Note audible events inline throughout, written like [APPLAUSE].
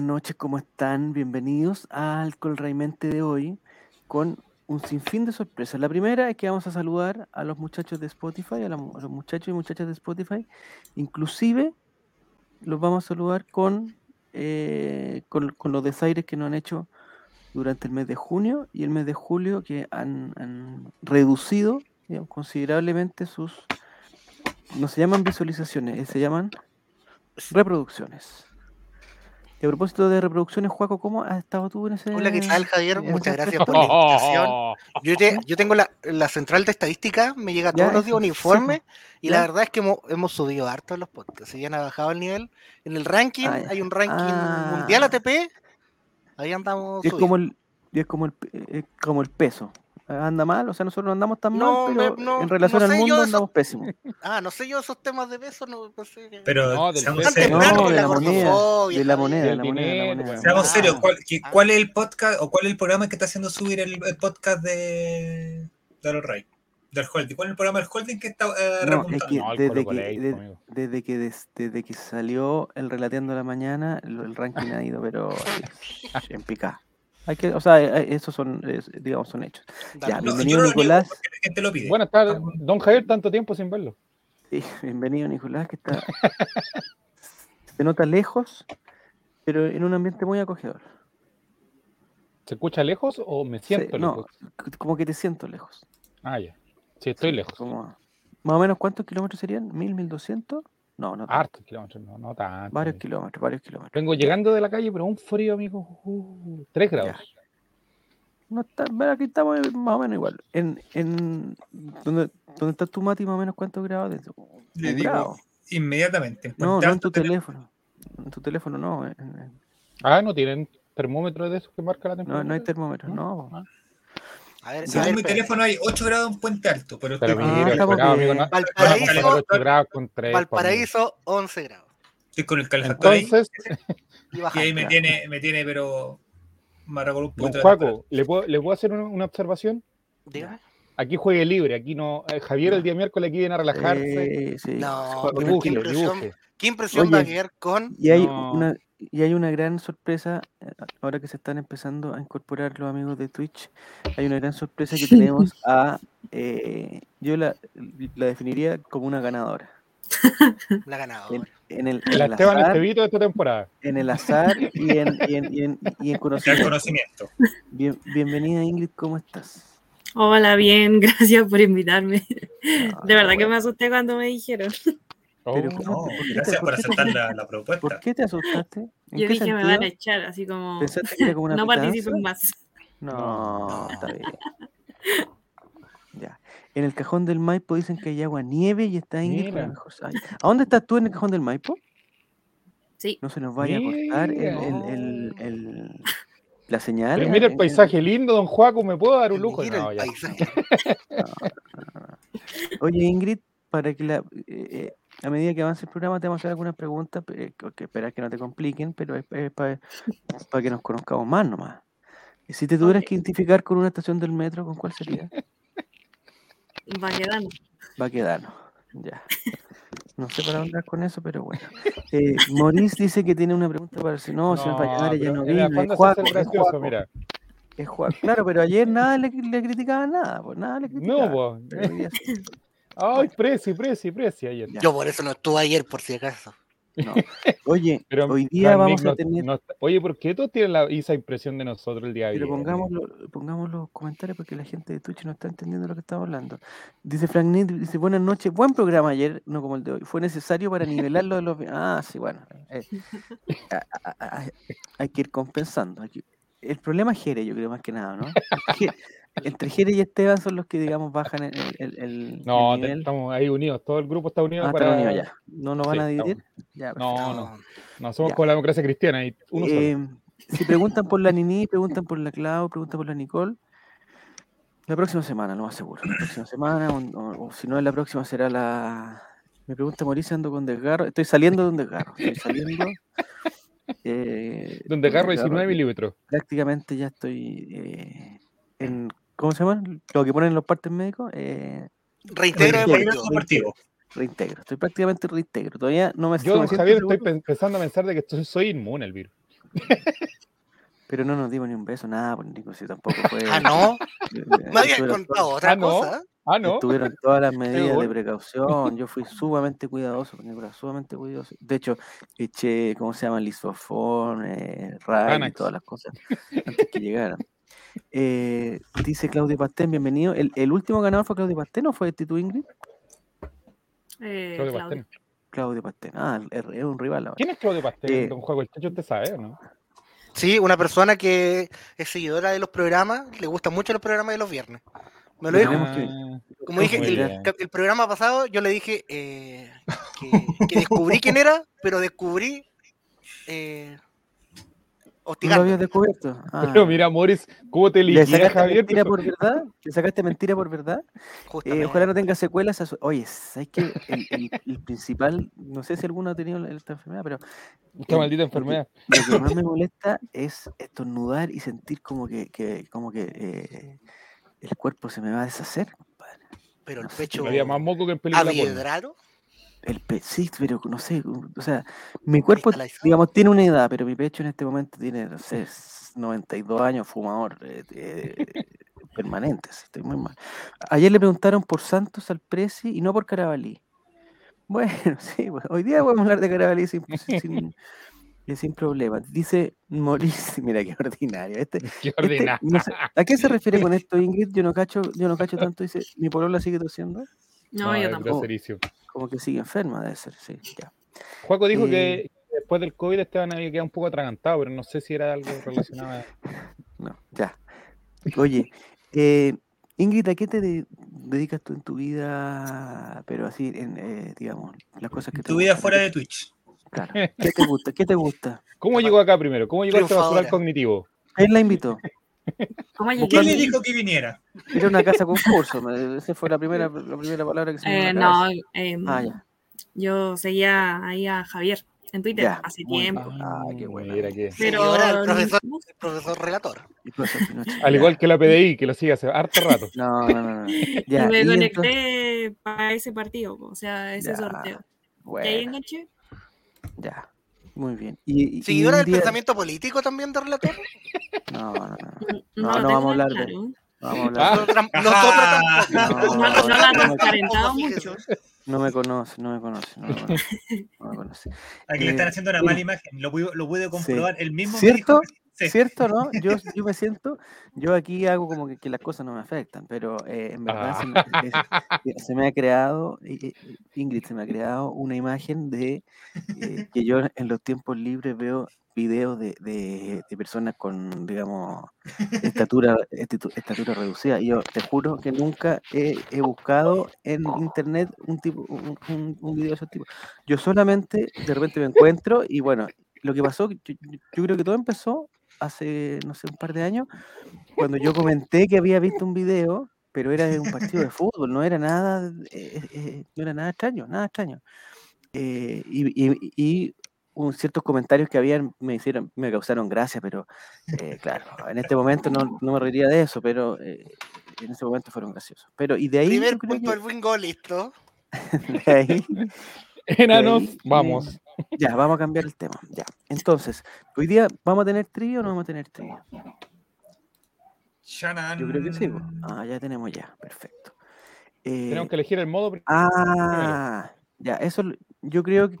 noches, ¿cómo están? Bienvenidos al Colraimente de hoy con un sinfín de sorpresas. La primera es que vamos a saludar a los muchachos de Spotify, a, la- a los muchachos y muchachas de Spotify. Inclusive los vamos a saludar con, eh, con, con los desaires que nos han hecho durante el mes de junio y el mes de julio que han, han reducido digamos, considerablemente sus... No se llaman visualizaciones, eh, se llaman reproducciones. Y a propósito de reproducciones, Juaco, ¿cómo has estado tú en ese... Hola, ¿qué tal, Javier? en ese [LAUGHS] Muchas gracias [LAUGHS] aspecto? por la invitación. Yo, [LAUGHS] te- yo tengo la, la central de estadística, me llega Ya, todos los eso, días [LAUGHS] un sí, pues, informe y ya. la verdad es que hemos, hemos subido harto en los podcasts, si bien ha bajado el nivel. En el ranking, Ah, ya. hay un ranking Ah. mundial ATP, ahí andamos Y es subidos. como el, y es como el, pe- eh, como el peso. Ah, Anda mal, o sea, nosotros no andamos tan No, mal, me- pero no- en relación no al sé, mundo yo eso- andamos pésimos. [LAUGHS] Ah, no sé yo esos temas de peso, no, no sé. Pero No, del seamos, peso. Tan serios, temprano No, con de la la moneda, gordofobia, de la Javier. moneda, de la Del moneda, de la dinero, moneda. weón. seamos Ah. serios. ¿Cuál, qué- Ah. cuál es el podcast o cuál es el programa que está haciendo subir el, el podcast de del Ray? Del Holding. ¿Cuál es el programa del Holding que está eh, No, es repuntando? que No, el desde Colo que, Colo, de- amigo. desde que des- desde que salió el Relateando la Mañana, lo- el ranking ha ido, pero así, [LAUGHS] en pica. Hay que, o sea, eh, esos son, eh, digamos, son hechos. Dale. Ya, No, bienvenido, yo lo niego Nicolás. porque [LAUGHS] la gente lo pide. Buenas Ah, tardes, don Javier, tanto tiempo sin verlo. Sí, Eh, bienvenido, Nicolás, que [LAUGHS] está. se nota lejos, pero en un ambiente muy acogedor. ¿Se escucha lejos o me Se- siento no, lejos? c- como que te siento lejos. Ah, ya. Sí, estoy lejos. Como, más o menos, ¿cuántos kilómetros serían? ¿Mil, mil doscientos? No, no. tanto. Hartos kilómetros, no, no tanto. varios amigo. kilómetros, varios kilómetros. Vengo llegando de la calle, pero un frío, amigo. Uh, tres grados. No está, bueno, aquí estamos eh, más o menos igual. En, en donde, donde estás tú, Mati, más o menos cuántos grados. de- un Le digo grado. inmediatamente. en no, Puente no en Alto tu tenemos- teléfono. En tu teléfono no, en- en- Ah, no tienen termómetro de esos que marca la no, temperatura. no hay termómetro, ¿No? no. Ah, A ver, a Según ver, mi espera. teléfono hay 8 grados en Puente Alto, pero estoy, Pero Ah, mira, estamos esperaba, bien. amigo, no- no, Valparaíso- no, con ocho grados con tres, Valparaíso, 11 grados. estoy con el pues, amigo. calefactor Entonces, Y ahí. Y ahí bajando. me ya. tiene, me tiene, pero maracol un don poquito. la Juaco, ¿le puedo, ¿le puedo hacer una, una observación? Dígame. Aquí juegue libre, aquí no. eh, Javier el día miércoles aquí viene a relajarse. Eh, sí. No, Juan, pero dibuje, qué Dibuje, impresión, dibuje. qué impresión Oye. va a quedar con... Y hay, No. una, y hay una gran sorpresa, eh, ahora que se están empezando a incorporar los amigos de Twitch, hay una gran sorpresa [LAUGHS] que tenemos a, eh, yo la, la definiría como una ganadora. La En, ganadora. en el, en La el Esteban azar, Estevito de esta temporada. en el azar y en, y en, y en- y [LAUGHS] en plata. El conocimiento. [LAUGHS] conocimiento. Bien- bienvenida Ingrid, ¿cómo estás? Hola, bien, [LAUGHS] gracias por invitarme. De verdad que me Ah, bueno. asusté cuando me dijeron. Pero Oh. ¿cómo No, te- por qué te- gracias por por qué te- aceptar la, la Ah, ¿Por propuesta. qué te asustaste? ¿En Yo qué dije me van a sentido? echar, así como ¿Pensaste que era como una no pitanza? participen más. [LAUGHS] No, está bien. [LAUGHS] Ya. En el cajón del Maipo dicen que hay agua nieve y está Ingrid con la Mira. mejor sal. ¿A dónde estás tú en el cajón del Maipo? Sí, No se nos vaya a cortar el, el- el- Mira. el- la señal. Pero mira ¿eh? el paisaje lindo, don Juaco, ¿me puedo dar un lujo? Mira No, el ya. [LAUGHS] paisaje. eh, Oye, Ingrid, para que la, eh, eh, a medida que avance el programa te vamos a hacer algunas preguntas, eh, que que esperas que no te compliquen, pero es, para, que nos conozcamos más nomás. Y Si te tuvieras Ok. que identificar con una estación del metro, ¿con cuál sería? va quedando. Va a quedarnos. Ya. No sé para dónde vas con eso, pero bueno. Eh, Maurice dice que tiene una pregunta para si no, se nos va a quedar, pero ya no en vino. el fondo Es se Juaco, hace el es gracioso, Juaco, [LAUGHS] mira. es Juaco. Claro, pero ayer nada le, le criticaban nada, pues nada le criticaban. No, Pero pues. hoy día sí, Ay, preci, preci, preci ayer. Ya. Yo por eso no estuve ayer, por si acaso. no. Oye, Pero hoy día Juan vamos a Nick no- tener. no está- oye, ¿por qué todos tienen la, esa impresión de nosotros el día de Pero hoy? pongámoslo, pongamos los comentarios porque la gente de Twitch no está entendiendo lo que estamos hablando. Dice Frank Nid, dice buenas noches, buen programa ayer, no como el de hoy. Fue necesario para nivelar lo de los... vi-". Ah, sí, bueno. [LAUGHS] eh, a- a- a- a- hay que ir compensando. hay que- El problema es Jere, yo creo, más que nada, ¿no? Je- Entre Jere y Esteban son los que, digamos, bajan el, el- el- el No, te- nivel. estamos ahí unidos, todo el grupo está unido Ah, están para... unidos ya. ¿No lo van Sí, a estamos- dividir? Ya, No, perfecto. no, no somos Ya. como la democracia cristiana, y uno solo. Eh, si preguntan por la Nini, preguntan por la Clau, preguntan por la Nicole. La próxima semana, lo más seguro. La próxima semana, un- o, o si no es la próxima, será la. Me pregunta Mauricio, ando con desgarro. Estoy saliendo de un desgarro. Estoy saliendo. eh, Donde de un desgarro agarro 19 y milímetros. Prácticamente ya estoy eh, en. ¿Cómo se llama? Lo que ponen en los partes médicos. Eh, Reintegro Reintegro. deportivo. deportivo. reintegro. Estoy prácticamente reintegro. Todavía no me Yo, no don me siento Javier, estoy seguro. pen- pensando a pensar de que estoy- soy inmune al virus. Pero no nos dimos ni un beso, nada, pues Nico, si tampoco fue. [LAUGHS] Ah, [LAUGHS] no, eh, me habían estuvieron contado otra Ah, no. cosa. Ah, todas- no. Estuvieron todas [LAUGHS] las medidas de bueno. precaución. Yo fui sumamente cuidadoso, pues, Nicolás, sumamente cuidadoso. De hecho, eché, ¿cómo se llama? Lisofón, eh, Ray, Xanax. todas las cosas antes que llegaran. Eh, dice Claudio Pastén, bienvenido. ¿El, el último ganador fue Claudio Pastén o fue Titu Ingrid? Eh, Claudio Claudio. Pastén. Claudio Pastén. Ah, es, es un rival ahora. ¿Quién es Claudio Pastel? Eh, Don Juego el Chacho, usted sabe, ¿o ¿no? Sí, una persona que es seguidora de los programas, le gustan mucho los programas de los viernes. Me lo dijo. tenemos que- Como dije, Muy el, bien. cap- el programa pasado yo le dije eh, que, que descubrí quién era, pero descubrí eh, ¿No lo habías hostigando. descubierto? Ah. [LAUGHS] Pero mira, Morris, ¿cómo te ¿Le liquida sacaste Javier? mentira por verdad? ¿Le sacaste mentira por verdad? Eh, justamente. ojalá no tenga secuelas. a su- Oye, ¿sabes que el, el- el principal, no sé si alguno ha tenido esta enfermedad, pero Esta maldita enfermedad. lo que [LAUGHS] más me molesta es estornudar y sentir como que, que- como que eh, el cuerpo se me va a deshacer. compadre. pero [LAUGHS] el no sé, pecho No había más moco que en película porno. aviedrado. El pe- sí, pero no sé, o sea, mi cuerpo, Cristalizado. digamos, tiene una edad, pero mi pecho en este momento tiene, no sé, s- 92 años, fumador, eh, eh, permanente, así, estoy muy mal. Ayer le preguntaron por Santos al Presi y no por Carabalí. Bueno, [LAUGHS] sí, bueno, hoy día podemos hablar de Carabalí sin, sin- sin- eh, sin problema. Dice Mauricio, [LAUGHS] mira qué ordinario, este, [LAUGHS] Qué este, ordenado. [LAUGHS] no sé, ¿A qué se refiere con esto, Ingrid? Yo no cacho, yo no cacho tanto, dice, mi polola sigue tosiendo, No, yo es tampoco. groserísimo. como que sigue enferma, debe ser, sí, ya. Juaco dijo Eh, que después del COVID Esteban había quedado un poco atragantado, pero no sé si [LAUGHS] era algo relacionado a... No, ya. Oye, eh, Ingrid, ¿a qué te de- dedicas tú en tu vida? Pero así, en, eh, digamos, las cosas que te Tu vida gustan, fuera ¿qué- de Twitch. Claro. ¿Qué te gusta? ¿Qué te gusta? ¿Cómo llegó acá primero? ¿Cómo llegó este Triunfadora. basural cognitivo? Él la invitó. ¿Cómo ¿Quién llegué? le dijo que viniera? Era una casa concurso. me- Esa fue la primera, la primera palabra que se me vino Eh, a la no, cabeza. em, Ah, ya. yo seguía ahí a Javier en Twitter Ya, hace muy bien. tiempo. Ah, qué bueno. Mira que- Pero Señora, el no- profesor, el profesor relator. Y tú haces Pinochet, Al ya. igual que la PDI, que lo sigue hace harto [LAUGHS] rato. No, no, no. no. y Ya, me y conecté entonces- para ese partido, o sea, ese Ya, sorteo. Y ahí bueno, [LAUGHS] enganché. ya. Muy bien. Y, y- y Seguidora un del día- pensamiento político también de [LAUGHS] relator. No, no, no. no, No, No, no lo vamos tengo a tan hablar de- claro. Vamos a hablar Ah. de- Nosotras- Ajá. Nosotros No, tampoco. no, Nosotros no la han tampoco, transparentado fíjense. No me conoce, no me conoce, no me conoce. No me conoce. Aquí Eh, le están haciendo una sí. mala imagen. Lo, pude- lo pude comprobar. El mismo me ¿Cierto? dijo que- sí. [LAUGHS] ¿Cierto, no? Yo, yo me siento, yo aquí hago como que, que las cosas no me afectan, pero eh, en Ah. verdad se, me, es- se me ha creado, eh, eh, Ingrid, se me ha creado una imagen de eh, que yo en los tiempos libres veo videos de, de- de personas con, digamos, estatura, estitu- estatura reducida. Y yo te juro que nunca he, he buscado en internet un tipo un, un- un video de ese tipo. Yo solamente de repente me encuentro y bueno, lo que pasó, que yo, yo- yo creo que todo empezó hace, no sé, un par de años, cuando yo comenté que había visto un video, pero era de un partido de fútbol, no era nada, eh, eh, no era nada extraño, nada extraño. Eh, y, y- y un- ciertos comentarios que habían me hicieron, me causaron gracia, pero eh, claro, en este momento no, no me reiría de eso, pero eh, en ese momento fueron graciosos. Pero y de ahí, Primer yo creo punto del bingo, listo. que- de ahí Enanos, ahí, Eh. vamos. ya, vamos a cambiar el tema. Ya. Entonces, hoy día vamos a tener trivia o no vamos a tener trivia. Shannon. Yo creo que sí. po. Ah, ya tenemos ya. Perfecto. Eh, Mm. Tenemos que elegir el modo. pri- Ah, ya. Eso lo- yo creo que-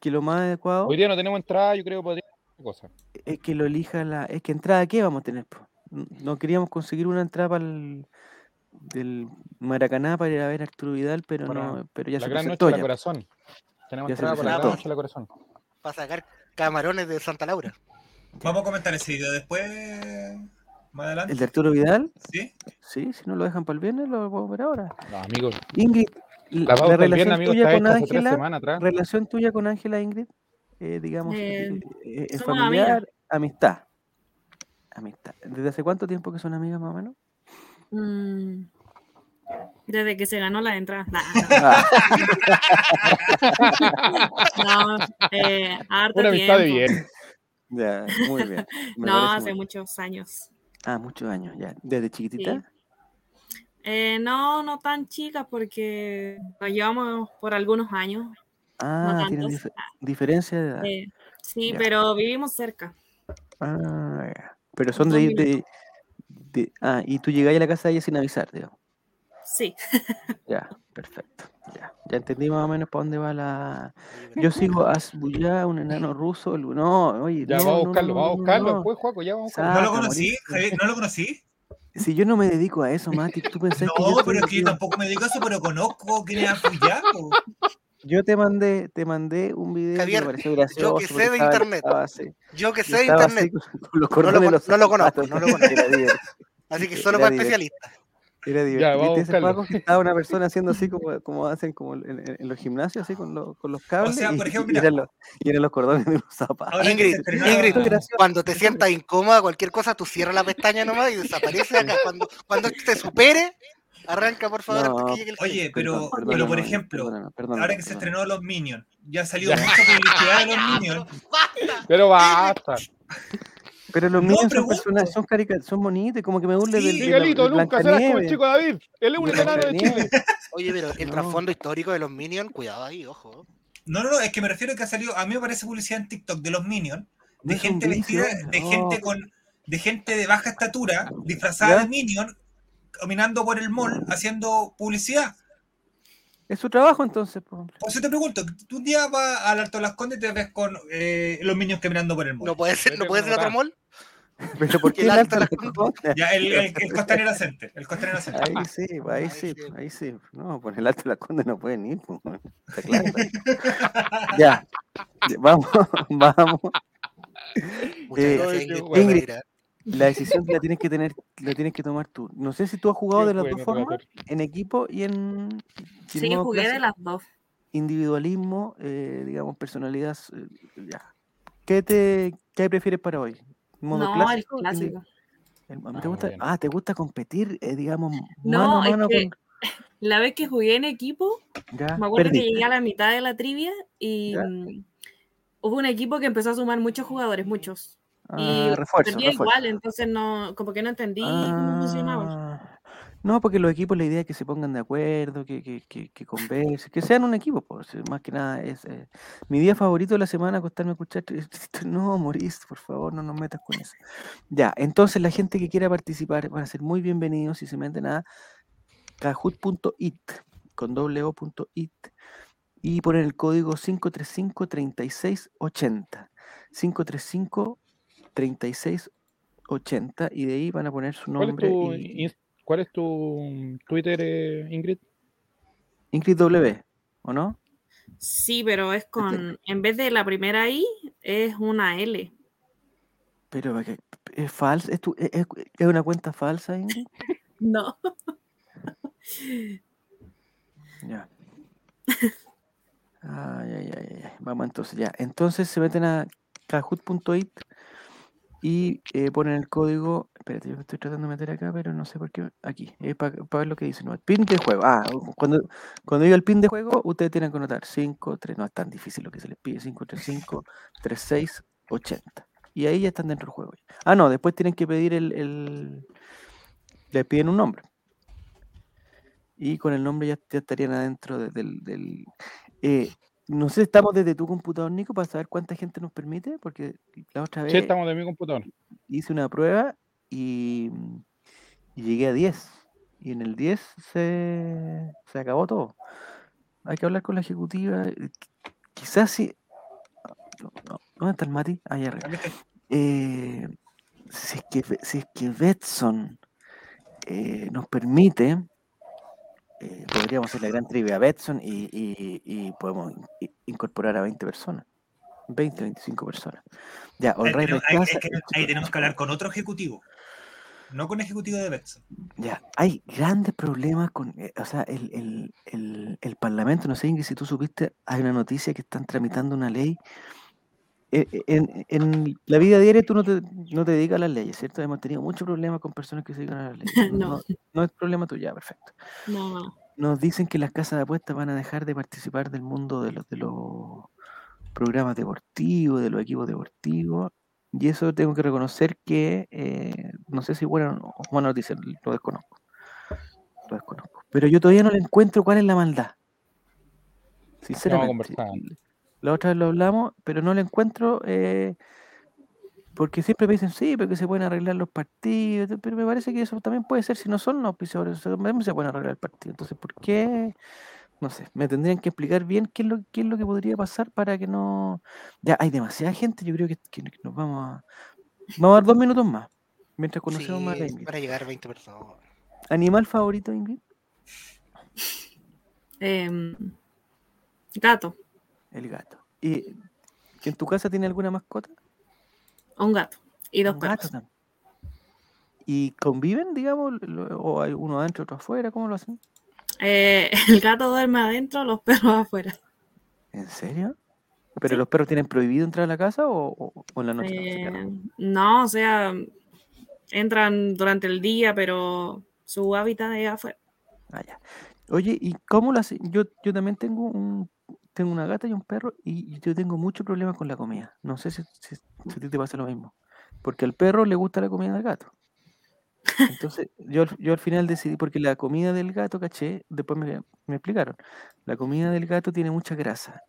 que lo más adecuado Hoy día no tenemos entrada, yo creo que podría ser otra cosa. es que lo elija la. Es que entrada, ¿qué vamos a tener? po? N- No queríamos conseguir una entrada para el del Maracaná para ir a ver a Arturo Vidal, pero Para no, pero ya La se gran noche presentó de la ya. corazón. Tenemos Ya se entrada para la gran presentó. noche de la corazón. Para sacar camarones de Santa Laura. Vamos a comentar ese video después. Más adelante. El de Arturo Vidal, ¿Sí? sí, si no lo dejan para el viernes, lo podemos ver ahora. No, amigo, Ingrid, la la, pauta del relación viernes, amigo, tuya está con hecha hace tres Ángela. semanas atrás. relación tuya con Ángela Ingrid, eh, digamos, eh, Eh, eh, eh, somos amigas. familiar, amistad. Amistad. ¿Desde hace cuánto tiempo que son amigas más o menos? [LAUGHS] Mm, Desde que se ganó la entrada. Nah, Ah, no, no, eh, harto Una amistad de tiempo. bien. ya, muy [LAUGHS] bien. me No, parece hace muy- muchos años. Ah, muchos años ya. ¿Desde chiquitita? Eh, no, no tan chicas porque nos llevamos por algunos años. Ah, tienen tantos. dif- diferencia de edad. eh, sí, Ah, ya. pero vivimos cerca. Ah, ya. pero son de, Dos de, de- Ah, y tú llegáis a la casa de ella sin avisar, digamos. Sí. Ya, perfecto. Ya, ya entendí más o menos para dónde va la. Yo sigo a Asbuya, un enano ruso. el- No, oye. Ya no, vamos a no, no, buscarlo, vamos a no, buscarlo pues. no. después, Juaco, ya vamos a Ah, ¿No lo te conocí, moriste. Javier? ¿No lo conocí? Si yo no me dedico a eso, Mati, tú pensás que. [LAUGHS] No, yo pero estoy es que yo metido- tampoco me dedico a eso, pero conozco quién es Apuyaco. Yo te mandé, te mandé un video Javier, que me pareció gracioso. sé porque de estaba- internet. estaba así, Yo que yo sé de estaba internet, así [LAUGHS] con- con los lo cordones de con- los no lo conozco, zapatos, no lo conozco. [LAUGHS] Era divertido. así eh, que era solo para divertido. especialistas. Era Ya, divertido. vamos a Y ese buscarlo. Paco que estaba [LAUGHS] una persona haciendo así como, como hacen como en, en- en los gimnasios, así con, los- con los cables. sea, y, por ejemplo, y mira. eran los, y eran los cordones de los zapatos. Ahora que Ingrid, se estrenó- Ingrid, Gracias. Cuando te sientas incómoda, cualquier cosa, tú cierras la pestaña nomás y desaparece [LAUGHS] acá. Cuando, cuando te supere, arranca, por favor, No. hasta que llegue el Oye, pero, Perdón, pero, perdón, pero por no, ejemplo, perdón, no, perdón, ahora no, que se perdón. estrenó Los Minions, ya ha salido Ya. mucha publicidad de Los Minions. ¡Basta! Pero basta. Pero los No, niños son pregunto. personas, son caricaturas, son bonitos, y como que me burle Sí, del, de la- Miguelito, de nunca serás como el Blancanieves. chico David, el único enano de Chile. Oye, pero el No. trasfondo histórico de los Minions, cuidado ahí, ojo. No, no, no, es que me refiero a que ha salido, a mí me parece publicidad en TikTok de Los Minions, de No es un gente vicio, vestida, de no. gente con, de gente de baja estatura, disfrazada ¿Ya? de Minion, caminando por el mall, haciendo publicidad. Es su trabajo entonces, po. [LAUGHS] Por eso te pregunto, tú un día vas al Alto Las Condes y te ves con eh, Los Minions caminando por el mall. No puede ser, no puede ser otro mall. Pero ¿por qué El el alto alto [LAUGHS] la- las condes? Ya, el, el, el Costanera Center, el Costanera Center. Ahí sí, po, ahí Ahí sí, sí. po, ahí sí. po. No, por el alto de las condes no pueden ir, po. Está claro. ya. Ya, Vamos, [LAUGHS] vamos. Muchas Eh, gracias, Ay, qué Ingrid, bueno. por venir, ¿eh? La decisión la tienes que tener, la tienes que tomar tú. No sé si tú has jugado de las dos formas, en equipo y en. y en Sí, modo jugué de clásico. las dos. individualismo, eh, digamos, personalidad. eh, ya. ¿Qué, te, ¿Qué prefieres para hoy? ¿Modo No, el clásico? Indi- clásico. el- ¿te Ah, muy gusta- bien. ah, ¿te gusta competir, eh, digamos, mano No, a es mano que- con- [LAUGHS] La vez que jugué en equipo, Ya, me acuerdo que perdiste. llegué a la mitad de la trivia y Ya. mm, hubo un equipo que empezó a sumar muchos jugadores, muchos. Ah, y refuerzo, perdía refuerzo. igual, entonces no, como que no entendí cómo funcionaba. Ah, No, porque los equipos la idea es que se pongan de acuerdo, que, que, que, que conversen, que sean un equipo, pues, eh, más que nada es eh, mi día favorito de la semana acostarme a escuchar. [LAUGHS] No, Morís, por favor, no nos metas con eso. Ya, entonces la gente que quiera participar van a ser muy bienvenidos si se meten a kahoot.it con doble o punto it, y ponen el código 535-3680. 535-3680 y de ahí van a poner su ¿Cuál es nombre. tu, y- ins- cuál es tu Twitter, eh, Ingrid? Ingrid W, ¿o no? Sí, pero es con, en vez de la primera I, es una L. Pero ¿para qué? es falsa, es, tu- es- es- es una cuenta falsa, Ingrid. No. Ya. Ay, ay, ay, ay, ay. Vamos entonces, ya. Entonces se meten a kahoot.it y eh, ponen el código. Espérate, yo me estoy tratando de meter acá, pero no sé por qué. Aquí, para ver lo que dice. No, pin de juego. Ah, o- cuando, cuando diga el pin de juego, ustedes tienen que anotar 5, 3, no es tan difícil lo que se les pide. 5, 3, 5, 3, 6, 80. Y ahí ya están dentro del juego. Ah, no, después tienen que pedir el. el les piden un nombre. Y con el nombre ya, ya estarían adentro de- del. del- eh, no sé, estamos desde tu computador, Nico, para saber cuánta gente nos permite, porque la otra vez Sí, estamos de mi computador. hice una prueba y, mm, y llegué a 10. Y en el 10 se, se acabó todo. Hay que hablar con la ejecutiva. eh, qui- Quizás si. no, no, ¿Dónde está el Mati? Ahí arriba. Aquí está. Eh, si, es que, Be- si es que Betson eh, nos permite, eh, podríamos hacer la gran trivia a Betson y, y- y podemos in- incorporar a 20 personas. 20, 25 personas. Ya, Ahí All Right tenemos- ahí- Rechaza es que el ahí Super- tenemos que hablar con otro ejecutivo. No con ejecutivo de Betson. Ya, hay grandes problemas con, eh, o sea, el, el- el- el Parlamento, no sé, Ingrid, si tú supiste, hay una noticia que están tramitando una ley. E- e- En, en la vida diaria tú no te, no te dedicas a las leyes, ¿cierto? Hemos tenido muchos problemas con personas que se dedican a las leyes. No. no es problema tuyo, ya, perfecto. No, no. Nos dicen que las casas de apuestas van a dejar de participar del mundo de los, de los programas deportivos, de los equipos deportivos. Y eso tengo que reconocer que eh, no sé si bueno o buena noticia, lo desconozco. Lo desconozco. Pero yo todavía no le encuentro cuál es la maldad. Sinceramente. conversar. La otra vez lo hablamos, pero no le encuentro eh, Porque siempre me dicen, sí, pero que se pueden arreglar los partidos, te- pero me parece que eso también puede ser si no son los auspiciadores, o sea, también se pueden arreglar el partido. Entonces, ¿por qué? No sé, me tendrían que explicar bien qué es lo, qué es lo que podría pasar para que no... Ya, hay demasiada gente, yo creo que, que nos vamos a... Vamos a dar dos minutos más, mientras conocemos más a la Sí, Ingrid. Van a llegar 20 personas. ¿Animal favorito, Ingrid? Em, gato, El gato. ¿Y que en tu casa tiene alguna mascota? un gato y dos Un gato perros. también. ¿Y conviven, digamos? lo- ¿O hay uno adentro, otro afuera? ¿Cómo lo hacen? Eh, [LAUGHS] el gato duerme adentro, los perros afuera. ¿En serio? ¿Pero los perros tienen prohibido entrar a la casa o, o- o en la noche? no se Eh, quedan? no, o sea, entran durante el día, pero su hábitat es afuera. Ah, ya. Oye, ¿y cómo lo hacen? Yo, yo también tengo un tengo una gata y un perro y yo tengo mucho problema con la comida. No sé si, si- si a ti te pasa lo mismo. Porque al perro le gusta la comida del gato. Entonces, yo, al- yo al final decidí, porque la comida del gato, caché, después me, me explicaron, la comida del gato tiene mucha grasa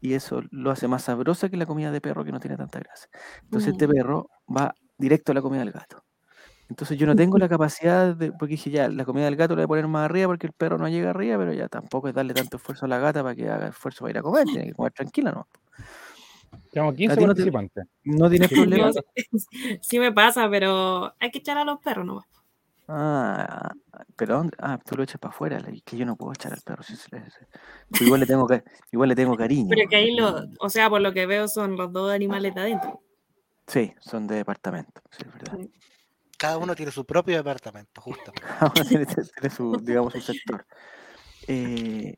y eso lo hace más sabrosa que la comida de perro que no tiene tanta grasa. Entonces este Mm. perro va directo a la comida del gato. Entonces yo no tengo la capacidad de, porque dije ya, la comida del gato la voy a poner más arriba porque el perro no llega arriba, pero ya tampoco es darle tanto esfuerzo a la gata para que haga esfuerzo para ir a comer, tiene que comer tranquila, ¿no? Tenemos A 15 ti no te- participantes. No tienes problema. Yo- [LAUGHS] sí me pasa, pero hay que echar a los perros nomás. Ah, pero ¿dónde? Ah, tú lo echas para afuera, la- que yo no puedo echar al perro. si se le- se- pues igual, le tengo, ca- igual le tengo cariño. Pero que ahí, lo, o sea, por lo que veo, son los dos animales de adentro. Sí, son de departamento, sí, es verdad. Cada uno tiene su propio departamento, justo. [LAUGHS] Cada uno tiene, tiene su, digamos, su sector. Eh,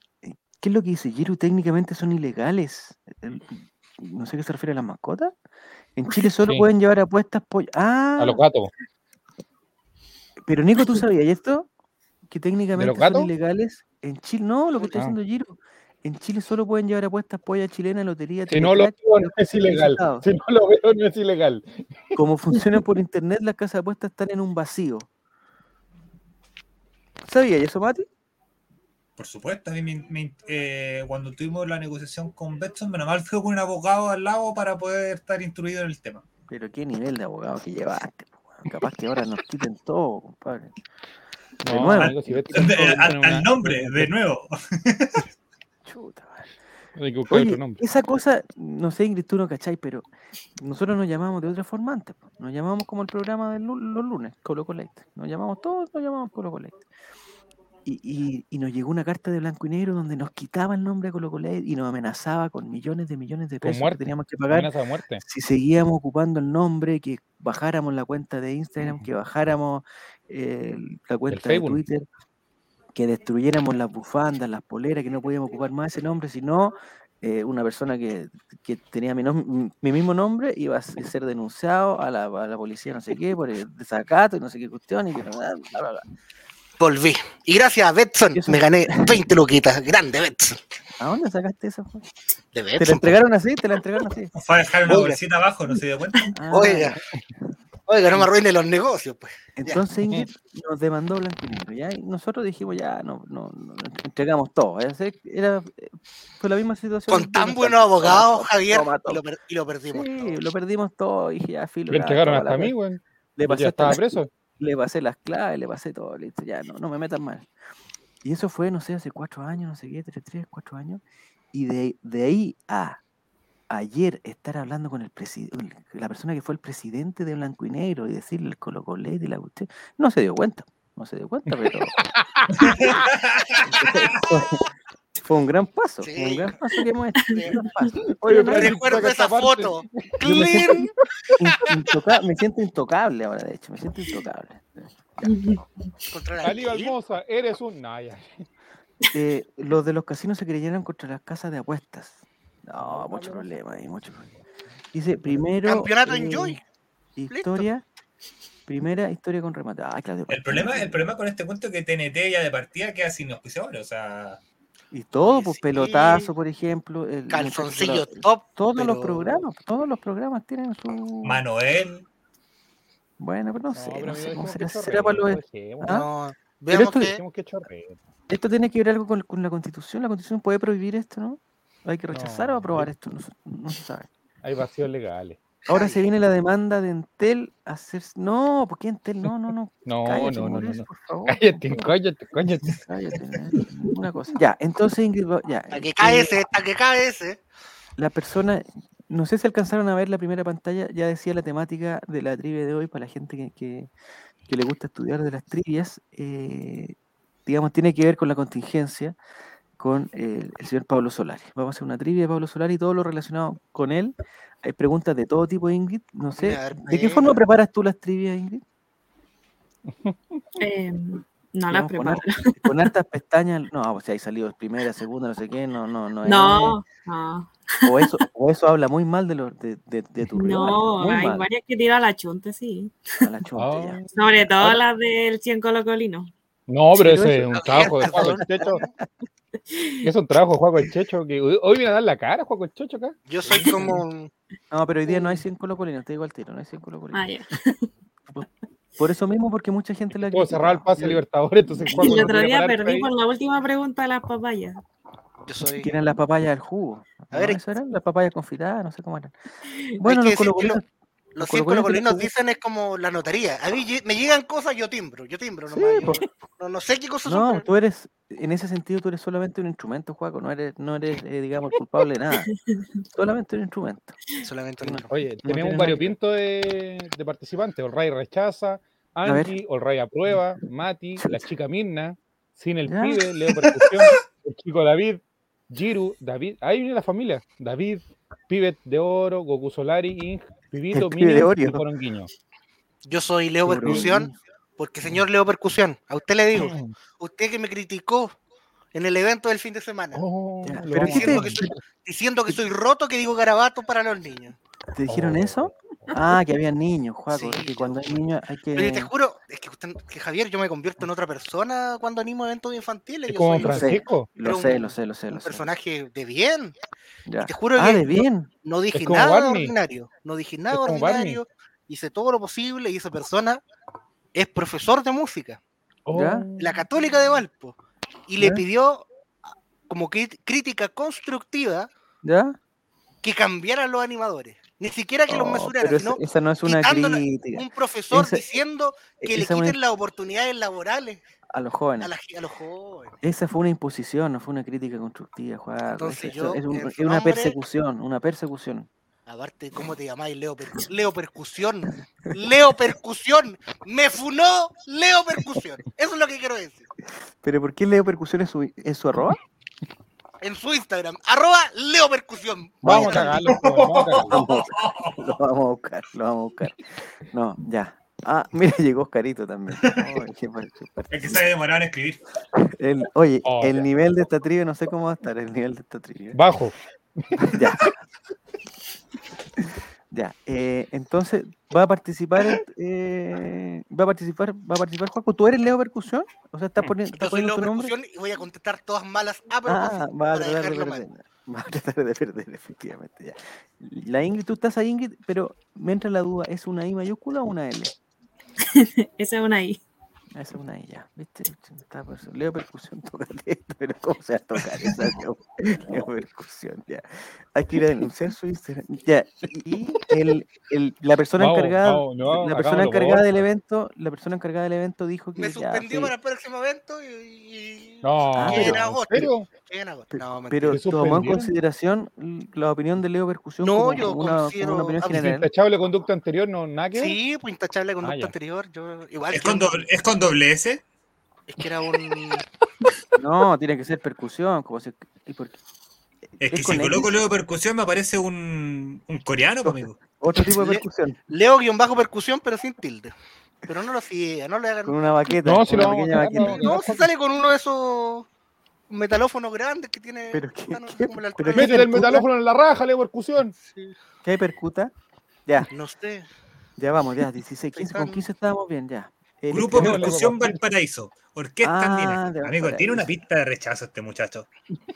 ¿Qué es lo que dice Giru? Técnicamente son ilegales. El- no sé a qué se refiere a las mascotas. En Chile solo Sí. pueden llevar apuestas pollo. Ah, A los gatos. pero Nico, ¿tú sabías esto? Que técnicamente son gatos? ilegales. En Chile, no, lo que está Ah. diciendo Giru. En Chile solo pueden llevar apuestas polla chilena, lotería, Si no lo telecacho, veo, y no es apuestas ilegal. solicitadas. Si no lo veo, no es ilegal. Como funcionan por internet, las casas de apuestas están en un vacío. ¿Sabías eso, Mati? Por supuesto, a mí me- me- eh, cuando tuvimos la negociación con Betson, menos mal fue con un abogado al lado para poder estar instruido en el tema. Pero qué nivel de abogado que llevaste. po, weón. Capaz que ahora nos quiten todo, compadre. De No, nuevo. amigo, si ves- Eh, al, al nombre, de nuevo. [LAUGHS] Chuta, madre. Hay que buscar Oye, otro nombre. esa cosa, no sé, Ingrid, tú no cachai, pero nosotros nos llamamos de otra forma antes. po. Nos llamamos como el programa de los lunes, Colo Colate. Nos llamamos todos, nos llamamos Colo Colate. Y, y- y nos llegó una carta de blanco y negro donde nos quitaba el nombre de Colo Colate y nos amenazaba con millones de millones de Con pesos que muerte, teníamos que pagar Amenaza de muerte. si seguíamos ocupando el nombre, que bajáramos la cuenta de Instagram, Ujú. que bajáramos eh, la cuenta de Facebook. Twitter, que destruyéramos las bufandas, las poleras, que no podíamos ocupar más ese nombre, sino eh, una persona que, que tenía mi, nom- mi mismo nombre iba a se- ser denunciado a la, a la policía, no sé qué, por eh, desacato y no sé qué cuestión. Y que, bla, bla, bla, bla. Volví. Y gracias a Betson Y eso- me gané 20 luquitas. Grande Betson. ¿A dónde sacaste eso? Juan? De ¿Te la Betson. pues. entregaron así? ¿Te la entregaron así? Fue a dejar una Oiga. bolsita abajo, no se dio cuenta. Ah, Oiga. Oiga, no me arruine los negocios, pues. Entonces Ingrid nos demandó blanco y negro, ¿ya? Y nosotros dijimos, ya, no, no, no, entre- entregamos todo. ¿ya? Se- Era, eh, fue la misma situación. Con de tan nosotros, buenos toma, abogados, toma, Javier, toma, y toma. lo, per- y lo perdimos. Sí, todo. lo perdimos todo, dije, ya, filo. Lo ya, entregaron toma la hasta a mí, wea. weón. Le Yo pasé, Ya hasta estaba las- preso. le pasé las claves, le pasé todo, listo, ya, no, no me metan mal. Y eso fue, no sé, hace cuatro años, no sé qué, tres, tres, cuatro años. Y de, de ahí a ayer estar hablando con el presidente, la persona que fue el presidente de Blanco y Negro y decirle el Colo Colete y la cuestión, no se dio cuenta, no se dio cuenta, pero pues, [LAUGHS] fue un gran paso, fue un Sí. gran paso que hemos hecho. un Sí. gran paso. Oye, Oye, pero- Brian, Recuerdo Saca esa esta parte. foto. Yo me siento- Clean. in- intoca- me siento intocable ahora, de hecho, me siento intocable. Contra la Ali Chile. Almoza, eres un. No, ya. Eh, los de los casinos se creyeron contra las casas de apuestas. No, No, mucho no, no. problema ahí, mucho problema. Dice, primero. Campeonato en eh, Joy. Historia. Primera historia con remate. Ah, claro. El problema, el problema con este cuento es que TNT ya de partida queda sin auspiciadores, o sea, Y todo, Oye, pues sí. pelotazo, por ejemplo. el- el- Calzoncillo el- top. Todos los pero- programas, todos los programas tienen su. Manuel, Bueno, pero no, No, sé, pero no amigo, sé cómo dejemos será. que será para los- pues. chorree, dejemos- ¿Ah? No, Pero veamos esto- que dejemos que chorree. Esto tiene que ver algo con, con la constitución. La constitución puede prohibir esto, ¿no? Hay que rechazar o No, aprobar yo- esto, no, se- no se sabe. Hay vacíos legales. Ahora Ay. se viene la demanda de Entel a hacer. No, ¿por qué Entel? No, no, no. [LAUGHS] No, cállate, no, no, no, Mauricio, no. por favor. Cállate, cállate, cállate. Cállate, eh, una cosa. Ya, entonces Ingrid, va- ya. Hasta que eh, cae ese, hasta que cae ese. La persona, no sé si alcanzaron a ver la primera pantalla, ya decía la temática de la trivia de hoy para la gente que, que- que le gusta estudiar de las trivias. eh, digamos, tiene que ver con la contingencia con el, el señor Pablo Solari. Vamos a hacer una trivia de Pablo Solari y todo lo relacionado con él. Hay preguntas de todo tipo, Ingrid. No sé. A ver, ¿De qué eh, forma preparas tú las trivias, Ingrid? Eh, no las Digamos, con, preparo. har- con hartas pestañas. No, o sea, hay salido primera, segunda, no sé qué. No, no, no. es- No, no, O eso, o eso habla muy mal de, los de, de, de tu rival. no, muy hay mal. varias que tiran la chunta, sí. a la chunta, Oh. ya. Sobre todo Ahora- las del 100 colocolino. No, pero Sí, ese es un trabajo de abierta, Juaco el Checho. Es un trabajo de Juaco el Checho. Que hoy hoy viene a dar la cara Juaco el Checho acá. Yo soy como un- No, pero hoy día no hay 100 colocolinos, te digo al tiro, no hay 100 colocolinos. Ah, ya. Por eso mismo, porque mucha gente la Puedo critica. cerrar el pase Yo- [LAUGHS] Libertadores, entonces Juaco [LAUGHS] El no otro tiene día para perdí ahí. por la última pregunta de las papayas. Yo soy. Tiran las papayas al jugo. A ¿no? ver, Eso eran las papayas confitadas, no sé cómo eran. Bueno, los que decir que lo- colocolinos. Los los cinco colocolinos que les colocolinos jugué- dicen es como la notaría. A mí lle- me llegan cosas, yo timbro, yo timbro nomás. Ah. Sí, yo pues. no, no sé qué [LAUGHS] cosas son. No, pero- tú eres, en ese sentido, tú eres solamente un instrumento, Juaco, no eres, no eres eh, digamos, el culpable de nada. Solamente un instrumento. Solamente no. no. Oye, pues. tiene nada tenemos un que variopinto de, de participantes. Olray rechaza, A ver. Angie, Olray aprueba, [LAUGHS] Mati, la chica Mirna, Sin el Ya. Pibe, Leo Percusión, el chico David, Giru, David. Ahí viene la familia. David, Pibet de Oro, Goku Solari, Ing, Pibito, El pibe de Minion y Oreo. Poronguiño. Yo soy Leo Percusión, porque señor Leo Percusión, a usted le digo, Mm. usted que me criticó en el evento del fin de semana, Oh, Ya, lo pero vamos a ¿qué llamar. te- diciendo que soy roto, que digo garabato para los niños. ¿Te dijeron Oh. eso? Ah, que había niños, Juaco. Sí, que cuando hay niños hay que. Pero yo te juro, es que, usted, que Javier, yo me convierto en otra persona cuando animo eventos infantiles. Es Yo como soy Fran- un, Francisco. Lo Era sé, un- lo sé, lo sé, un lo sé. personaje de bien. Ya. Te juro Ah, que de yo- bien. No dije como nada Barney. ordinario, no dije nada Es como Barney. ordinario, hice todo lo posible y esa persona es profesor de música, ¿Ya? Oh. la católica de Valpo, y le ¿Ya? pidió a- como cri- crítica constructiva ¿Ya? que cambiaran los animadores, ni siquiera que los Oh, mesuraran, pero esa, sino esa no es una quitándola- crítica. un profesor esa- diciendo que le e-, Esa es quiten una- las oportunidades laborales a los a, jóvenes. la ge- a los jóvenes. Esa fue una imposición, no fue una crítica constructiva, Juaco. Entonces Eso- yo, eso es, un- en es su una nombre- persecución, una persecución. Aparte, ¿cómo te llamáis? Leo, Percu- Leo Percusión. Leo Percusión. Me funó Leo Percusión. Eso es lo que quiero decir. ¿Pero por qué Leo Percusión es su, es su arroba? en su Instagram, arroba Leo Percusión. Vamos a Vayan cagarlo. pues, Vamos a cagarlo. Lo vamos a buscar, [LAUGHS] lo vamos a buscar, lo vamos a buscar. No, ya. Ah, mira, llegó Oscarito también. [LAUGHS] Ay, qué par- qué par- Es que se demoraron en escribir. el- oye, Oh, el ya. nivel de esta trivia, no sé cómo va a estar el nivel de esta trivia. Bajo. Ya. Ya. eh, entonces, va a participar, eh, va a participar, va a participar, Juaco. ¿Tú eres Leo Percusión? O sea, Mm. estás poniendo, Yo estás soy poniendo Leo tu nombre. Percusión y voy a contestar todas malas a propósito Ah, va a para tratar de dejarlo mal. perder. [LAUGHS] Va a tratar de perder, efectivamente. Ya. La Ingrid, tú estás ahí, Ingrid, pero me entra la duda, ¿es una I mayúscula o una L? Esa es una I. Ah, Esa es una I ya, ¿viste? Se me estaba por- Leo Percusión, [LAUGHS] tocate esto, pero ¿cómo se va a tocar esa [LAUGHS] Leo, [LAUGHS] Leo Percusión? Ya. Hay que ir a denunciar su Instagram. Ya. Y el, el- la persona Vamos, encargada, vamos, no, la persona hagámoslo, por encargada favor. del evento, la persona encargada del evento dijo que Me ya, suspendió sí, para el próximo evento y. y- No, Ah, pero- era agosto. ¿en serio? que en agosto. pe- No, mentira. pero ¿Te tomó en suspendieron? consideración l- la opinión de Leo Percusión No, como, yo como una, como una considero opinión ¿Y su general. intachable conducta anterior no nada que ver? Sí, pues intachable conducta ya. anterior. Yo, igual ¿Es que con, un- doble, ¿Es con doble S? es que era un. [LAUGHS] No, tiene que ser percusión, como si- ¿y por qué? Es que ¿Es con si coloco X? luego percusión me aparece un, un coreano, pues, amigo. otro tipo de Le- percusión, Leo guión bajo percusión, pero sin tilde. Pero no lo siga, no le hagan. con una baqueta, No, con si una lo vamos a pequeña cagar, lo baqueta. vamos a No, se sale con uno de esos metalófonos grandes que tiene. Pero qué- están qué- como la pero qué altura de- Métete el percuta? metalófono en la raja, Leo Percusión. Sí, ¿Qué hay percuta? Ya, No sé. ya vamos, ya, 16, 15, con Pensando. 15 estábamos bien, ya. El- Grupo Leo, Leo, Percusión. Percusión Valparaíso. Orquesta Ah, Andina. de Amigo, tiene Valparaíso. una pista de rechazo este muchacho.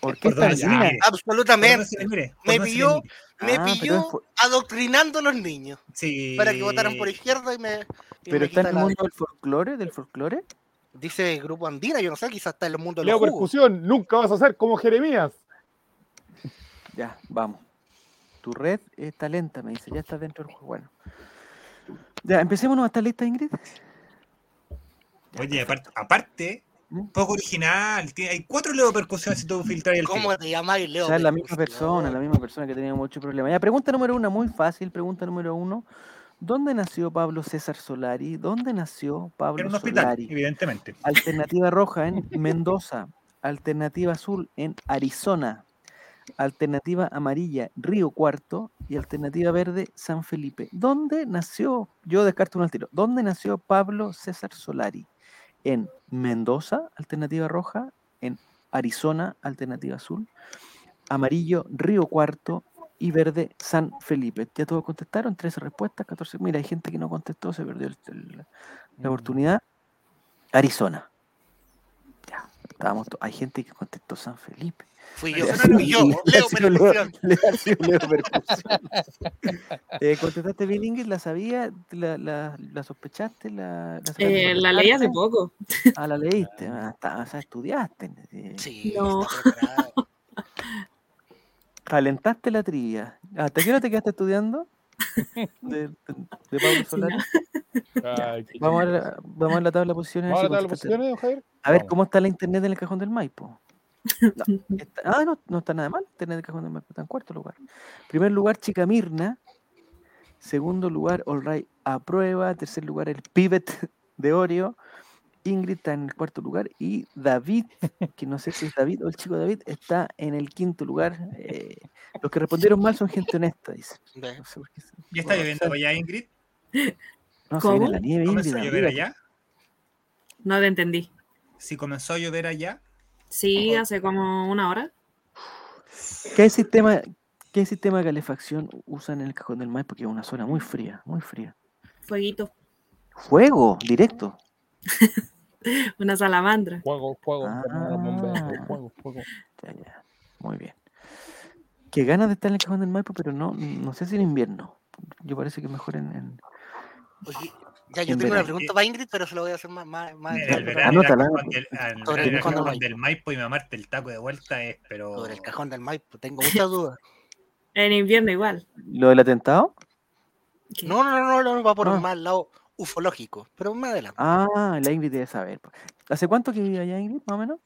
Orquesta Perdón, ya, Andina. mire. Por no Absolutamente. se le mire, por Me no se le pilló- mire. Me Ah, pero es pilló fu- adoctrinando a los niños Sí. para que votaran por izquierda y me. y Pero me está en el quitaran- mundo del folclore, del folclore. Dice Grupo Andina, yo no sé, quizás está en el mundo de los Leo jugos. Percusión, nunca vas a ser como Jeremías. Ya, vamos. tu red está lenta, me dice, ya estás dentro del juego. Bueno. Ya, empecémonos a estar lista, Ingrid. Oye, aparte, aparte, ¿Mm? poco original. tiene- hay cuatro Leo percusiones si tú filtras el ¿Cómo te llamáis, Leo? O sea, es la misma Percusión? persona, la misma persona que tenía muchos problemas. Ya, pregunta número uno, muy fácil. Pregunta número uno. ¿Dónde nació Pablo César Solari? ¿Dónde nació En Pablo un hospital, Solari? evidentemente. Alternativa roja en Mendoza. Alternativa azul en Arizona. Alternativa amarilla, Río Cuarto. Y alternativa verde, San Felipe. ¿Dónde nació? Yo descarto un al tiro. ¿Dónde nació Pablo César Solari? En Mendoza, alternativa roja. En Arizona, alternativa azul. Amarillo, Río Cuarto. Y verde, San Felipe. Ya todos contestaron, 13 respuestas, 14. Mira, hay gente que no contestó, se perdió el- el- la oportunidad. Arizona. Ya, estábamos to- Hay gente que contestó San Felipe. Fui yo, Ya, fui [LAUGHS] yo, sí, Leo sí, Leo. Percusión. [LAUGHS] Eh, contestaste bien inglés, la sabía, la, la, la sospechaste, la, la sacaste Eh, por la leí hace descarte? poco. Ah, la leíste, ah, está- o sea, estudiaste. eh, Sí, No. está preparado. Calentaste la trivia. Ah, ¿Hasta qué hora te quedaste [LAUGHS] estudiando? De, de- de Pablo Solari. Ay, qué Vamos a, chistoso. la- vamos a la tabla de posiciones. ¿Vamos si a dar contestaste. las posiciones, don Javier? A ver, Vamos. ¿cómo está la internet en el cajón del Maipo? No, está- ah, no, no está nada mal. Internet en el cajón del Maipo está en cuarto lugar. Primer lugar, Chica Mirna. Segundo lugar, All Right a prueba. Tercer lugar, el Pivot de Oreo. Ingrid está en el cuarto lugar. Y David, que no sé si es David o el chico David, está en el quinto lugar. Eh, los que respondieron mal son gente honesta, dice. Ve. No sé por qué se- ¿Ya está lloviendo allá, Ingrid? No, se viene ¿Cómo? la nieve, Ingrid. ¿Comenzó a llover amiga, allá? No te entendí. Si comenzó a llover allá, Sí, hace como una hora. ¿Qué sistema, ¿Qué sistema de calefacción usan en el Cajón del Maipo? Porque es una zona muy fría, muy fría. Fueguito. Fuego, directo. Una salamandra. Juego, juego, Ah. hermano bombero, juego, juego. Ya, ya. Muy bien. Qué ganas de estar en el Cajón del Maipo, pero no, no sé si en invierno. Yo parece que mejor en... en- Oye, ya yo En tengo verano. una pregunta para Ingrid, pero se lo voy a hacer más. más, más en el verano, Anótala. ir al cajón del- al Ah, Sobre verano el ir al cajón del cajón Maipo. del Maipo y mamarte el taco de vuelta es, pero. Sobre el cajón del Maipo, tengo [LAUGHS] muchas dudas. En invierno igual. ¿Lo del atentado? ¿Qué? No, no, no, no, no va por Ah. más lado ufológico, pero más adelante. Ah, la Ingrid debe saber. ¿Hace cuánto que vive allá, Ingrid, más o menos?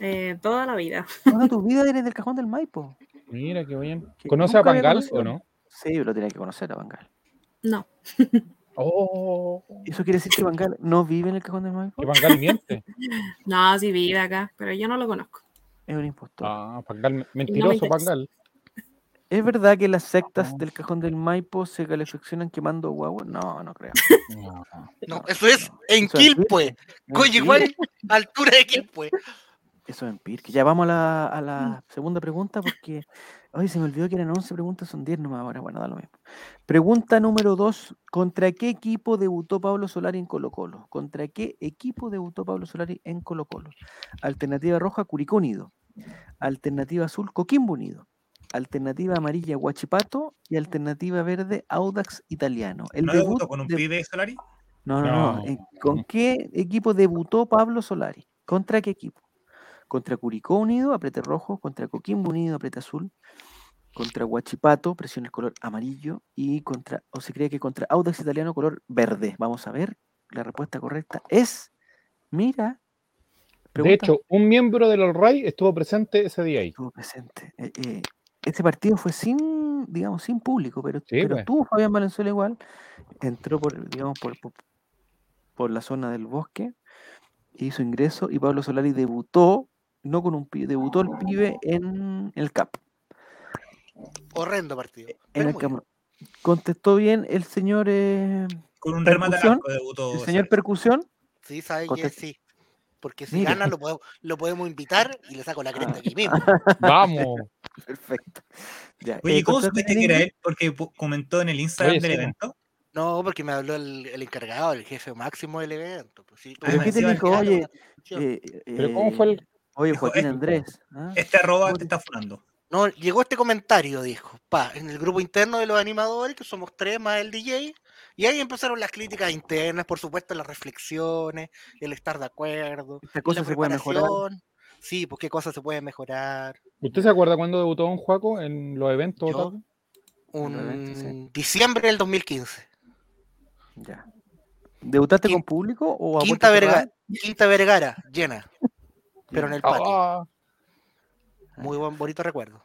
Eh, toda la vida. [LAUGHS] Toda tu vida eres del Cajón del Maipo. Mira que bien. Que ¿Conoce nunca a había Pangal conocido. o no? Sí, lo tenía que conocer a Bangal. No. Oh, ¿Eso quiere decir que Bangal no vive en el Cajón del Maipo? que [LAUGHS] Pangal miente. No, sí vive acá, pero yo no lo conozco. Es un impostor. Ah, Pangal, mentiroso interesa. Pangal. ¿Es verdad que las sectas del cajón del Maipo se calefaccionan quemando guagua? No, no [LAUGHS] creo. No. Ah. No, eso es en Eso es Quilpue, No, con sí, igual altura de Quilpue. Eso es en Pirque. Ya vamos a la, a la Mm. segunda pregunta porque. Ay, se me olvidó que eran 11 preguntas, son 10 nomás ahora. Bueno, da lo mismo. Pregunta número 2. ¿Contra qué equipo debutó Pablo Solari en Colo-Colo? ¿Contra qué equipo debutó Pablo Solari en Colo-Colo? Alternativa roja, Curicó Unido. Alternativa azul, Coquimbo Unido. Alternativa amarilla, Huachipato. Y alternativa verde, Audax Italiano. El ¿No debut debutó con un de- pibe Solari? No, no, no. No. eh, ¿Con qué equipo debutó Pablo Solari? ¿Contra qué equipo? Contra Curicó Unido, apriete rojo, contra Coquimbo Unido, apriete azul, contra Huachipato, presión el color amarillo, y contra, o se cree que contra Audax Italiano, color verde. Vamos a ver, la respuesta correcta es, mira, De pregunta hecho, un miembro del All Ray estuvo presente ese día ahí. estuvo presente. Eh, eh, este partido fue sin, digamos, sin público, pero, pero pues. estuvo Fabián Valenzuela igual. Entró por, digamos, por, por, por la zona del bosque, hizo ingreso y Pablo Solari debutó, no con un pibe, debutó el pibe en el CAP. Horrendo partido. Eh, En pero el muy Cap. bien. Contestó bien el señor, eh, Con un remate al Percusión, arco debutó. el señor Solari. Percusión. Sí, sabe que Contest- E, sí. Porque si Mira. Ah. gana lo podemos, lo podemos invitar y le saco la cresta [LAUGHS] aquí mismo. Vamos. Perfecto. Ya, Oye, eh, ¿cómo contestaste supiste que bien, era Ingrid. él? Porque pu- comentó en el Instagram Oye, del sí. evento. No, porque me habló el, el encargado, el jefe máximo del evento. pues sí, ¿Pero Ah, qué te encima el dijo? Calo, Oye, Percusión. eh, ¿Pero cómo fue el- eh, oye, Dijo, Joaquín "Eh, Andrés. ¿ah? Este arroba ¿Cómo te está funando. No, llegó este comentario, dijo, pa, en el grupo interno de los animadores, que somos tres más el DJ, y ahí empezaron las críticas internas, por supuesto, las reflexiones, el estar de acuerdo, y Esta cosa la se puede mejorar. preparación. Sí, pues qué cosas se pueden mejorar. ¿Usted se acuerda cuando debutó Don Juaco en los eventos? Yo- otaku? Un Probablemente, sí. diciembre del 2015. Ya. ¿Debutaste Quin- con público o a Quinta, puerta cerrada? Verga- Quinta Vergara, llena. Pero en el patio. Ah, Muy buen, bonito recuerdo.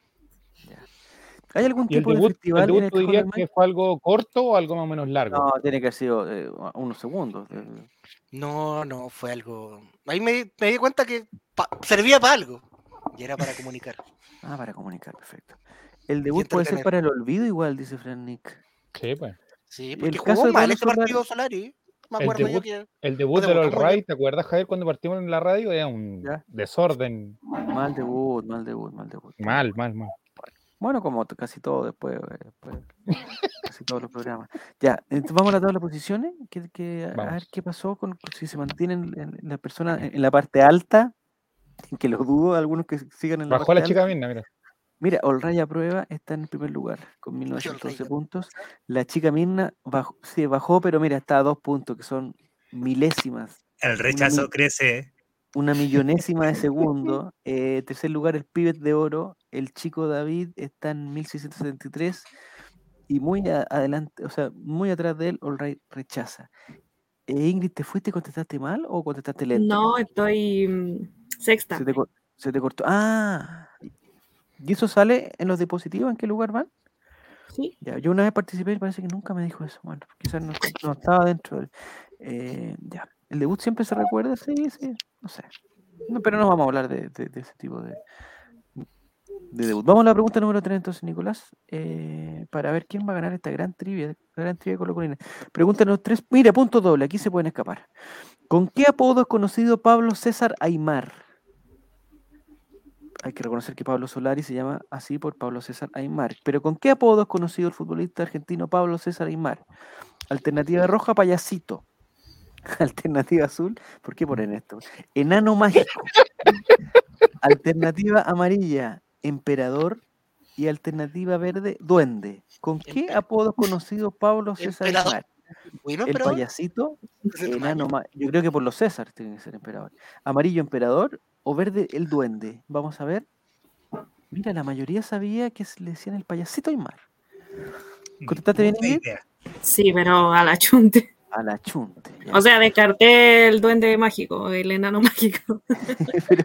¿Hay algún ¿Y el tipo de debut, el festival en debut el tú dirías Hollow Knight? que fue algo corto o algo más o menos largo? No, tiene que haber sido eh, unos segundos. eh, No, no, fue algo. Ahí me, me di cuenta que pa- servía para algo. Y era para comunicar. Ah, para comunicar, perfecto. El debut puede ser entretener. para el olvido igual, dice Fran Nick. Sí, pues. Sí, el porque caso jugó de mal Pablo este Solari- partido Solari. Me El acuerdo yo debut- que. El debut Puta, del ¿cómo All yo- Right, ¿te acuerdas, Javier, cuando partimos en la radio? Era un Ya. desorden. Mal debut, mal debut, mal debut. Mal, mal, mal. Bueno, como t- casi todo después, eh, después, casi todos los programas. Ya, entonces vamos a la tabla de posiciones, que, que- a ver Vamos. qué pasó con si se mantienen en- en la persona en, en la parte alta, que lo dudo, algunos que sigan en la Bajó parte la chica Mirna, mira. Mira, Olraya Prueba está en el primer lugar con 1912 Olraya. puntos. La chica Mirna bajó, se bajó, pero mira, está a dos puntos, que son milésimas, El mi- rechazo crece. ¿eh? una millonésima de segundo. Eh, tercer lugar, el Pibet de Oro. El chico David está en 1673. Y muy a- adelante, o sea, muy atrás de él, Olray rechaza. Eh, Ingrid, ¿te fuiste y contestaste mal o contestaste lento? No, estoy mm, sexta. Se te, cor- se te cortó. ¡Ah! ¿Y eso sale en los dispositivos? ¿En qué lugar van? Sí. Ya, yo una vez participé y parece que nunca me dijo eso. Bueno, quizás no, no estaba dentro del. eh, ya. El debut siempre se recuerda, sí, sí, no sé. No, pero no vamos a hablar de, de- de ese tipo de, de debut. Vamos a la pregunta número 3 entonces, Nicolás, eh, para ver quién va a ganar esta gran trivia, la gran trivia colocolina. Pregunta número 3, mira, punto doble, aquí se pueden escapar. ¿Con qué apodo es conocido Pablo César Aymar? hay que reconocer que Pablo Solari se llama así por Pablo César Aymar. Pero ¿con qué apodo es conocido el futbolista argentino Pablo César Aymar? Alternativa roja, payasito. [LAUGHS] Alternativa azul, ¿por qué ponen esto? Enano mágico. Alternativa amarilla, emperador. Y alternativa verde, duende. ¿Con qué Empe- apodo es conocido Pablo César Emperador. Aymar? Uy, no, El emperador, payasito, ese es tu Enano maño. ma- yo creo que por los César tiene que ser emperador. Amarillo emperador o verde el duende. Vamos a ver. Mira, la mayoría sabía que se le decían el payasito Aymar. Contestate bien, Puta Ingrid. idea. Sí, pero a la chunte. A la chunte. ya. O sea, descarté el duende mágico, el enano [LAUGHS] mágico. [LAUGHS] pero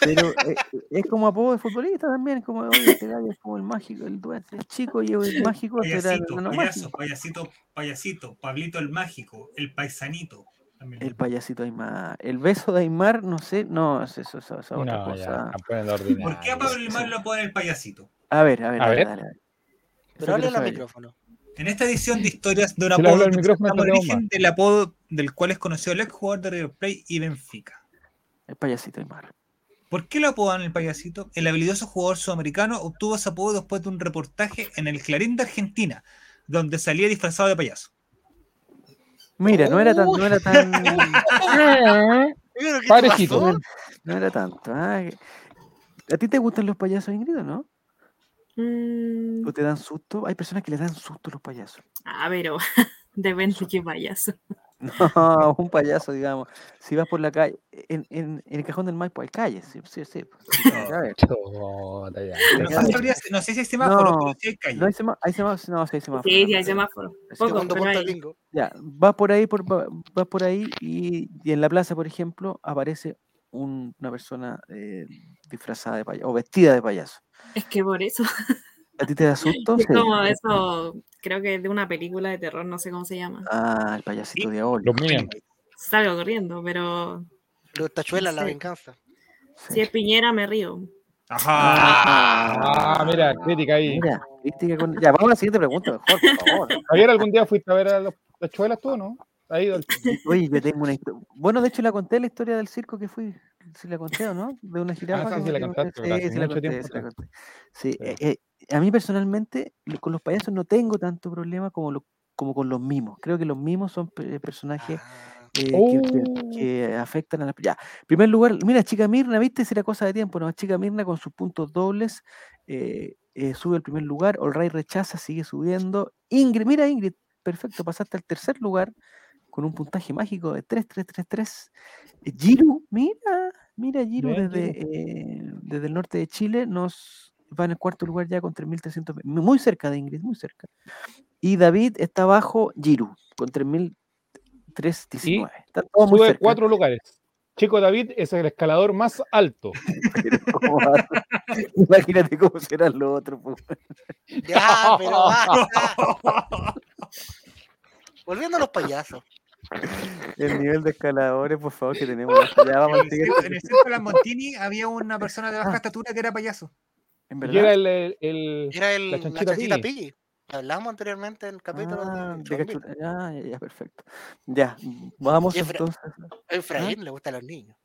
pero, eh, es como apodo de futbolista también, como, oye, este gallo es como el mágico, el duende, el chico y el mágico será el Payasito, enano payaso, mágico. payasito, payasito, Pablito el mágico, el paisanito. también. El payasito Aymar. El beso de Aymar, no sé, no, es eso, esa esa otra No, cosa. ya, campeón de ¿Por qué a Pablo ordinario. Limar lo ponen el payasito? A ver, a ver, A dale, ver. dale, dale. Eso Pero quiero habla en los saber yo. micrófonos. En esta edición de historias de un Si le hablo apodo al micrófono, presentamos el no te origen del apodo del cual es conocido el ex jugador de River Plate y Benfica. El payasito Aymar. ¿Por qué lo apodan el payasito? El habilidoso jugador sudamericano obtuvo ese apodo después de un reportaje en el Clarín de Argentina, donde salía disfrazado [LAUGHS] de payaso. Mira, no era tan, no era tan, [LAUGHS] Pero, ¿qué te Parejito. pasó? no era tanto. ah. ¿A ti te gustan los payasos, Ingrid, o no? Mm, ¿O te dan susto? Hay personas que les dan susto a los payasos. [LAUGHS] ah, pero [LAUGHS] depende que vayas. No, un payaso, digamos. Si vas por la calle, en, en- en el cajón del Maipo hay calles, sí, sí, sí. A ver, Chota, ya. No sé si, habría- no sé si hay semáforo, No, pero sí hay calle. No hay semá- hay semáforos, no, sí hay semáforos. Sí, no, sí, hay pero- semáforo. sí, Poco, Segundo pero punto hay. gringo. Ya, vas por ahí, por, va- vas por ahí y, y en la plaza, por ejemplo, aparece un- una persona eh, disfrazada de payaso o vestida de payaso. Es que por eso. ¿A ti te da susto? [LAUGHS] Es Sí. como eso, creo que es de una película de terror, no sé cómo se llama. Ah, el payasito Sí. diabólico. Los Minions. Salgo corriendo, pero Los tachuelas, la Sí. venganza. Sí. si es Piñera me río. Ajá. Ah, mira, crítica ahí. Mira, crítica con- Ya, vamos a la siguiente pregunta, mejor, por favor. Javier, ¿algún día fuiste a ver a los, las chuelas tú o no? Ahí, al- [LAUGHS] [LAUGHS] Oye, yo tengo una historia. Bueno, de hecho, la conté la historia del circo que fui. Si la conté o no, de una jirafa. Ah, que sí, sí me la dieron contaste, ustedes. pero hace Sí, sí la mucho conté, tiempo sí la atrás. conté. Sí, Sí. eh, eh, a mí personalmente, lo- con los payasos no tengo tanto problema como, lo- como con los mimos. Creo que los mimos son pe- eh, personajes Ah, eh, que, que- Oh, que afectan a la... Ya, en primer lugar, mira, Chica Mirna, viste, si era cosa de tiempo, ¿no? Chica Mirna con sus puntos dobles eh, eh, sube al primer lugar, Olray rechaza, sigue subiendo. Ingrid, mira Ingrid, perfecto, pasaste al tercer lugar con un puntaje mágico de 3-3-3-3. Eh, Giru, mira, mira Giru Bien, desde, eh, desde el norte de Chile nos va en el cuarto lugar ya con 3.300, muy cerca de Ingrid, muy cerca. Y David está abajo, Giru, con 3.319. Están todos muy Sube cerca. [LAUGHS] cuatro lugares. Chico David es el escalador más alto. ¿Cómo va? Imagínate cómo serán los otros. po. Ah, Ya, pero [LAUGHS] basta. Volviendo a los payasos. El nivel de escaladores, por favor, que [LAUGHS] tenemos. Ya vamos al En el siguiente. Ah. circo- en el circo de las Montini había una persona de baja estatura que era payaso. ¿En Y era verdad? el, el- Pues, el- Era el, La la chanchita chanchita, Piggy. Piggy. Hablamos anteriormente en el capítulo Ah, de de Chomil. cachuta. Ah, ya, ya, perfecto. Ya, vamos Jeffrey- entonces. A Efraín le gustan los niños.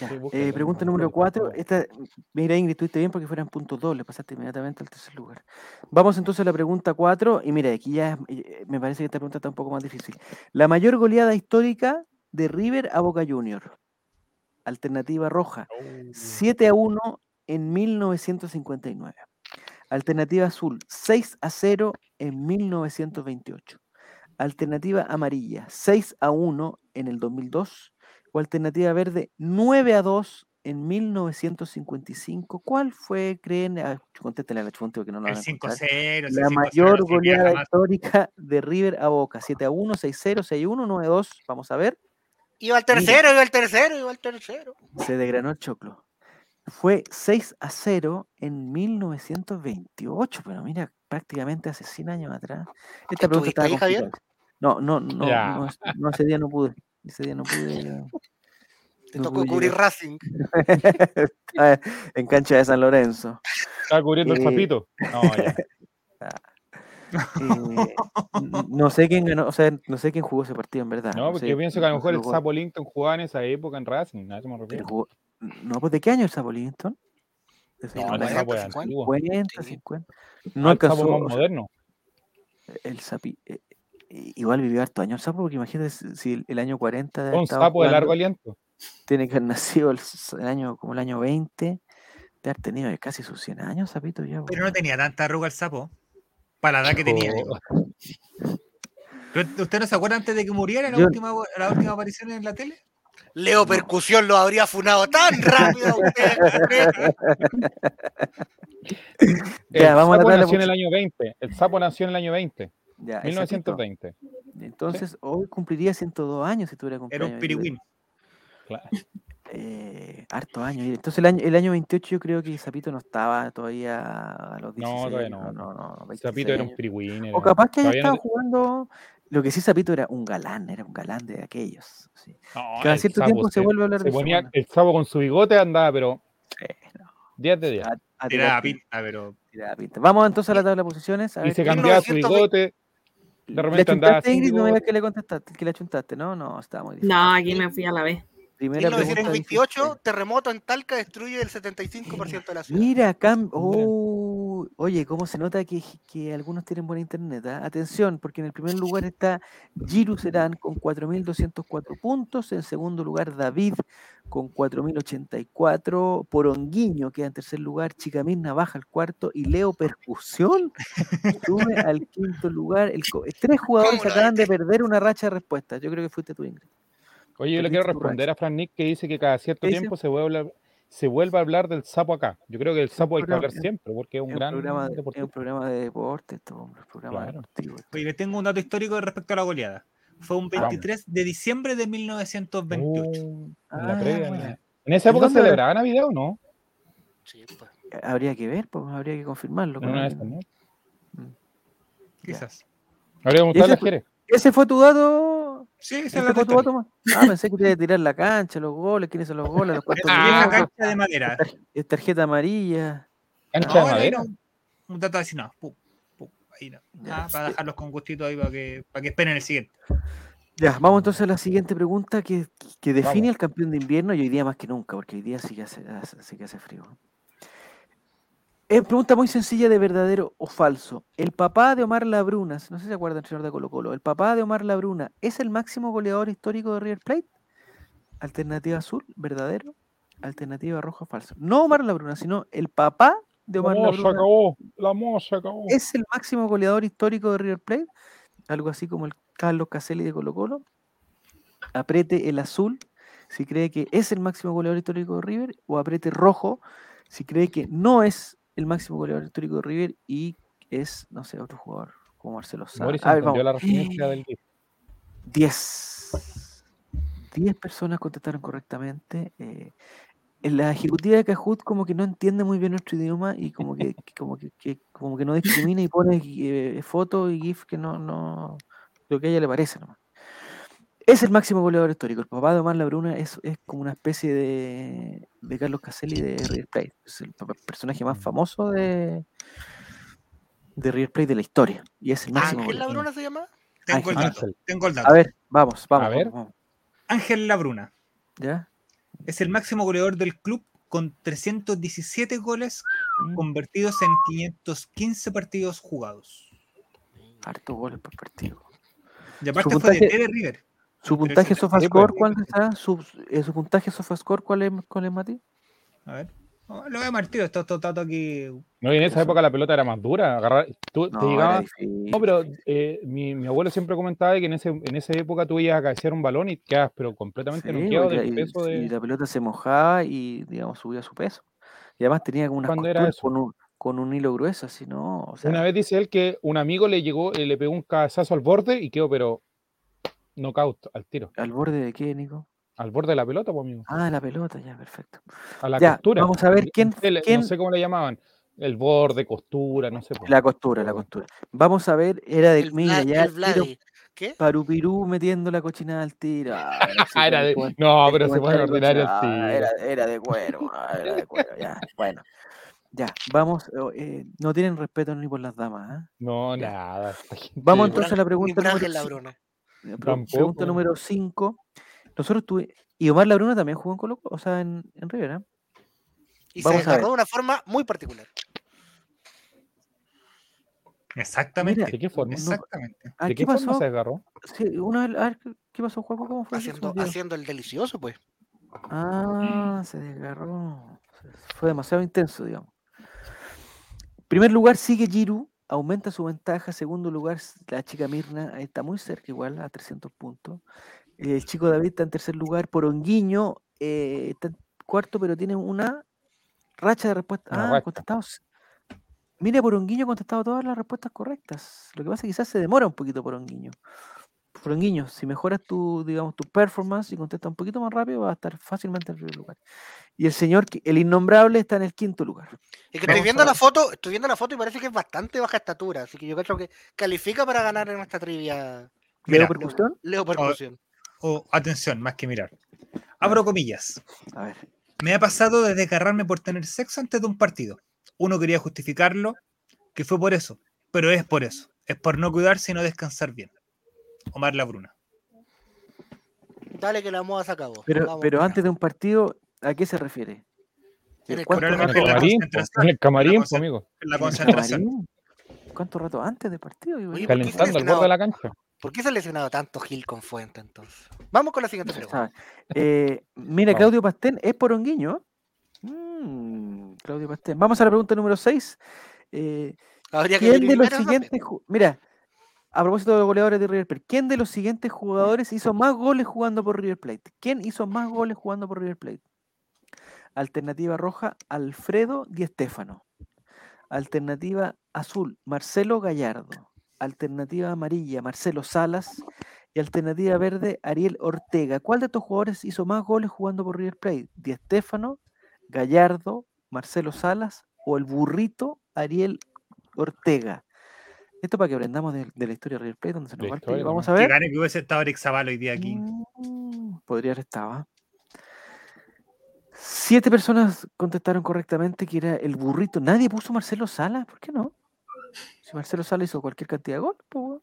Ya, Sí, eh, búscalo, pregunta no, número no, 4. no. Esta, mira, Ingrid, estuviste bien porque fueran puntos dobles, pasaste inmediatamente al tercer lugar. Vamos entonces a la pregunta 4. Y mira, aquí ya es- eh, me parece que esta pregunta está un poco más difícil. La mayor goleada histórica de River a Boca Junior. Alternativa roja. Mm. 7 a 1 en 1959. Alternativa azul, 6 a 0 en 1928. Alternativa amarilla, 6 a 1 en el 2002. O alternativa verde, 9 a 2 en 1955. ¿Cuál fue, creen? Ah, contéstale a la chunta porque no lo van El a encontrar. 5-0. La sí, mayor 5-0, sí, goleada más. histórica de River a Boca. 7 a 1, 6-0, 6-1, 9-2. Vamos a ver. Iba al tercero, iba al tercero, iba al tercero. Se degranó el choclo. Fue 6 a 0 en 1928, pero mira, prácticamente hace 100 años atrás. Esta pregunta ¿Estuviste estaba ahí, Javier? complicada. No, no, no, Ya. no, es- no, ese día no pude. Ese día no pude. Te No tocó pude cubrir llegar. Racing. Estaba [LAUGHS] en cancha de San Lorenzo. Estaba cubriendo el Eh, sapito. No, ya. [LAUGHS] Eh, n- no sé quién ganó, o sea, no sé quién jugó ese partido, en verdad. No, porque sé, yo pienso que a lo no sé mejor el los goles, Sapo Linton jugaba en esa época en Racing. A eso me pero refiero. jugó- No, pues ¿de qué año el Sapo Livingston? De No, el 50, Sapo es 50. antiguo. 50, Sí. 50. No, No el Sapo alcanzó, es más o sea, moderno. El sapi, eh, eh, igual vivió harto años el sapo, porque imagínate si si el, el año 40 de haber Fue un estado sapo de largo jugando, aliento. tiene que haber [LAUGHS] nacido el, s- el año, como el año 20, de haber tenido ya casi sus 100 años, sapito ya. pues. po. Pero no tenía tanta arruga el sapo. Para la edad que tenía. Oh, Pero, ¿Usted no se acuerda antes de que muriera la, Yo- última, la última aparición en la tele? Leo Percusión lo habría funado tan rápido a [LAUGHS] ustedes. tres. El Ya, vamos a tratar sapo la nació en el próxima. año 20. El sapo nació en el año 20. Ya, el sapito. 1920. Entonces, hoy cumpliría 102 años si tuviera Era cumpleaños. un yo creo. pirigüín. Claro. Eh, harto años. y Entonces, el año, el año 28 yo creo que Sapito no estaba todavía a los 16. No, todavía no. No, no, no, El sapito era 26 un pirigüín. O era- capaz que haya todavía no- estado jugando. Lo que sí, Sapito era un galán, era un galán de aquellos. sí. No, Cada el cierto sapo tiempo se vuelve a hablar se de ponía- eso. el sapo con su bigote andaba, pero 10 de 10. A- a Era tirar la pinta, pinta, pero. tiraba pinta. Vamos entonces a la tabla de posiciones. A Y ver se qué- cambiaba su 1920. bigote. ¿Le de repente andaba achuntaste, sin Ingrid? No me digas bigote. que le contestaste, que le achuntaste, ¿no? No, está muy difícil. No, aquí me fui a la vez. Primera pregunta 1928, terremoto en Talca destruye el 75% de la difícil. ciudad. Mira, cam- Mira. Oh, oye, cómo se nota que, que algunos tienen buena internet. ah? Atención, porque en el primer lugar está Giru Serán con 4.204 puntos. En segundo lugar, David con 4.084. Poronguiño queda en tercer lugar. Chicamil Navaja al cuarto. Y Leo Percusión sube al quinto lugar. El co- tres jugadores ¿Cómo lo acaban de perder una racha de respuestas. Yo creo que fuiste tú, Ingrid. Oye, yo le Perdiste quiero tu responder a Fran Nick que dice que cada cierto ¿Qué dice? tiempo se vuelve, a hablar- se vuelve a hablar del sapo acá. Yo creo que el sapo hay que programa- hablar siempre porque es un Es un, gran programa, de- es un deportista. programa de deporte, esto, hombre, un programa Claro. deportivo. esto. Oye, les tengo un dato histórico respecto a la goleada. Fue Ah, un Vamos. 23 de diciembre de 1928. Oh, en la Ah, previa, buena. ¿no? En esa época dónde era? celebraba Navidad o no? Sí, pues. Habría que ver, pues, habría que confirmarlo. En con una de alguien. esas, ¿no? Quizás. Habría que preguntarle a fue- Jerez. Ese fue tu dato. Sí, esa ¿Ese es la fue tu dato historia. más? Ah, pensé que te iba a tirar la cancha, los goles, quiénes son los goles, los cuartos [LAUGHS] Esa vieja Ah, minutos, cancha de madera. es tarjeta amarilla. Cancha de Ahora ahí madera. no. Un dato así, no. Pum, pum, ahí no. Ya, Ah, para sí. dejarlos con gustito ahí para que, para que esperen el siguiente. Ya, vamos entonces a la siguiente pregunta que, que define Vamos. al campeón de invierno y hoy día más que nunca, porque hoy día sí que hace, hace- sí que hace frío. Es pregunta muy sencilla de verdadero o falso. El papá de Omar Labrunas, no sé si se acuerdan, señor de Colo Colo, el papá de Omar Labruna es el máximo goleador histórico de River Plate. Alternativa azul, verdadero. Alternativa roja, falso. No Omar Labruna, sino el papá de La Omar moza Labruna acabó. La moza acabó. es el máximo goleador histórico de River Plate, algo así como el Carlos Caselli de Colo Colo. Aprete el azul si cree que es el máximo goleador histórico de River o aprete rojo si cree que no es el máximo goleador histórico de River y es, no sé, otro jugador como Marcelo Sá. Morrison A ver, cambió vamos. la referencia [CLEARS THROAT] del GIF. 10. 10 personas contestaron correctamente. eh, en la ejecutiva de Cajut como que no entiende muy bien nuestro idioma y como que, que- como que, que- como que no discrimina y pone eh, fotos y GIF que no, no lo que a ella le parece nomás. Es el máximo goleador histórico. El papá de Omar Labruna es, es como una especie de, de Carlos Caselli de River Plate. Es el pa- personaje más famoso de, de River Plate de la historia. Y es el máximo ¿Ángel goleador. Labruna se llama? Tengo el dato. Ángel. Tengo el A dato. ver, vamos, vamos. A ver. vamos, vamos. Ángel Labruna ¿Ya? es el máximo goleador del club con 317 goles Mm. convertidos en 515 partidos jugados. Harto goles por partido. Y aparte Su fue de puntaje- Tere River. ¿Su puntaje sí, Sofascore sí, cuál sí. será? ¿Su, eh, su puntaje Sofascore cuál es, cuál es Mati? A ver. Oh, Lo voy a martir, esto esto- esto aquí. No, y en esa época la pelota era más dura. agarrar- tú, te era llegaba- difícil. No, pero eh, mi, mi abuelo siempre comentaba que en, ese, en esa época tú ibas a cabecear un balón y quedas pero completamente Sí, noqueado porque del ahí- peso y de... la pelota se mojaba y, digamos, subía su peso. Y además tenía como unas ¿Cuándo era costuras eso? con un, con un hilo grueso, así, ¿no? O sea, Una vez dice él que un amigo le llegó, eh, le pegó un cabezazo al borde y quedó pero knockout al tiro. ¿al borde de qué, Nico? Al borde de la pelota, pues amigo. Ah, la pelota, ya, perfecto. A la Ya, costura. vamos a ver No quién- sé le- quién- No sé cómo le llamaban. El borde, costura, no sé. pues. La costura, la costura. Vamos a ver, era de... El, mira, Vla- ya el el tiro, Vladi. ¿Qué? Parupirú metiendo la cochinada al tiro. Ah, no sé Ah, [LAUGHS] era cómo- de- cómo- No, pero Este se puede comentario ordenar el concha- ah, tiro. Era, era de cuero, ah, era de cuero, ya. Bueno, ya, vamos. oh, eh, no tienen respeto ni por las damas. ¿ah? No, Ya. nada. esta gente- Vamos Ni por entonces a la Ángel- pregunta ni por Ángel número cinco. Labruna. Eh, pre- Tampoco, Pregunta ¿no? número 5. Nosotros tuve. Y Omar Labruna también jugó en Colo, o sea, en, en River, ¿ah? Y Vamos a se agarró ver. de una forma muy particular. Exactamente. ¿De qué forma? Exactamente. Ah, ¿De ¿Qué qué forma pasó? se agarró? Sí, una vez- a ver, ¿Qué pasó, Juaco? ¿Cómo fue? eso? Se me Haciendo, olvidó. haciendo el delicioso, pues. Ah, se desgarró. Se- Fue demasiado intenso, digamos. Primer lugar sigue Giru, aumenta su ventaja. Segundo lugar, s- la chica Mirna eh, está muy cerca, igual a 300 puntos. El chico David está en tercer lugar. Poronguiño eh, está en cuarto, pero tiene una racha de respuestas. Una Ah, racha. contestados. Mira, Poronguiño ha contestado todas las respuestas correctas. Lo que pasa es que quizás se demora un poquito Poronguiño. Poronguiño, si mejoras tu, digamos, tu performance y contestas un poquito más rápido, vas a estar fácilmente en primer lugar. Y el señor, que- el innombrable, está en el quinto lugar. Es que Vamos estoy viendo a la ver. foto, estoy viendo la foto y parece que es bastante baja estatura, así que yo creo que califica para ganar en esta trivia ¿Leo Mira, percusión? Leo eh. Percusión. oh, atención, más que mirar. Abro comillas. A ver. Me ha pasado de desgarrarme por tener sexo antes de un partido. Uno quería justificarlo, que fue por eso, pero es por eso. Es por no cuidarse y no descansar bien. Omar Labruna. Dale que la moda se acabó. Pero, Vamos. pero antes de un partido, ¿a qué se refiere? En ¿De el cuánto En rato el Probablemente en la antes? camarín, pues, concentración, en el en camarín, la pues, amigo. En la ¿En el concentración. camarín? ¿Cuánto rato antes del partido? yo Oye, creo? ¿por qué se Calentando el borde de la cancha. ¿Por qué se ha lesionado tanto Gil con Fuente entonces? Vamos con la siguiente Se pregunta. sabe. Eh, mira, Vamos. Claudio Pastén es poronguiño. Mm, Claudio Pastén. Vamos a la pregunta número Eh, 6. Habría que ¿Quién de los eliminar a Mbappé. siguientes ju- Mira, a propósito de goleadores de River Plate, ¿quién de los siguientes jugadores hizo más goles jugando por River Plate? ¿Quién hizo más goles jugando por River Plate? Alternativa roja, Alfredo Di Stéfano. Alternativa azul, Marcelo Gallardo. Alternativa amarilla, Marcelo Salas. Y alternativa verde, Ariel Ortega. ¿Cuál de estos jugadores hizo más goles jugando por River Plate? ¿Di Stéfano, Gallardo, Marcelo Salas o el burrito Ariel Ortega? Esto para que aprendamos de, de la historia de River Plate, donde se nos De va el historia, pillo. Vamos ¿no? a Que ver. gane que hubiese estado Eric Zavala hoy día aquí. Mm, Podría haber estado. ¿ah? Siete personas contestaron correctamente que era el burrito. Nadie puso Marcelo Sala. ¿Por qué no? Si Marcelo Sala hizo cualquier cantidad de gol, pues, weón.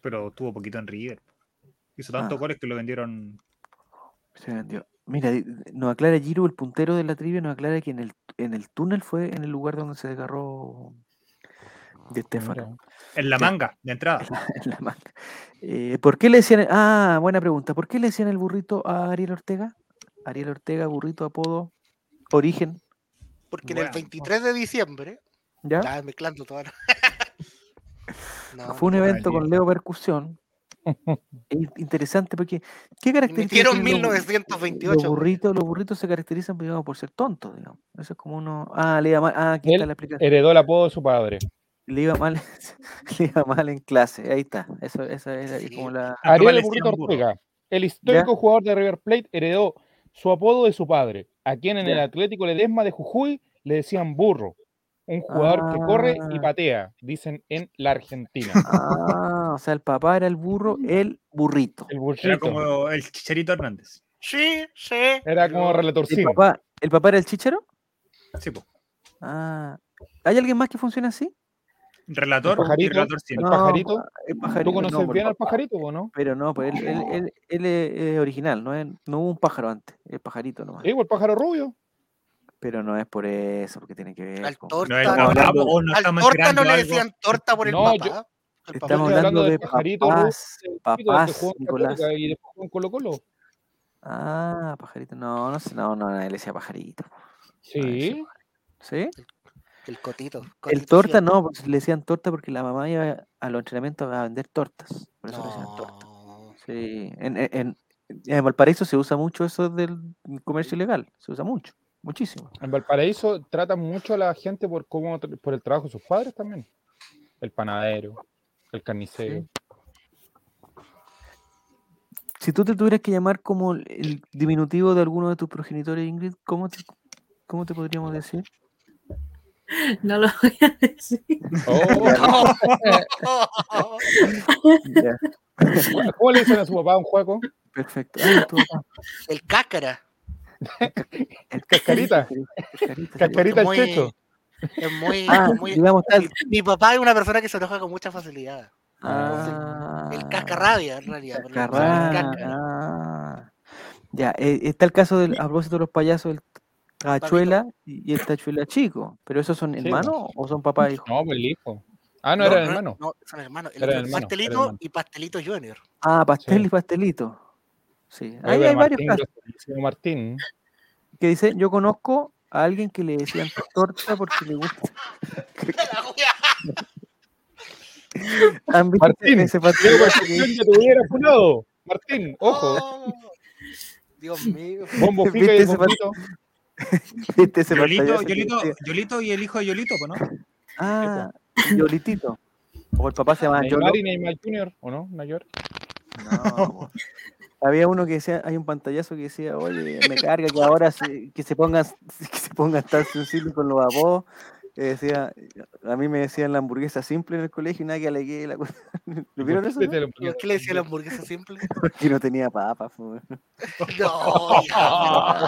pero tuvo poquito en River. Hizo tantos Ah. goles que lo vendieron. se vendió. Mira, di- nos aclara Giro, el puntero de la trivia, nos aclara que en el, en el túnel fue en el lugar donde se desgarró de Estefano. Ah, Mira, En la Ya. manga, de entrada. [LAUGHS] en la manga. Eh, ¿Por qué le decían, ah, buena pregunta, ¿por qué le decían el burrito a Ariel Ortega? Ariel Ortega, burrito, apodo, origen, Porque en el Bueno. 23 de diciembre, ¿ya? [LAUGHS] estaba mezclando todas las- No, Fue un no, evento [LAUGHS] Ariel. con Leo Percusión, Es interesante porque ¿qué Y características Metieron tienen los- los 1928. burritos, los burritos se caracterizan digamos, por ser tontos, digamos. Eso es como uno. Ah, le iba mal. Ah, aquí Él está la explicación. Heredó el apodo de su padre. Le iba mal, [LAUGHS] le iba mal en clase. Ahí está. Eso, esa era ahí Sí. como la. Acá Ariel le el Burrito decían burro. Ortega, el histórico jugador de River Plate, heredó su apodo de su padre, a quien en el Ya. Atlético Ledesma de Jujuy le decían burro. Un jugador que corre y Ah. patea, dicen en la Argentina. Ah, o sea, el papá era el burro, el burrito. Mm. El Era burrito. como el Chicharito Hernández. Sí, sí. ¿El relatorcino. papá, ¿el papá era el chichero? Sí, po. Ah. ¿Hay alguien más que funcione así? Relator El pajarito. y relator cine. ¿El pajarito? pa- el pajarito ¿Tú no, conoces por bien al favor. pajarito o no? Pero no, pues él, él- él- él es es original, no, es, no hubo un pájaro antes, es pajarito nomás. Igual el pájaro rubio. Pero no es por eso, porque tiene que ver. Al con- No, es- torta Estamos no, no, le- hablando- estamos- no al estamos torta no creando le algo- decían torta por el No, papá. al papá. Estamos Estoy hablando hablando de del pajarito, papás, El chico del que papás, jugó en Nicolás. Católica eh. Y después jugó en Colo Colo. Ah, pajarito. No, no sé, no, no, nadie le decía pajarito. Sí. Ah, ¿Sí? El cotito. El torta no, pues, le decían torta porque la mamá iba a los entrenamientos a vender tortas. Por eso le decían torta. No. Sí. En, en- en- en Valparaíso se usa mucho eso del comercio ilegal. Se usa mucho, muchísimo. En Valparaíso tratan mucho a la gente por cómo tra- por el trabajo de sus padres también. El panadero, el carnicero. Si tú te tuvieras que llamar como el- el diminutivo de alguno de tus progenitores, Ingrid, ¿cómo te, cómo te podríamos decir? [LAUGHS] No lo voy a decir. Oh, [LAUGHS] oh. ¿Cómo le dicen a su papá un juego? Perfecto. Ah, tu papá, [LAUGHS] El cácara. el cascarita, Cascarita. sería. Cascarita al Muy- checho. Es muy. Ah, muy- [LAUGHS] digamos tal. Mi papá es una persona que se enoja con mucha facilidad. Ah, El cascarrabia, en realidad. por lo que cascarrabia, se llama, el caca. ah. Ya, eh, está el caso del, a propósito de los payasos, el tachuela y, y el tachuela chico. ¿Pero esos son Sí, hermanos o son papá e hijo? No, pues el hijo. Ah, no, No, era no, el hermano. No, son hermanos. El Era hermano, era pastelito hermano. y pastelito [LAUGHS] junior. Ah, pastel Sí. y pastelito. Sí, Oye, ahí pero hay varios Martín, casos gracias, Martín. que dicen, yo conozco a alguien que le decían torta porque le [LAUGHS] gusta. ¿Han visto Martín, ese Este, Diego pastelito que Concepción ya te hubiera funado. Martín, [LAUGHS] [LAUGHS] ojo. Oh, [LAUGHS] Dios mío. Bombo ¿Viste fica y el ese bombito. viste ese Yolito, pantallazo que Yolito, decía, Yolito y el hijo de Yolito, po, ¿no? Ah, Yolitito. O el papá se llama Yolo. Neymar y Neymar Junior, ¿o no? Mayor. No, po. Había uno que decía, hay un pantallazo que decía, oye, me carga que ahora se, que se pongan, [LAUGHS] que se pongan tan sensibles con los apodos. Eh, decía, a mí me decían la hamburguesa simple en el colegio y nadie alegué la cosa. [LAUGHS] ¿Lo vieron eso? [LAUGHS] no? ¿Y por qué le decía la hamburguesa simple? Que no tenía papas. [LAUGHS] po. [LAUGHS] No, ya,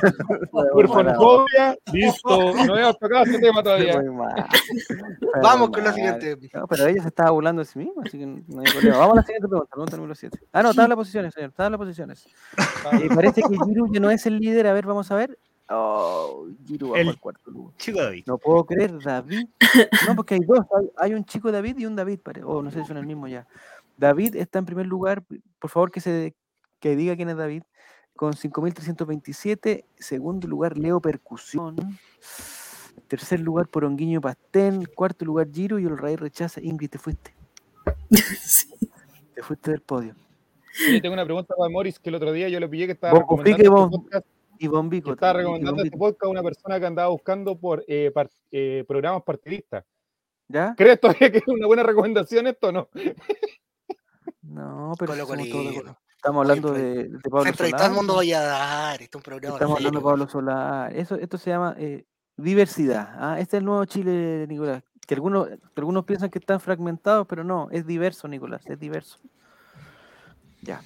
[LAUGHS] Perfofobia, listo. No habíamos tocado este tema todavía. Muy mal. Vamos con la Muy mal. siguiente. No, pero ella se estaba burlando de sí misma, así que no hay problema. Vamos a la siguiente pregunta, pregunta número 7. Ah, no, tabla de posiciones, señor, tabla de posiciones. Eh, parece que Giru ya no es el líder, a ver, vamos a ver. Oh, Giru bajó El- al cuarto lugar. Chico David. No puedo creer, David. No, porque hay dos, hay, hay un chico David y un David, pare- o no sé si son el mismo ya. David está en primer lugar, por favor que se que diga quién es David, con 5.327. Segundo lugar, Leo Percusión. Tercer lugar, Poronguiño Pastén. Cuarto lugar, Giro y el Rey Rechaza. Ingrid, te fuiste. Sí. Te fuiste del podio. Oye, tengo una pregunta para Morris que el otro día yo le pillé que estaba Vos, recomendando, Fique, este vos. podcast, Y que Bombico. estaba también, y recomendando este Bombico. podcast a una persona que andaba buscando por eh, par- eh, programas partidistas. ¿Ya? ¿Crees todavía que es una buena recomendación esto o no? No, pero Colo somos todos de acuerdo. Colino. estamos hablando Oye, de, de Pablo Entrevistando al Solá. mundo Valladares. Este es un programa. Estamos hablando de serio. Pablo Solar. Eso, esto se llama eh, diversidad. Ah, este es el nuevo Chile, Nicolás. Que algunos, que algunos piensan que están fragmentados, pero no, es diverso, Nicolás, es diverso. Ya.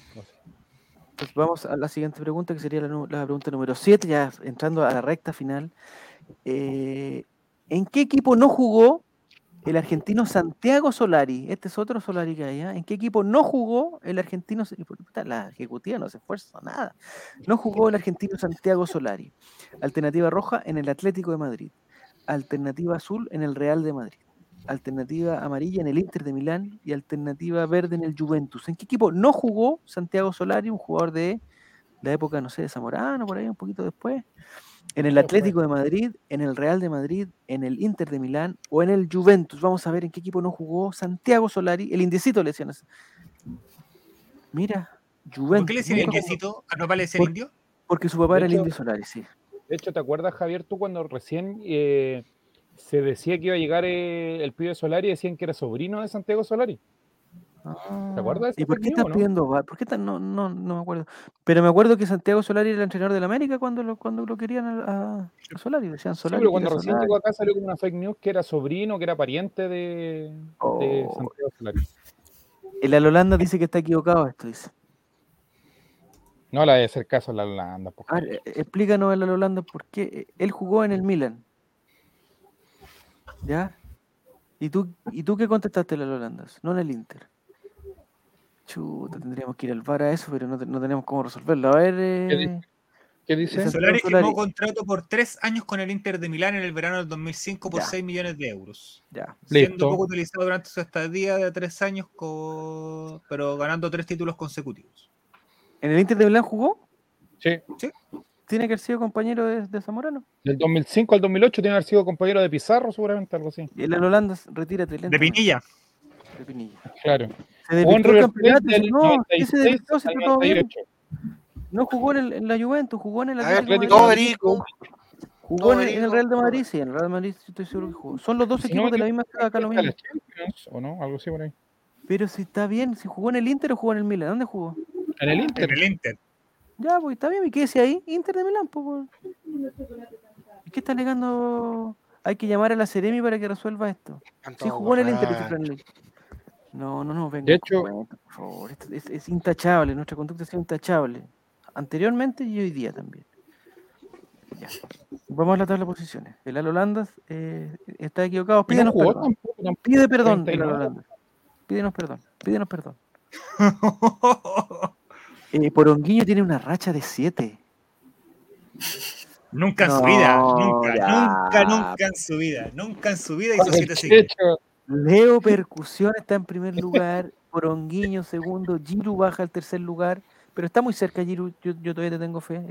Pues vamos a la siguiente pregunta, que sería la, nu- la pregunta número 7, ya entrando a la recta final. Eh, ¿En qué equipo no jugó el argentino Santiago Solari? Este es otro Solari que hay. ¿ah? ¿En qué equipo no jugó el argentino? y por- puta, La ejecutiva no se esfuerza nada. No jugó el argentino Santiago Solari. Alternativa roja en el Atlético de Madrid. Alternativa azul en el Real de Madrid. Alternativa amarilla en el Inter de Milán y alternativa verde en el Juventus. ¿En qué equipo no jugó Santiago Solari, un jugador de la época, no sé, de Zamorano, por ahí un poquito después? en el Atlético pues. de Madrid, en el Real de Madrid, en el Inter de Milán o en el Juventus. Vamos a ver en qué equipo no jugó Santiago Solari, el indecito de lesiones. Mira, Juventus. ¿Por qué le decían nunca jugó. indiecito? ¿A no parece Por- indio? Porque su papá De era el hecho- Indio Solari, sí. De hecho, ¿te acuerdas, Javier, tú cuando recién eh, se decía que iba a llegar eh, el pibe Solari y decían que era sobrino de Santiago Solari? ¿Te acuerdas? ¿Y de ese por qué partido, estás o no? pidiendo VAR? ¿Por qué estás- No, no, no me acuerdo. Pero me acuerdo que Santiago Solari era el entrenador del América cuando lo, cuando lo querían a, a- a Solari. Decían Sí, Solari. pero cuando quiere recién Solari. llegó acá salió como una fake news que era sobrino, que era pariente de, de Oh. Santiago Solari. El Alolanda dice que está equivocado esto, dice. No la de hacer caso a la Holanda. po. A ver, eh, explícanos el Holanda por qué eh, él jugó en el Milan. ¿Ya? ¿Y tú, ¿y tú qué contestaste el Holanda? No en el Inter. Chuta, tendríamos que ir al VAR a eso, pero no, te- no tenemos cómo resolverlo. A ver. ¿Qué eh, dice? ¿Qué dice? Santiago Solari firmó Solari. contrato por tres años con el Inter de Milán en el verano del 2005 por Ya. 6 millones de euros. ya. Listo. Siendo poco utilizado durante su estadía de tres años, co- pero ganando tres títulos consecutivos. ¿En el Inter de Milán jugó? Sí. Tiene que haber sido compañero de, de Zamorano. Del 2005 al 2008 tiene que haber sido compañero de Pizarro, seguramente, algo así. Y el Holanda, retírate. De lentamente, Pinilla. de Pinilla. Claro. Se Jugó en debilitó el River Plate campeonato. del dice, No, ¿qué se 96 debilitó? Si al está todo bien. 98. No jugó en, el- en la Juventus, jugó en el A ver, Atlético de Atlético no, Madrid. Verico. Jugó No, en, el- en el Berigo. Real de Madrid, sí, en el Real de Madrid sí estoy seguro que jugó. Son los dos Si no me equipos de la misma equivoco, ciudad acá lo está en mismo. la Champions, ¿O no? Algo así por ahí. Pero si está bien, si jugó en el Inter o jugó en el Milan, ¿dónde jugó? En el Inter. En el [LAUGHS] Inter. Ya, pues está bien, ¿y qué decía ahí? Inter de Milán, pues. weón. ¿Y ¿Qué está alegando? Hay que llamar a la Seremi para que resuelva esto. Sí, jugó en el Inter, dice Fran Ley. No, no, no, venga. De hecho- por favor, esto es, es intachable, nuestra conducta es intachable. Anteriormente y hoy día también. Ya. Vamos a la tabla de posiciones. El Al Holanda eh, está equivocado. Y no Pídenos jugó perdón. tampoco, tampoco. Pide perdón, el 39. Holanda. Pídenos perdón, pídenos perdón. Eh, Poronguillo tiene una racha de 7. nunca en No, su vida. Nunca, ya. nunca, nunca en su vida. Nunca en su vida hizo siete De seguidos. hecho, Leo Percusión está en primer lugar, Poronguiño segundo, Giru baja al tercer lugar, pero está muy cerca Giru, yo, yo todavía te tengo fe.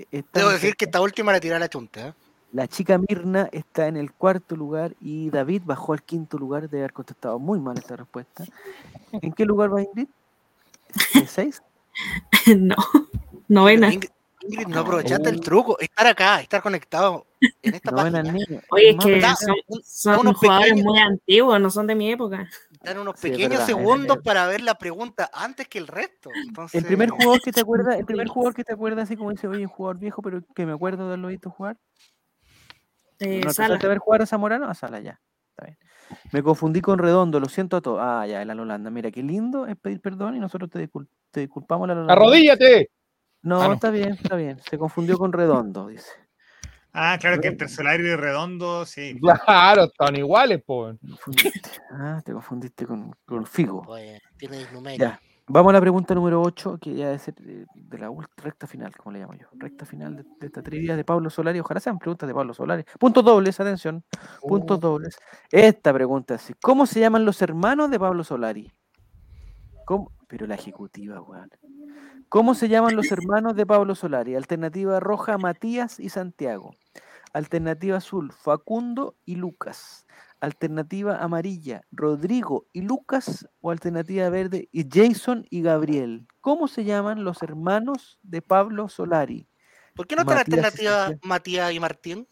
Es- está Debo muy decir cerca. que esta última la tiré a la chunta. ¿eh? La chica Mirna está en el cuarto lugar y David bajó al quinto lugar de haber contestado muy mal esta respuesta. ¿En qué lugar va Ingrid? ¿En [LAUGHS] seis? [LAUGHS] no, novena. Ingrid, Ingrid, Oh. no aprovechaste el truco. Estar acá, estar conectado [LAUGHS] en esta Novena página. niña. Oye, es Más que bacán. son, un- son unos jugadores pequeños- muy antiguos, no son de mi época. Dan unos Sí, es pequeños verdad, es segundos verdad. para ver la pregunta antes que el resto. Entonces, El primer jugador que te acuerdas, el primer jugador que te acuerdas, así como dice, oye, un jugador viejo, pero que me acuerdo de haberlo visto jugar. Eh, ¿No alcanzaste a Sala. ver jugar a Zamorano? A Sala, ya. Está bien. Me confundí con Redondo, lo siento a todos. Ah, ya, el Alolanda. Mira, qué lindo es pedir perdón y nosotros te, discul- te disculpamos, Alolanda. arrodíllate. No, Ah, no. está bien, está bien. Se confundió con Redondo, dice. Ah, claro que entre Solari y Redondo, sí. Claro, están iguales, po. Te confundiste. Ah, te confundiste con, con Figo. Oye, tiene disnumeria. Ya. Vamos a la pregunta número 8, que ya es de de la ult- recta final, como le llamo yo. Recta final de, de esta trivia de Pablo Solari. Ojalá sean preguntas de Pablo Solari. Puntos dobles, atención. Uh. Puntos dobles. Esta pregunta es: ¿Cómo se llaman los hermanos de Pablo Solari? ¿Cómo? Pero la ejecutiva, weón. ¿Cómo se llaman los hermanos de Pablo Solari? Alternativa roja, Matías y Santiago. Alternativa azul, Facundo y Lucas. Alternativa amarilla, Rodrigo y Lucas. O alternativa verde, y Jason y Gabriel. ¿Cómo se llaman los hermanos de Pablo Solari? ¿Por qué no está la Matías y alternativa Santiago. Matías y Martín?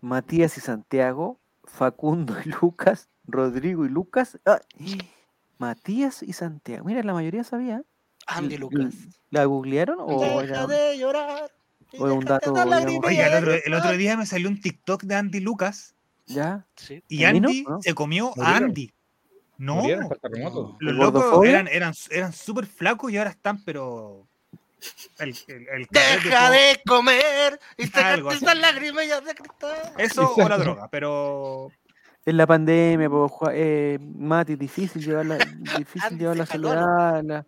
Matías y Santiago, Facundo y Lucas, Rodrigo y Lucas. ah, Matías y Santiago. Mira, la mayoría sabía. Andy L- Lucas. ¿La googlearon o era Deja un- de llorar. y o era Oh, un déjate dato, dar la digamos, alegría Oiga, el otro, de el otro día me salió un TikTok de Andy Lucas ya? Sí. y ¿A mí no? Andy ¿No? se comió a Murieron. Andy. No, Murieron por terremoto. los ¿Por locos gordofobia? eran, eran, eran súper flacos y ahora están, pero. El, el, el carrete Deja todo- de comer y Algo sacarte así. esas lagrimillas de cristal. [LAUGHS] Eso o la droga, pero. En la pandemia, po, Ju- eh, Mati, difícil llevar la, difícil Andy llevar se la jaló soledad. la-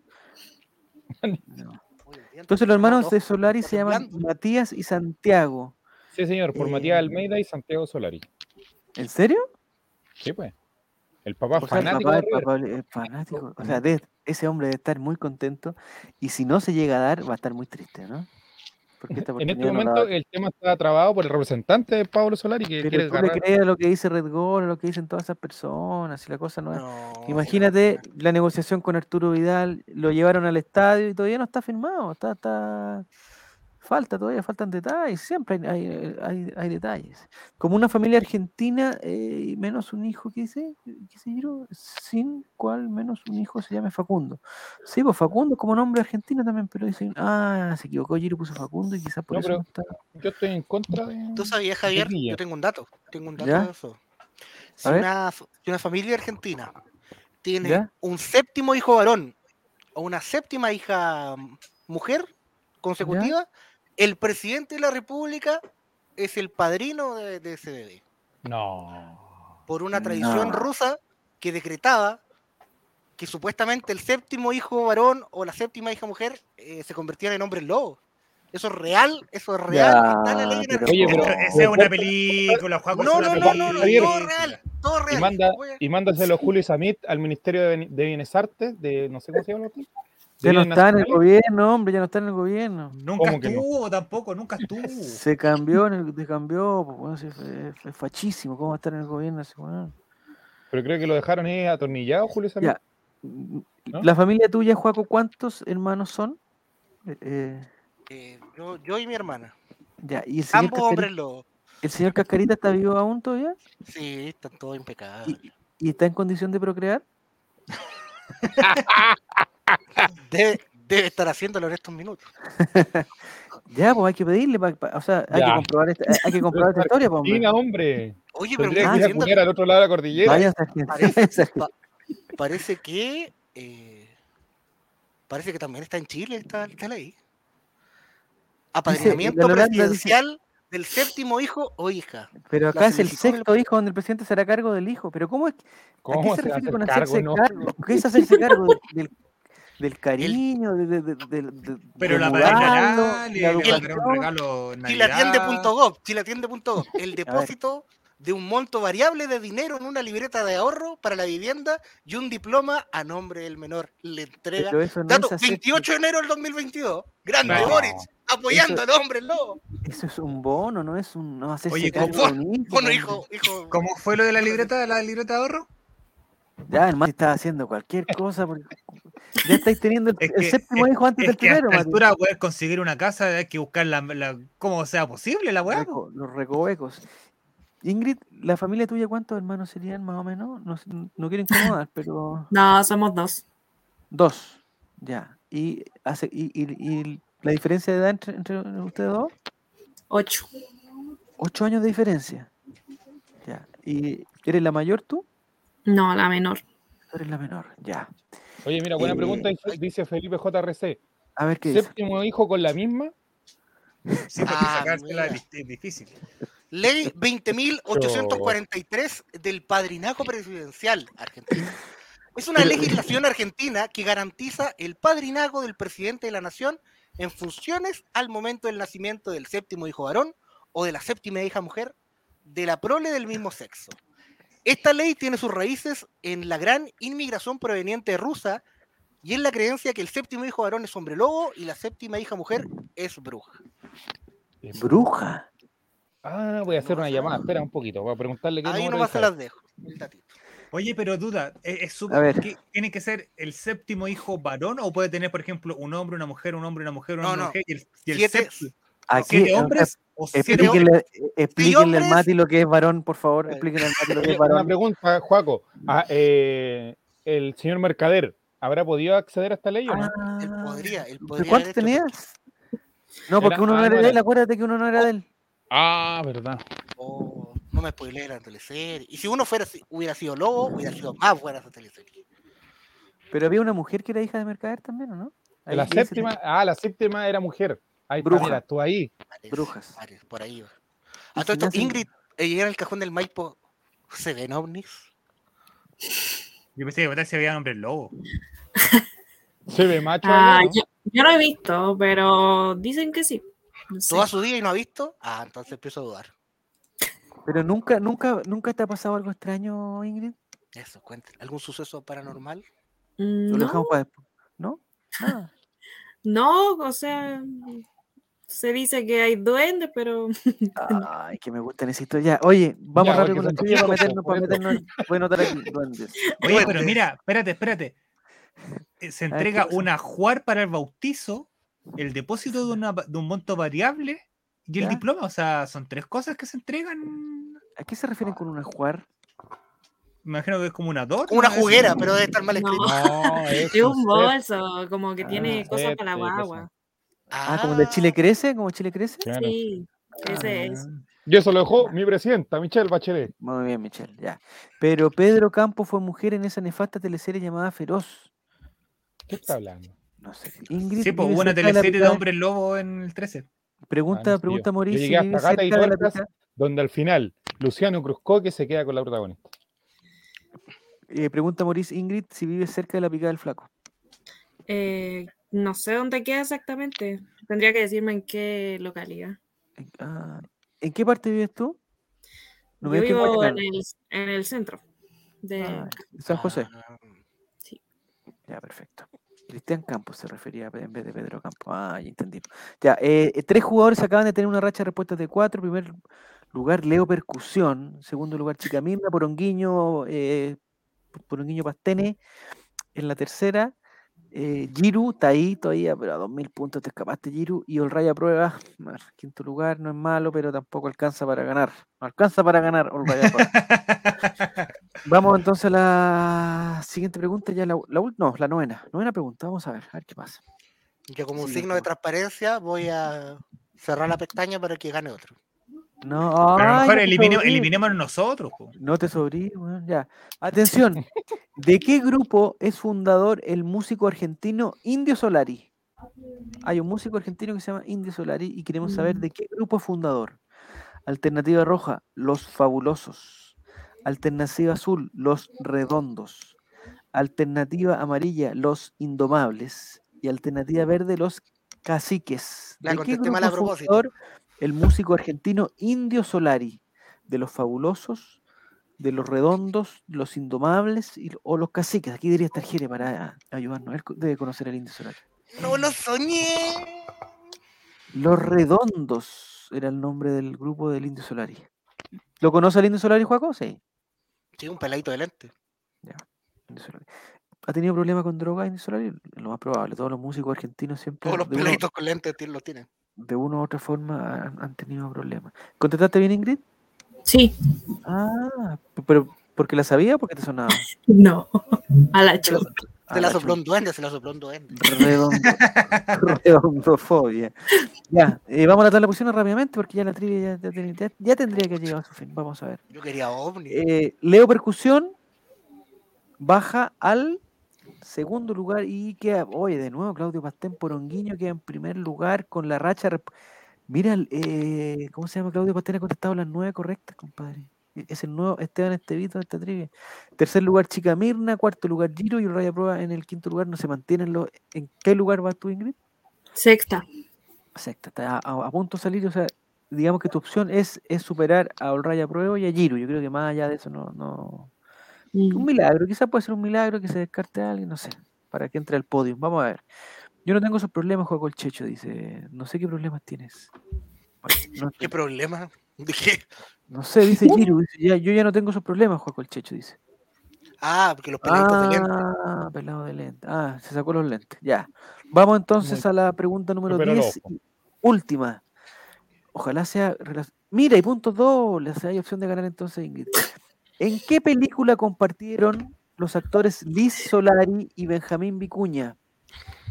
No. Uy, el Entonces los hermanos de Solari está se llaman temblando. Matías y Santiago. Sí, señor, por Eh. Matías Almeida y Santiago Solari. ¿En serio? Sí, pues. El papá O sea, el fanático papá de del River. papá le- es fanático. O sea, de- ese hombre debe estar muy contento. Y si no se llega a dar, va a estar muy triste, ¿no? Porque esta En este oportunidad no la- momento el tema está trabado por el representante de Pablo Solari que quiere Pero tú le agarrar- creas lo que dice Red Gol, lo que dicen todas esas personas, y la cosa no es. No, Imagínate la negociación con Arturo Vidal, lo llevaron al estadio y todavía no está firmado, está, está... falta todavía, faltan detalles, siempre hay, hay- hay- hay detalles. Como una familia argentina, eh, y menos un hijo, ¿qué dice? ¿Qué dice Giro? Sin cual menos un hijo se llame Facundo. Sí, pues Facundo como nombre argentino también, pero dicen, ah, se equivocó Giro, puso Facundo y quizás por No, eso pero- no está. Yo estoy en contra de. ¿Tú sabías, Javier? Guilla. Yo tengo un dato. Tengo un dato ¿Ya? de eso. Si ver. una, fa- si una familia argentina tiene ¿Ya? un séptimo hijo varón o una séptima hija mm, mujer consecutiva, el presidente de la República es el padrino de, de ese bebé. No. Por una tradición No. rusa que decretaba que supuestamente el séptimo hijo varón o la séptima hija mujer eh, se convertían en hombres lobo. Eso es real, eso es real. está en la Ya, ley en pero- Oye, Argentina. pero- Esa es una película, Juan. No, no, no, no, no, Javier. todo real, todo real. Y, manda, Voy a- y mándaselo Julio Samit al Ministerio de Bien- de Bienes Artes, de no sé cómo se llama. el otro, de Ya no Bienes está en el Nacionales. gobierno, hombre, ya no está en el gobierno. Nunca ¿Cómo que no? estuvo tampoco, nunca estuvo. Se cambió, en el, se cambió, pues, weón, sí, fue- fue fachísimo, ¿cómo va a estar en el gobierno ese weón? Pero creo que lo dejaron ahí atornillado, Julio Samit. Ya. Mm, La familia tuya, Juaco, ¿cuántos hermanos son? Eh, eh, Eh, yo, yo y mi hermana. ya, y el señor, Ambos hombres Cascarita, lobos. el señor Cascarita está vivo aún todavía Sí, están todos impecables. y está en condición de procrear. Debe, debe estar haciéndolo en estos minutos. Ya, pues hay que pedirle, pa- pa- o sea, hay que Ya. comprobar esta, hay que comprobar esta historia, pues, hombre. Argentina, hombre. Oye, pero Tendría me que ir a siento- cuñar al otro lado de la cordillera. Vaya esa gente, [LAUGHS] parece, esa gente. pa- parece que eh, parece que también está en Chile esta, esta ley. Apadrinamiento Yolanda dice- presidencial del séptimo hijo o hija. Pero la acá es el solicitud del- sexto hijo donde el presidente se hará cargo del hijo. Pero ¿cómo es que ¿A qué ¿Cómo se se hace refiere con cargo? hacerse [LAUGHS] No, cargo? ¿Qué es hacerse cargo del, del- del cariño, de, de, de, de- de- Pero de la mudarlo, padrina la le, le mandará un educación? regalo en Navidad. Chilatiende.gov, chilatiende.gov, el depósito de un monto variable de dinero en una libreta de ahorro para la vivienda y un diploma a nombre del menor. Le entrega. Pero eso no Dato, es hacer- 28 de enero del 2022. Grande No. Boric, apoyando al hombre lobo. Eso es un bono, no es un no hacerse Oye, cargo. ¿cómo? de un hijo, Bueno, hombre. hijo, hijo. ¿Cómo fue lo de la libreta, la libreta de ahorro? Ya, hermano, estás haciendo cualquier cosa. Porque... Ya estáis teniendo el, Es el que- séptimo hijo antes Es del que a primero, esta Mati. altura poder conseguir una casa hay que buscar la, la- cómo sea posible la weá. po. Reco- los recovecos. Ingrid, ¿la familia tuya cuántos hermanos serían más o menos? No, sé, no quiero incomodar, pero... No, somos dos. Dos. Ya. ¿Y, hace, y, y- y la diferencia de edad entre, entre ustedes dos? Ocho. Ocho años de diferencia. Ya. ¿Y eres la mayor tú? No, la menor. Tú eres la menor. Ya. Oye, mira, buena Eh, pregunta. dice- Dice Felipe JRC. A ver qué dice. Séptimo hijo con la misma. Sí, porque Ah, sacársela mira. es es difícil. Ley 20.843 del padrinazgo presidencial argentino. Es una Pero- legislación argentina que garantiza el padrinazgo del presidente de la nación en funciones al momento del nacimiento del séptimo hijo varón o de la séptima hija mujer de la prole del mismo sexo. Esta ley tiene sus raíces en la gran inmigración proveniente rusa y en la creencia que el séptimo hijo varón es hombre lobo y la séptima hija mujer es bruja. Bruja. Ah, voy a hacer No una pasa llamada. nada. Espera un poquito. Voy a preguntarle qué Ahí número nomás es se ahora. las dejo. el datito. Oye, pero duda, eh, ¿es, es súper- A ver. ¿qué- ¿tiene que ser el séptimo hijo varón o puede tener, por ejemplo, un hombre, una mujer, un hombre, una mujer, un No, hombre, no. una mujer? Y el, y el Siete- séptimo- Aquí, ¿Siete eh, hombres o eh, siete explique- explíquenle, eh, explíquenle al hombres. Mati lo que es varón, por favor. Vale. Explíquenle al Mati lo que Oye, es Una varón. pregunta, Juaco. Ah, eh, el señor Mercader, ¿habrá podido acceder a esta ley o no? Él Ah, podría, él ¿pero podría ¿Cuántos haber hecho- tenías? No, porque Era- uno no ah, era no de él, era- acuérdate que uno no era de él. Ah, verdad. Oh, no me spoilé la teleserie. Y si uno fuera, así- hubiera sido lobo, hubiera sido más buena esa teleserie. Pero había una mujer que era hija de Mercader también, ¿o no? Ahí La dice que- séptima, ah, la séptima era mujer. Ahí está, Bruja. mira, tú ahí. Parece, Brujas. parece, por ahí va. Y A todo si esto, nacen- Ingrid, eh, llega al cajón del Maipo, ¿se ven ovnis? Yo pensé que si había hombres lobo. Se ve macho. Ah, allá, ¿no? yo, yo no he visto, pero dicen que sí. No sé. ¿Toda su vida y no ha visto? Ah, entonces empiezo a dudar. Pero nunca, nunca, nunca te ha pasado algo extraño, Ingrid. Eso, cuéntale. ¿Algún suceso paranormal? Mm, Lo No, Ah. dejamos para después. ¿No? Nada. no, o sea, se dice que hay duendes, [LAUGHS] pero Ay, que me gustan esas historias. Oye, vamos Ya, rápido con porque la tuya son para meternos, chicos, para por eso. meternos. en- Voy a anotar aquí, duendes. Oye, pero mira, espérate, espérate. Eh, Se ver, entrega ¿qué pasa? una juar para el bautizo, el depósito de, una va- de un monto variable y el ¿Ya? diploma. O sea, son tres cosas que se entregan. ¿A qué se refieren con una jugar? Me imagino que es como una dos. Como una juguera, pero debe estar mal escrito. [LAUGHS] No, es es un set. bolso, como que tiene Ah, cosas para la este, cosas. guagua. Ah, como el de Chile crece, como Chile crece. Ah, Claro. Sí, ese es. Y eso lo dejó mi presidenta, Michelle Bachelet. Muy bien, Michelle, ya. Pero Pedro Campo fue mujer en esa nefasta teleserie llamada Feroz. ¿Qué está hablando? No sé. Ingrid Sí, pues vive hubo una cerca de la teleserie de picada- Hombre Lobo en el 13. Pregunta, Ah, no sé, pregunta yo- yo Mauricio. llegué hasta ¿vive Gata y cerca de la Tuercas. picada? Donde al final Luciano Cruzco que se queda con la protagonista. Eh, pregunta Mauricio Ingrid si vive cerca de la picada del flaco. Eh, no sé dónde queda exactamente. Tendría que decirme en qué localidad. En- ah, ¿En qué parte vives tú? No Yo me digas que en vivo en Guayacán. el, en el centro. De... Ah, en San José. Ah, Ya, perfecto. Cristian Campos se refería pe- en vez de Pedro Campos. Ah, ya entendí. Ya, eh, eh, tres jugadores acaban de tener una racha de respuestas de cuatro. En primer lugar, Leo Percusión. En segundo lugar, Chica Mimba, Poronguiño, eh, P- Poronguiño Pastene. En la tercera, eh, Giru, está ahí todavía, pero a 2.000 puntos te escapaste, Giru. Y Olraya Prueba, bueno, quinto lugar, no es malo, pero tampoco alcanza para ganar. No alcanza para ganar, Olraya Prueba. Vamos entonces a la siguiente pregunta, ya la, u- la ul- no, la novena, novena pregunta, vamos a ver, a ver qué pasa. Yo como un Sí, signo de como- transparencia voy a cerrar la pestaña para que gane otro. No, Pero a ay, lo mejor no te elimino- sobrí, eliminemos nosotros. po. No te sobrí, weón, ya. [LAUGHS] Atención, ¿de qué grupo es fundador el músico argentino Indio Solari? Hay un músico argentino que se llama Indio Solari y queremos saber Mm. de qué grupo es fundador. Alternativa roja, Los Fabulosos. Alternativa azul, Los Redondos. Alternativa amarilla, Los Indomables. Y alternativa verde, Los Caciques. La ¿De qué contesté grupo mal a es propósito. fundador el músico argentino Indio Solari? ¿De Los Fabulosos? ¿De Los Redondos? ¿Los Indomables? Y, ¿O Los Caciques? Aquí diría estar Jere para ayudarnos. Él co- debe conocer al Indio Solari. No lo soñé. Los Redondos era el nombre del grupo del Indio Solari. ¿Lo conoce el Indio Solari, Juaco? Sí. Sí, un peladito de lente. Indio Solari. ¿Ha tenido problemas con drogas Indio Solari? Lo más probable. Todos los músicos argentinos siempre, Todos los de, uno, peladitos con lentes ti- los tienen. de una u otra forma, han, han tenido problemas. ¿Contestaste bien, Ingrid? Sí, [LAUGHS] Ah, p- pero ¿porque la sabía o porque te [LAUGHS] sonaba? no. A la chu. Ah, Se la la sopló un [LAUGHS] duende, se la sopló un duende. Redondo, redondofobia. Ya, eh, vamos a tratar la posición rápidamente porque ya la trivia ya, ya ten- ya- ya tendría que llegar a su fin. Vamos a ver. Yo quería ovni. Eh, Leo Percusión baja al segundo lugar y queda. Oye, de nuevo, Claudio Pastén Poronguiño queda en primer lugar con la racha. resp- Mira, el, eh, ¿cómo se llama? Claudio Pastén ha contestado las nueve correctas, compadre. E- Es el nuevo Esteban Estevito de esta trivia. Tercer lugar, Chica Mirna. Cuarto lugar, Giro. Y el Raya Prueba en el quinto lugar. No se mantienen los. ¿En qué lugar vas tú, Ingrid? Sexta. Sexta, está a, a punto de salir, o sea, digamos que tu opción es, es superar a Olraya Pruebo y a Giro. Yo creo que más allá de eso no, no. Un Mm. milagro, quizás puede ser un milagro que se descarte a alguien, no sé, para que entre al podio. Vamos a ver. Yo no tengo esos problemas, Juan Colchecho, dice. No sé qué problemas tienes. Bueno, no, ¿Qué problema? [LAUGHS] Dije, no sé, dice Giro. dice, ya- yo ya no tengo esos problemas, Juan Colchecho, dice. ah, porque los peladitos de lente. Ah, pelado de lente. Ah, se sacó los lentes. Ya. Vamos entonces a la pregunta número superó el 10, ojo. y última. Ojalá sea. relac- Mira, y puntos dobles. o sea, Hay opción de ganar entonces, Ingrid. ¿En qué película compartieron los actores Liz Solari y Benjamín Vicuña?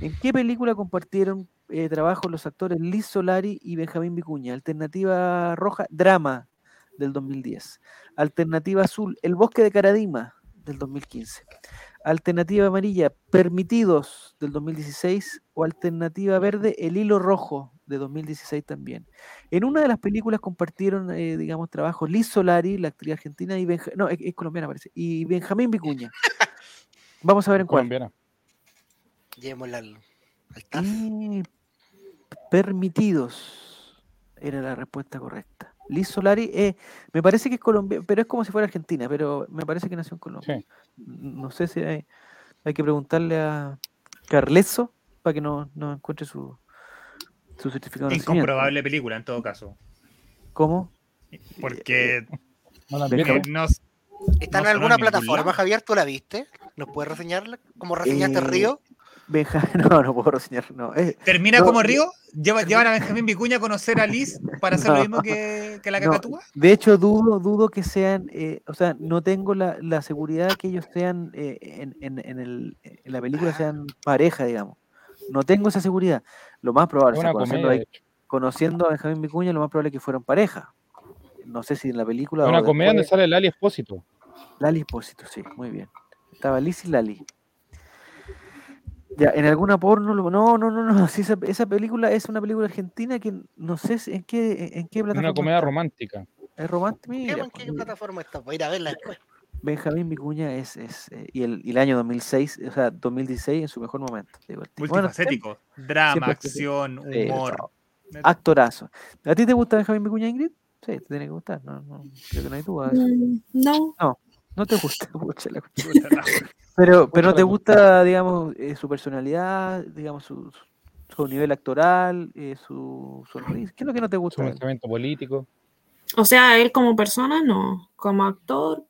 ¿En qué película compartieron eh, trabajo los actores Liz Solari y Benjamín Vicuña? Alternativa roja, drama del 2010. Alternativa azul, El bosque de Caradima del 2015. Alternativa amarilla, Permitidos del 2016. O alternativa verde, El hilo rojo de 2016 también. En una de las películas compartieron, eh, digamos, trabajo Liz Solari, la actriz argentina, y Benja- no, es, es colombiana parece, y Benjamín Vicuña. Vamos a ver en cuál. Colombiana. Llevémosla al, al TAS. Y permitidos era la respuesta correcta. Liz Solari, eh, me parece que es colombiana, pero es como si fuera argentina, pero me parece que nació en Colombia. Sí. N- No sé si hay, hay que preguntarle a Carleso para que nos no encuentre su, su certificado de nacimiento. Incomprobable película, en todo caso. ¿Cómo? Eh, Porque No la Ven, entiendo. eh, no, s- ¿Está No en sonó alguna en ningún plataforma, lado. Javier? ¿Tú la viste? ¿Nos puedes reseñarla? ¿Como reseñaste Eh, Río? Benja, [LAUGHS] no, no puedo reseñar, no. Eh, termina No, como yo- Río, lleva, llevan a Benjamín Vicuña a conocer a Liz para hacer No. lo mismo que, que la No, cacatúa. de hecho, dudo, dudo que sean, eh, o sea, no tengo la, la seguridad que ellos sean eh, en, en- en el- en la película Ah. sean pareja, digamos. No tengo esa seguridad. Lo más probable, Es o sea, una conociendo, comedia, de ahí- hecho. conociendo a Benjamín Vicuña, lo más probable es que fueran pareja. No sé si en la película Es o una comedia donde después. sale Lali Espósito. Lali Espósito, sí, muy bien. Estaba Liz y Lali. Ya, en alguna porno, lo- no, no, no, [LAUGHS] no, sí, esa, esa película es una película argentina que no sé si- en qué, en qué Es plataforma. una comedia está. romántica. Es romántica. ¿Qué- mira, ¿En pues, qué plataforma está? Voy a ir a verla [LAUGHS] después. Benjamín Vicuña es, es eh, y, el, y el año 2006, o sea, 2016 en su mejor momento. digo, el tipo. Bueno, Multifacético. Drama, sí, pues, acción, sí, Ah. humor. actorazo. ¿A ti te gusta Benjamín Vicuña, Ingrid? Sí, te tiene que gustar. No, no, creo que no hay duda. de eso. Mm, No, No te gusta, [LAUGHS] pucha la cuestión. Puta la wea. Pero, pero Mucho te la gusta, digamos, eh, su personalidad, digamos, su, su- su nivel actoral, eh, su sonrisa. ¿Qué es lo que no te Su gusta? de él? pensamiento político. o sea, él como persona no, como actor,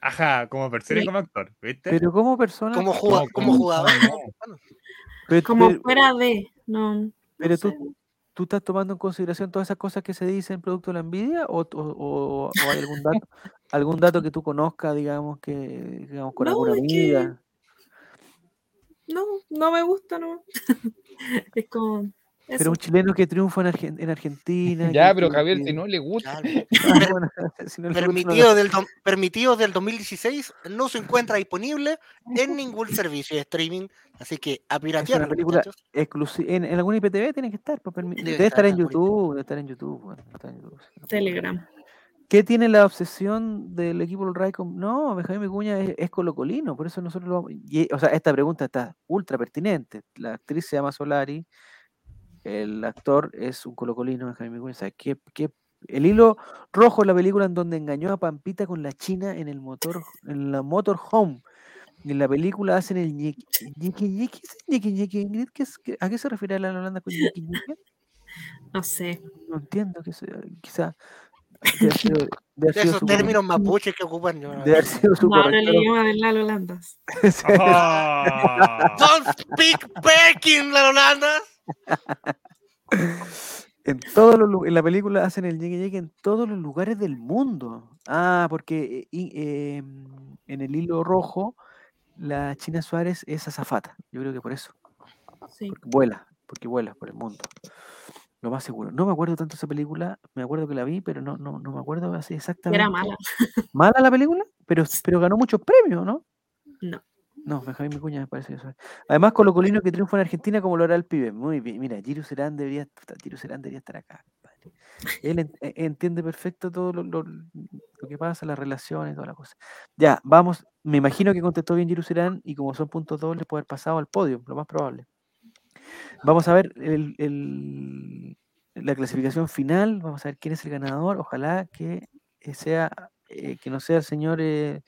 Ajá, como persona y Sí. como actor, ¿viste? Pero como persona, ¿Cómo, juga- No, cómo como- jugaba? no, pero, como pero- fuera de, no. pero sé. tú, tú estás tomando en consideración todas esas cosas que se dicen producto de la envidia o, o- o- o hay algún dato, algún dato que tú conozcas, digamos, que digamos, con No, alguna es que- amiga. No, no me gusta, no. [LAUGHS] es como. Pero Eso. un chileno que triunfa en, Argen- en Argentina. Ya, que- pero que- Javier, que- si no le gusta. Claro. [LAUGHS] Ah, bueno, [LAUGHS] si no le gusta, no le- Permitido del, dom- permitido del 2016 no se encuentra disponible en ningún servicio de streaming. Así que a piratear, película muchachos. exclusi- en, en alguna IPTV tiene que estar, pues, permi- Debe debe estar estar en en alguna YouTube, debe estar en YouTube, bueno, debe estar en YouTube, sí. Telegram. ¿Qué tiene la obsesión del equipo del Ray con- No, Benjamín Vicuña es, es colocolino, por eso nosotros lo vamos- y- o sea, esta pregunta está ultra pertinente. La actriz se llama Solari, el actor es un colocolino, Benjamín Vicuña. O sea, ¿qué- qué- el hilo rojo es la película en donde engañó a Pampita con la China en el motor, en la motorhome. Y En la película hacen el ñiqui, ñiqui, ñiqui, ¿sí? ñiqui, ñiqui, Ingrid, ¿qué es- qué- ¿a qué se refiere la Holanda con ñiqui, ñiqui? No sé. No entiendo, que sea- quizá de haber sido- de haber De sido esos su- términos mapuches que ocupan. yo no- de haber sido su No hablo el corrector idioma de las holandas. Oh. [LAUGHS] Ah. Don't speak back in la Holanda. En todos los lu- en la película hacen el llegue llegue en todos los lugares del mundo. Ah, porque eh, y, eh, mm, en el hilo rojo la China Suárez es azafata. Yo creo que por eso. Sí. porque vuela, porque vuela por el mundo. Lo más seguro. No me acuerdo tanto esa película. Me acuerdo que la vi, pero no, no, no me acuerdo así exactamente. Era mala. ¿Mala la película? Pero, pero ganó muchos premios, ¿no? No. No, Benjamín Vicuña me parece que eso es. Además, Colocolino que triunfa en Argentina como lo hará el pibe. Muy bien. Mira, Giro Serán debería, puta, Giro Serán debería estar acá. compadre. Él en- e- entiende perfecto todo lo, lo- lo que pasa, las relaciones, toda la cosa. Ya, vamos. Me imagino que contestó bien Giro Serán y como son puntos dobles puede haber pasado al podio, lo más probable. Vamos a ver el- el- la clasificación final. Vamos a ver quién es el ganador. Ojalá que eh, sea eh, que no sea el señor eh,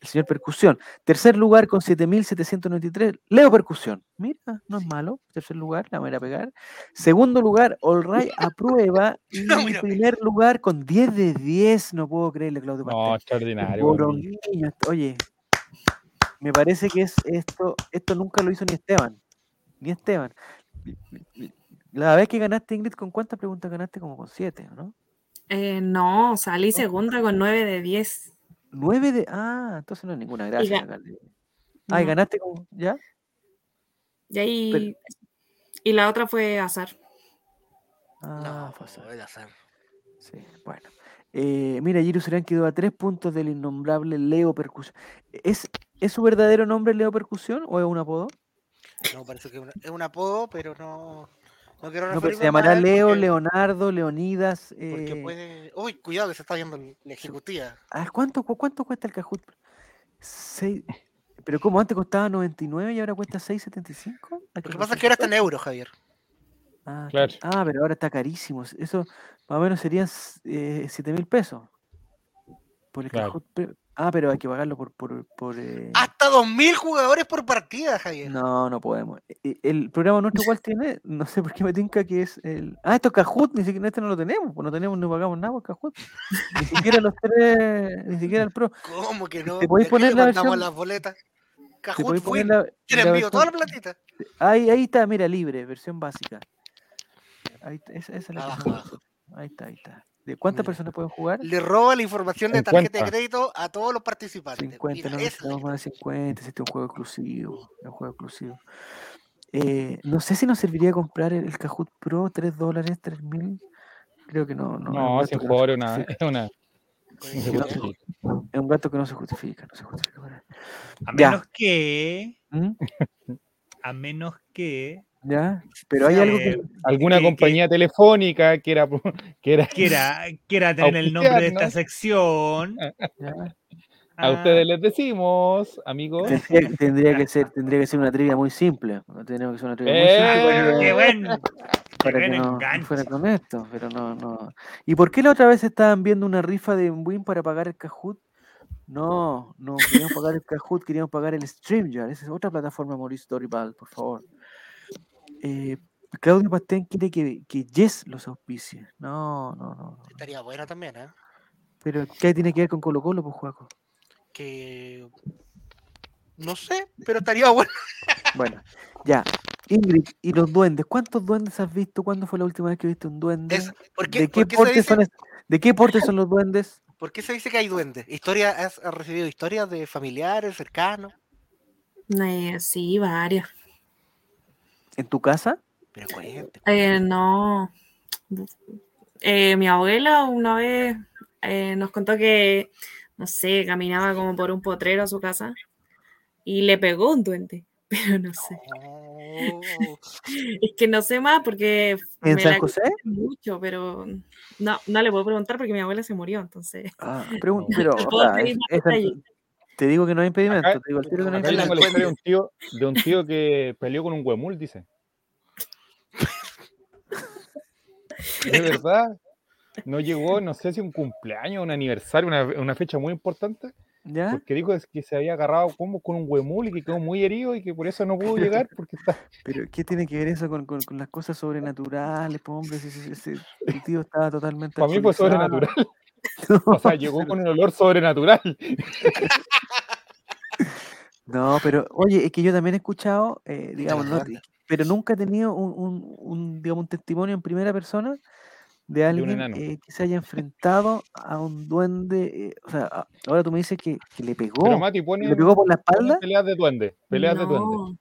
el señor Percusión. Tercer lugar con 7.793, Leo Percusión. Mira, no es malo. Tercer lugar, la voy a ir a pegar. Segundo lugar, All Right aprueba. Y La voy a ir a primer lugar con 10 de 10. No puedo creerle, Claudio No, Pastel. extraordinario. bueno. Moronguillo, esto- Oye, me parece que es esto, esto nunca lo hizo ni Esteban. Ni Esteban. La vez que ganaste, Ingrid, ¿con cuántas preguntas ganaste? Como con siete, ¿o ¿no? Eh, no, salí segunda con 9 de 10. 9 de. Ah, entonces no es ninguna gracia. ga- sacarle. Ay, No. ganaste como. ¿Ya? Y ahí. Y la otra fue azar. Ah, No, fue así. era azar. Sí, bueno. Eh, mira, Jiru Serán quedó a tres puntos del innombrable Leo Percusión. ¿Es, ¿Es su verdadero nombre Leo Percusión o es un apodo? No, parece que es un- es un apodo, pero no. No quiero No, pero se referirme llamará más a él Leo, porque- Leonardo, Leonidas. Porque eh, puede. Uy, cuidado que se está viendo el- la ejecutiva. Ah, ¿cuánto, cu- ¿Cuánto cuesta el Cajut? Seis- Pero como antes costaba 99 y ahora cuesta 6.75. Hay Lo que [LAUGHS] pasa es que ahora está en euros, Javier. Ah, está- Claro. ah, pero ahora está carísimo. s- Eso más o menos serían s- eh, 7 mil pesos. Por el Claro. Kahoot Pre- Ah, pero hay que pagarlo por... por, por eh, Hasta 2.000 jugadores por partida, Javier. No, no podemos. E- e- El programa nuestro igual tiene, no sé por qué me tinca que es el... Ah, esto es Cajut, ni siquiera este no lo tenemos, pues no tenemos, no pagamos nada por Cajut. Ni siquiera los tres, ni siquiera el pro. ¿Cómo que no? ¿Te podéis ¿De qué poner le la mandamos versión? las boletas? Te Cajut podéis fue, poner la- yo la le envío toda la versión- platita. ahí, ahí está, mira, libre, versión básica. Ahí está, esa, esa es la que Abajo, tengo. abajo. Ahí está, ahí está. ¿De cuántas Mira. personas pueden jugar? Le roba la información de tarjeta de 50. crédito a todos los participantes. 50, Mira, no esa Mm. es la necesitamos más de 50, si este es un juego exclusivo, es un juego exclusivo. Eh, no sé si nos serviría comprar el, el Kahoot Pro, 3 dólares, 3000. Creo que no. No, No, es ese un gasto que jugador es no una. se Es [LAUGHS] una que- no Mira. justifica, se justifica. es un gasto que no se justifica, no se justifica para- A Ya. menos que. ¿Mm? A menos que. ¿Ya? Pero hay algo que. eh, Alguna que- que- compañía telefónica que era. [LAUGHS] Que era Quiera, quiera tener el nombre de esta Auspiciarnos. sección. ya, a ah, ustedes les decimos, amigos. Tendría, tendría que ser, tendría que ser una trivia muy simple. no Tendría que ser una trivia muy ¡Eh! qué simple. bueno, para- qué bueno. Ah, para Pero que no, enganche. no fuera con esto, pero no, no. ¿Y por qué la otra vez estaban viendo una rifa de un win para pagar el Kahoot? No, no queríamos pagar el Kahoot, queríamos pagar el StreamYard. Esa es otra plataforma, Mauricio Dorival, por favor. Eh, Claudio Pastén quiere que, que Yes los auspicie. No, no, no. no. Estaría buena también, ¿eh? Pero ¿qué tiene que ver con Colo Colo, pues, Juaco? Que. No sé, pero estaría bueno. Bueno, ya. Ingrid, ¿y los duendes? ¿Cuántos duendes has visto? ¿Cuándo fue la última vez que viste un duende? Es- ¿por, qué, ¿De qué por qué se porte dice, son, es- ¿De qué porte son los duendes? por qué se dice que hay duendes? Historia, ¿Has has recibido historias de familiares, cercanos? Eh, sí, varias. ¿En tu casa? Pero cuente. Eh, no. Eh, mi abuela una vez eh, nos contó que, no sé, caminaba como por un potrero a su casa y le pegó un duende, [LAUGHS] pero no sé. Oh, Es que no sé más porque ¿En me San la José? contaron mucho, pero no, no le puedo preguntar porque mi abuela se murió, entonces. [LAUGHS] Ah, pregun- No. pero No o puedo sea, pedir es- más es el- detalles. te digo que no hay impedimento. Acá- te digo al tiro que no hay Acá Acá en la tengo impedimento. la historia de un tío, de un tío que peleó con un huemul, dice. De verdad, no llegó, no sé si un cumpleaños, un aniversario, una, una fecha muy importante, ¿Ya? porque dijo es que se había agarrado como con un huemul y que quedó muy herido y que por eso no pudo llegar porque está Pero ¿qué tiene que ver eso con, con- con las cosas sobrenaturales? po, hombre, Si- si- si- si tu tío estaba totalmente. Para mí fue alcoholizado. sobrenatural. [LAUGHS] O sea, llegó con un [LAUGHS] olor sobrenatural. [LAUGHS] No, pero oye, es que yo también he escuchado, eh, digamos, las no, bandas. pero nunca he tenido un, un- un, digamos, un testimonio en primera persona de alguien enano. eh, que se haya enfrentado a un duende. eh, o sea, a- ahora tú me dices que, que le Oh, pegó. Pero Mati que pone, ¿Le pegó por la pone espalda? peleas de duende, peleas de duende. No,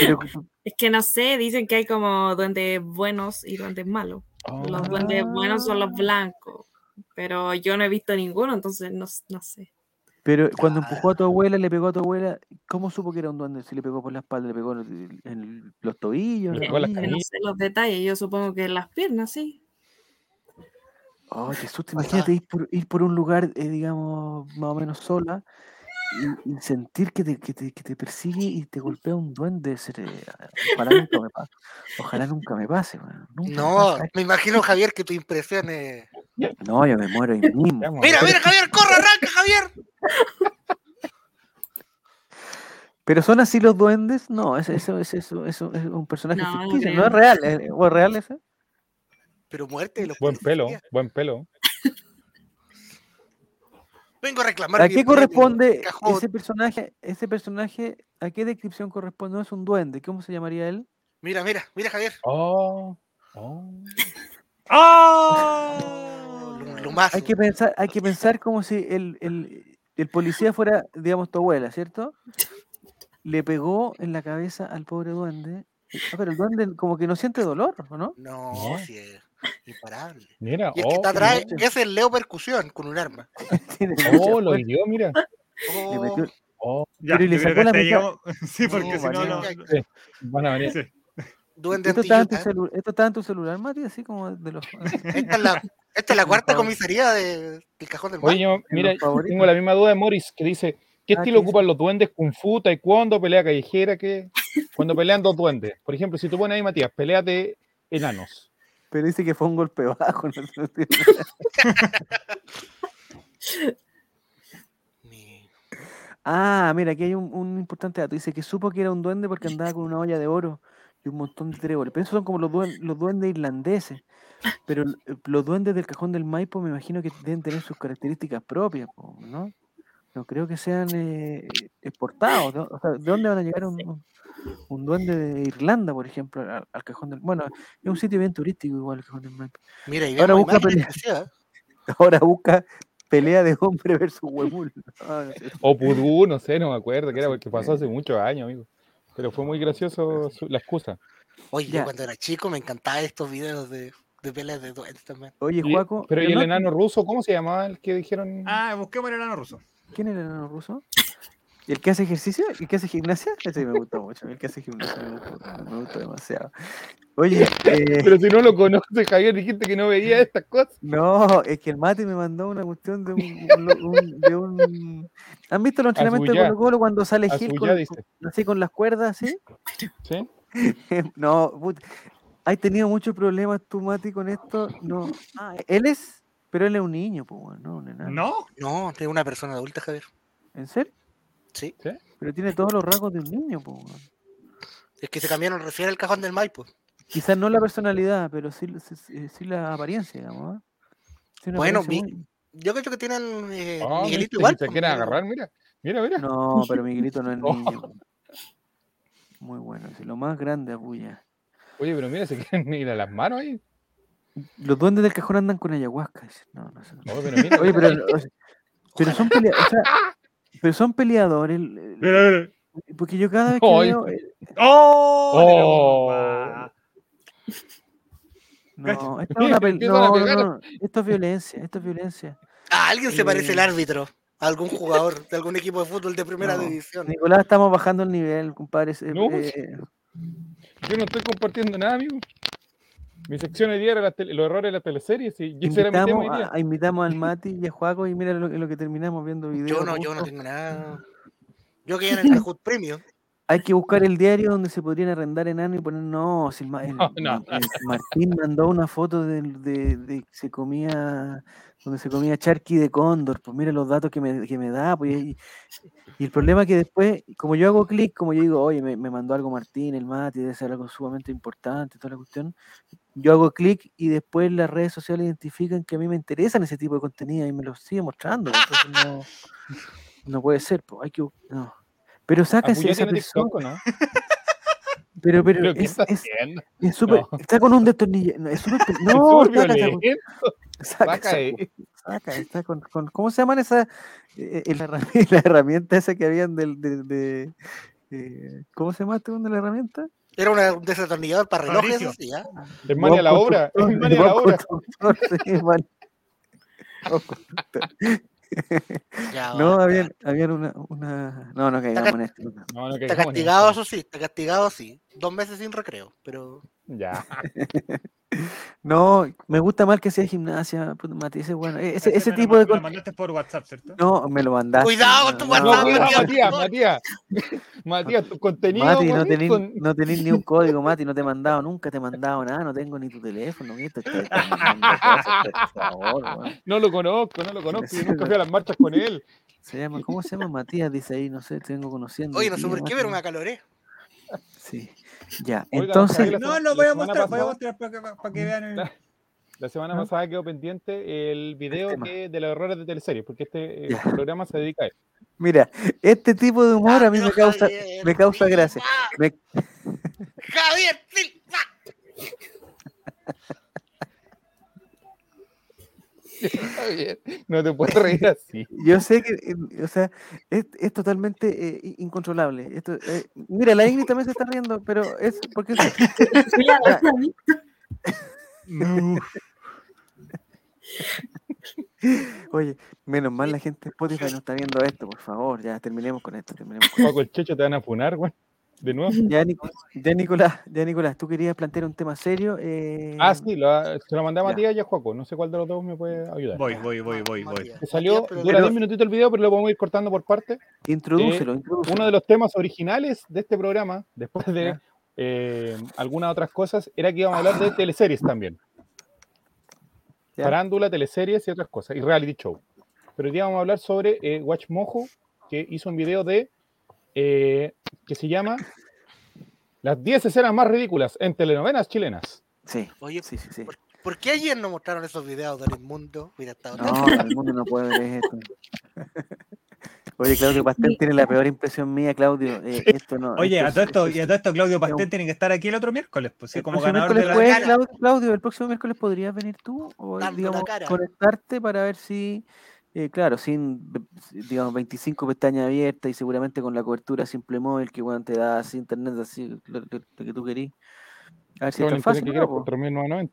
Pero, Es que no sé, dicen que hay como duendes buenos y duendes malos. Ah. Los duendes buenos son los blancos, pero yo no he visto ninguno, entonces no, s- no sé. Pero cuando empujó a tu abuela, le pegó a tu abuela, ¿cómo supo que era un duende? Si le pegó por la espalda, le pegó en, el- en los tobillos. Le en la pegó las rodilla. Que Eh, No Ahí- sé los detalles, yo supongo que en las piernas, sí. Ay, Oh, qué susto. Ajá. Imagínate ir por, ir por un lugar, eh, digamos, más o menos sola y, y sentir que te, que, te, que te persigue y te golpea un duende. ser, eh, Ojalá nunca me pase. Ojalá nunca me pase. weón, nunca me No, pase. me imagino, Javier, que tu impresión es. No, yo me muero [LAUGHS] ahí mismo. Vamos, ¡Mira, pero- mira, Javier! ¡Corre, arranca, Javier! Pero son así los duendes. No, es, eso, es, eso, eso es un personaje No, no ficticio, no creo. es real. ¿eh? ¿O es real ese? Pero muerte de los Buen pelo, policías. buen pelo. Vengo a reclamar. ¿A mi qué premio, corresponde cajón. ese personaje? Ese personaje, ¿a qué descripción corresponde? No es un duende, ¿cómo se llamaría él? Mira, mira, mira, Javier. Oh, oh. Oh, ¡Ah! lo- lo más. Hay que pensar, hay que pensar como si el, el- el policía fuera, digamos, tu abuela, ¿cierto? Le pegó en la cabeza al pobre duende. Ah, pero el duende como que no siente dolor, ¿o no? No, No. sí, es imparable. Mira, Y el que oh, está atrás no. es el Leo Percusión con un arma. [LAUGHS] Tiene mucha oh, lo fuerza. hirió, mira. Le Oh, metió- Oh, Ya, Pero y le yo sacó creo que la hasta ahí mitad. llegamos. [LAUGHS] Sí, porque No, si no, no. vale. van [LAUGHS] a venir. sí. duende ¿Esto, estaba en tu antillota. celu- esto estaba en tu celular, Mati? Así como de [LAUGHS] los, en Esta es la, esta es la Por cuarta favor. comisaría de- del cajón del mar. Oye, yo, mira, los favoritos. tengo la misma duda de Morris, que dice, ¿qué Ah, estilo ¿qué dice? ocupan los duendes? ¿Kung Fu, Taekwondo, pelea callejera? ¿qué? Cuando pelean dos duendes. Por ejemplo, si tú pones ahí, Matías, pelea de enanos. Pero dice que fue un golpe bajo. no sé, no tiene- Ah, mira, aquí hay un, un importante dato. Dice que supo que era un duende porque andaba con una olla de oro y un montón de tréboles. Pero esos son como los, duen- los duendes irlandeses. Pero eh, los duendes del cajón del Maipo me imagino que deben tener sus características propias, po, ¿no? No creo que sean eh, exportados. ¿no? O sea, ¿de dónde van a llegar un, un- un duende de Irlanda, por ejemplo, al, al cajón del Bueno, es un sitio bien turístico igual el cajón del Maipo. Mira, y Ahora vemos busca imágenes pelea. que sea. [LAUGHS] Ahora busca pelea de hombre versus huemul. [LAUGHS] Ah, no sé. O Pudú, no sé, no me acuerdo, que era porque pasó hace muchos años, amigo. Pero fue muy gracioso su- la excusa. Oye, yo Ya. cuando era chico me encantaban estos videos de, de peleas de duendes también. Oye, Y- Juaco. pero ¿y el no- enano ruso? ¿Cómo se llamaba el que dijeron? Ah, busquemos el enano ruso. ¿Quién era el enano ruso? ¿Y el que hace ejercicio? ¿Y el que hace gimnasia? Ese me gustó mucho. El que hace gimnasia me gustó, me gustó demasiado. Oye, eh, Pero si no lo conoces, Javier, dijiste que no veía estas cosas. no, es que el mate me mandó una cuestión de un. un lo- un- de un- ¿Han visto los entrenamientos de Azuyá. Colo Colo cuando sale Gil Azuyá, con, dice. con- así [LAUGHS] con las cuerdas? ¿sí? ¿Sí? no, put- ¿has tenido muchos problemas tú, Mati, con esto? No. Ah, él es. Pero él es un niño, pues, bueno, no, un enano. ¿No? No, es una persona adulta, Javier. ¿En serio? Sí. ¿Sí? Pero tiene todos los rasgos de un niño, pues. bueno. Es que se cambiaron recién el cajón del Maipo. Quizás no la personalidad, pero sí, sí- eh, sí- sí la apariencia, digamos. ¿ah? Sí, una Bueno, apariencia mi- muy- Yo creo que tienen eh, Ah, Miguelito viste, igual. Si se pues, quieren Miguel- agarrar, mira. Mira, mira. No, pero Miguelito [LAUGHS] no es No. niño. po. Muy bueno, sí, lo más grande, abuya. Oye, pero mira, se quieren ir a las manos ahí. Los duendes del cajón andan con ayahuasca. dice. No, no sé. Oye, pero mira. Oye, pero, o sea, pero son pelea- o sea, pero son peleadores. el- el- Porque yo cada vez que Ay. veo. eh, ¡Oh! Oh. Mira, No, esta es [LAUGHS] una pel- Empiezan a no, no, pegar. no, esto es violencia, esto es violencia. A Ah, alguien se parece el Eh, árbitro. A algún jugador de algún equipo de fútbol de primera No. división. Nicolás, estamos bajando el nivel, compadre. eh, No, eh, Yo no estoy compartiendo nada, amigo. Mi sección hoy día era la tele- los errores de las teleseries. Y ese era mi tema invitamos, hoy día. a- invitamos [LAUGHS] al Mati y a Juaco y mira lo, lo que terminamos viendo videos. Yo no, yo no justo. tengo nada. Yo quedé en el Cajut Premium. Hay que buscar el diario donde se podrían arrendar enano y poner no, si el, ma- el- [LAUGHS] No, no. el Martín mandó una foto del- de, de que se comía donde se comía charqui de cóndor, pues mira los datos que me, que me da, pues, y, y el problema es que después, como yo hago clic, como yo digo, oye, me, me mandó algo Martín, el Mati, debe ser algo sumamente importante, toda la cuestión, yo hago clic y después las redes sociales identifican que a mí me interesan ese tipo de contenido y me lo sigue mostrando, pues, entonces no, no puede ser, pues, hay que, bu- no. Pero saca ese- Apuya esa tiene persona. TikTok, ¿o ¿no? Pero, pero Pero ¿qué es, está es, haciendo? es súper. No. Está con un destornillador. No, es súper. pe- [LAUGHS] Es No, súper saca, esa violento. cu- saca, saca esa de- [LAUGHS] cu- saca, está con, con. ¿Cómo se llaman esas? eh, eh, la, herrami- [LAUGHS] la herramienta esa que habían del. De, de, eh, ¿Cómo se llama este mundo de la herramienta? Era una- un desatornillador para relojes. Fabricio. así, ¿ah? El man y a la Bob obra. Constructor, [LAUGHS] El man y a la Bob obra. Constructor, sí, [LAUGHS] man. Bob Constructor. Ya, No, basta. habían, habían una, una. No, no caigamos en esto. no. No, no Está caigamos en castigado, eso. eso sí, está castigado, sí. Dos meses sin recreo, pero [LAUGHS] Ya. No, me gusta más que sea gimnasia. puta, Mati, ese, bueno, E, ese, ese me lo tipo de. ma- me lo con- mandaste por WhatsApp, ¿cierto? No, me lo mandaste. Cuidado con tu no, No, WhatsApp, cuidado, Matías. Matías, Matías. Matías, tu contenido. Mati, no weón, tenés, son- no tenés ni un código, Mati, no te he mandado, nunca te he mandado nada, no tengo ni tu teléfono, ¿qué te estás mandando cosas, por favor, weón. no lo conozco, no lo conozco. Yo nunca fui a las marchas con él. se llama, ¿Cómo se llama Matías? Dice ahí, no sé, te vengo conociendo. oye, no sé tío, por qué, Mati. pero me acaloré. Sí, ya, Oiga, entonces, Gabriela, No, se- lo la voy a semana mostrar, voy a pasada- mostrar para que, para que vean el... La semana ¿Ah? pasada quedó pendiente el video tema. que- de los errores de teleseries, porque este eh, Ya. programa se dedica a eso. mira, este tipo de humor a mí me Ah, Pero causa, Javier me causa Silva, gracia. Me- Javier Silva. Está bien, No te puedes reír [LAUGHS] así. yo sé que, eh, o sea, es, es totalmente eh, i- incontrolable. Esto, eh, mira, la Ingrid también se está riendo, pero es porque... [LAUGHS] [LAUGHS] Mira, Ya. a mí. Oye, menos mal la gente de Spotify no está viendo esto, por favor, ya terminemos con esto, terminemos con Paco el Checho te van a funar, güey. De nuevo. Ya, Nico- ya, Nicolás, ya Nicolás, tú querías plantear un tema serio. eh, Ah, sí, lo- se lo mandé a ya. Matías y a Juaco. No sé cuál de los dos me puede ayudar. [LAUGHS] Voy, voy, voy, voy, voy. Matías, Que salió, Matías, pero- dura 10 minutitos el video, pero lo podemos ir cortando por parte. Introdúcelo, introdúcelo. [LAUGHS] Uno de los temas originales de este programa, después de Ya. eh, algunas otras cosas, era que íbamos a hablar de teleseries también. Ya. Farándula, teleseries y otras cosas, y reality show. Pero hoy día vamos a hablar sobre eh, Watch Mojo que hizo un video de eh, que se llama Las 10 escenas más ridículas en telenovelas chilenas. Sí, Oye, sí, sí. sí. ¿por qué ayer no mostraron esos videos del mundo? Hubiera estado tan- No, el mundo no puede ver esto. [LAUGHS] Oye, Claudio Pastel tiene la peor impresión mía, Claudio. eh, esto no, Oye, a es- todo esto, es- y a todo esto Claudio es Pastel un- tiene que estar aquí el otro miércoles, pues sí, el como próximo ganador de la miércoles puedes, gala. Claudio, Claudio, el próximo miércoles podrías venir tú o Dando la digamos, cara. conectarte para ver si, eh, claro, sin ve- digamos 25 pestañas abiertas y seguramente con la cobertura simple móvil que bueno, te da así internet, así lo, lo- lo que tú querís. A ver si es Con tan el fácil. que ¿no? quieras po. por 3.990.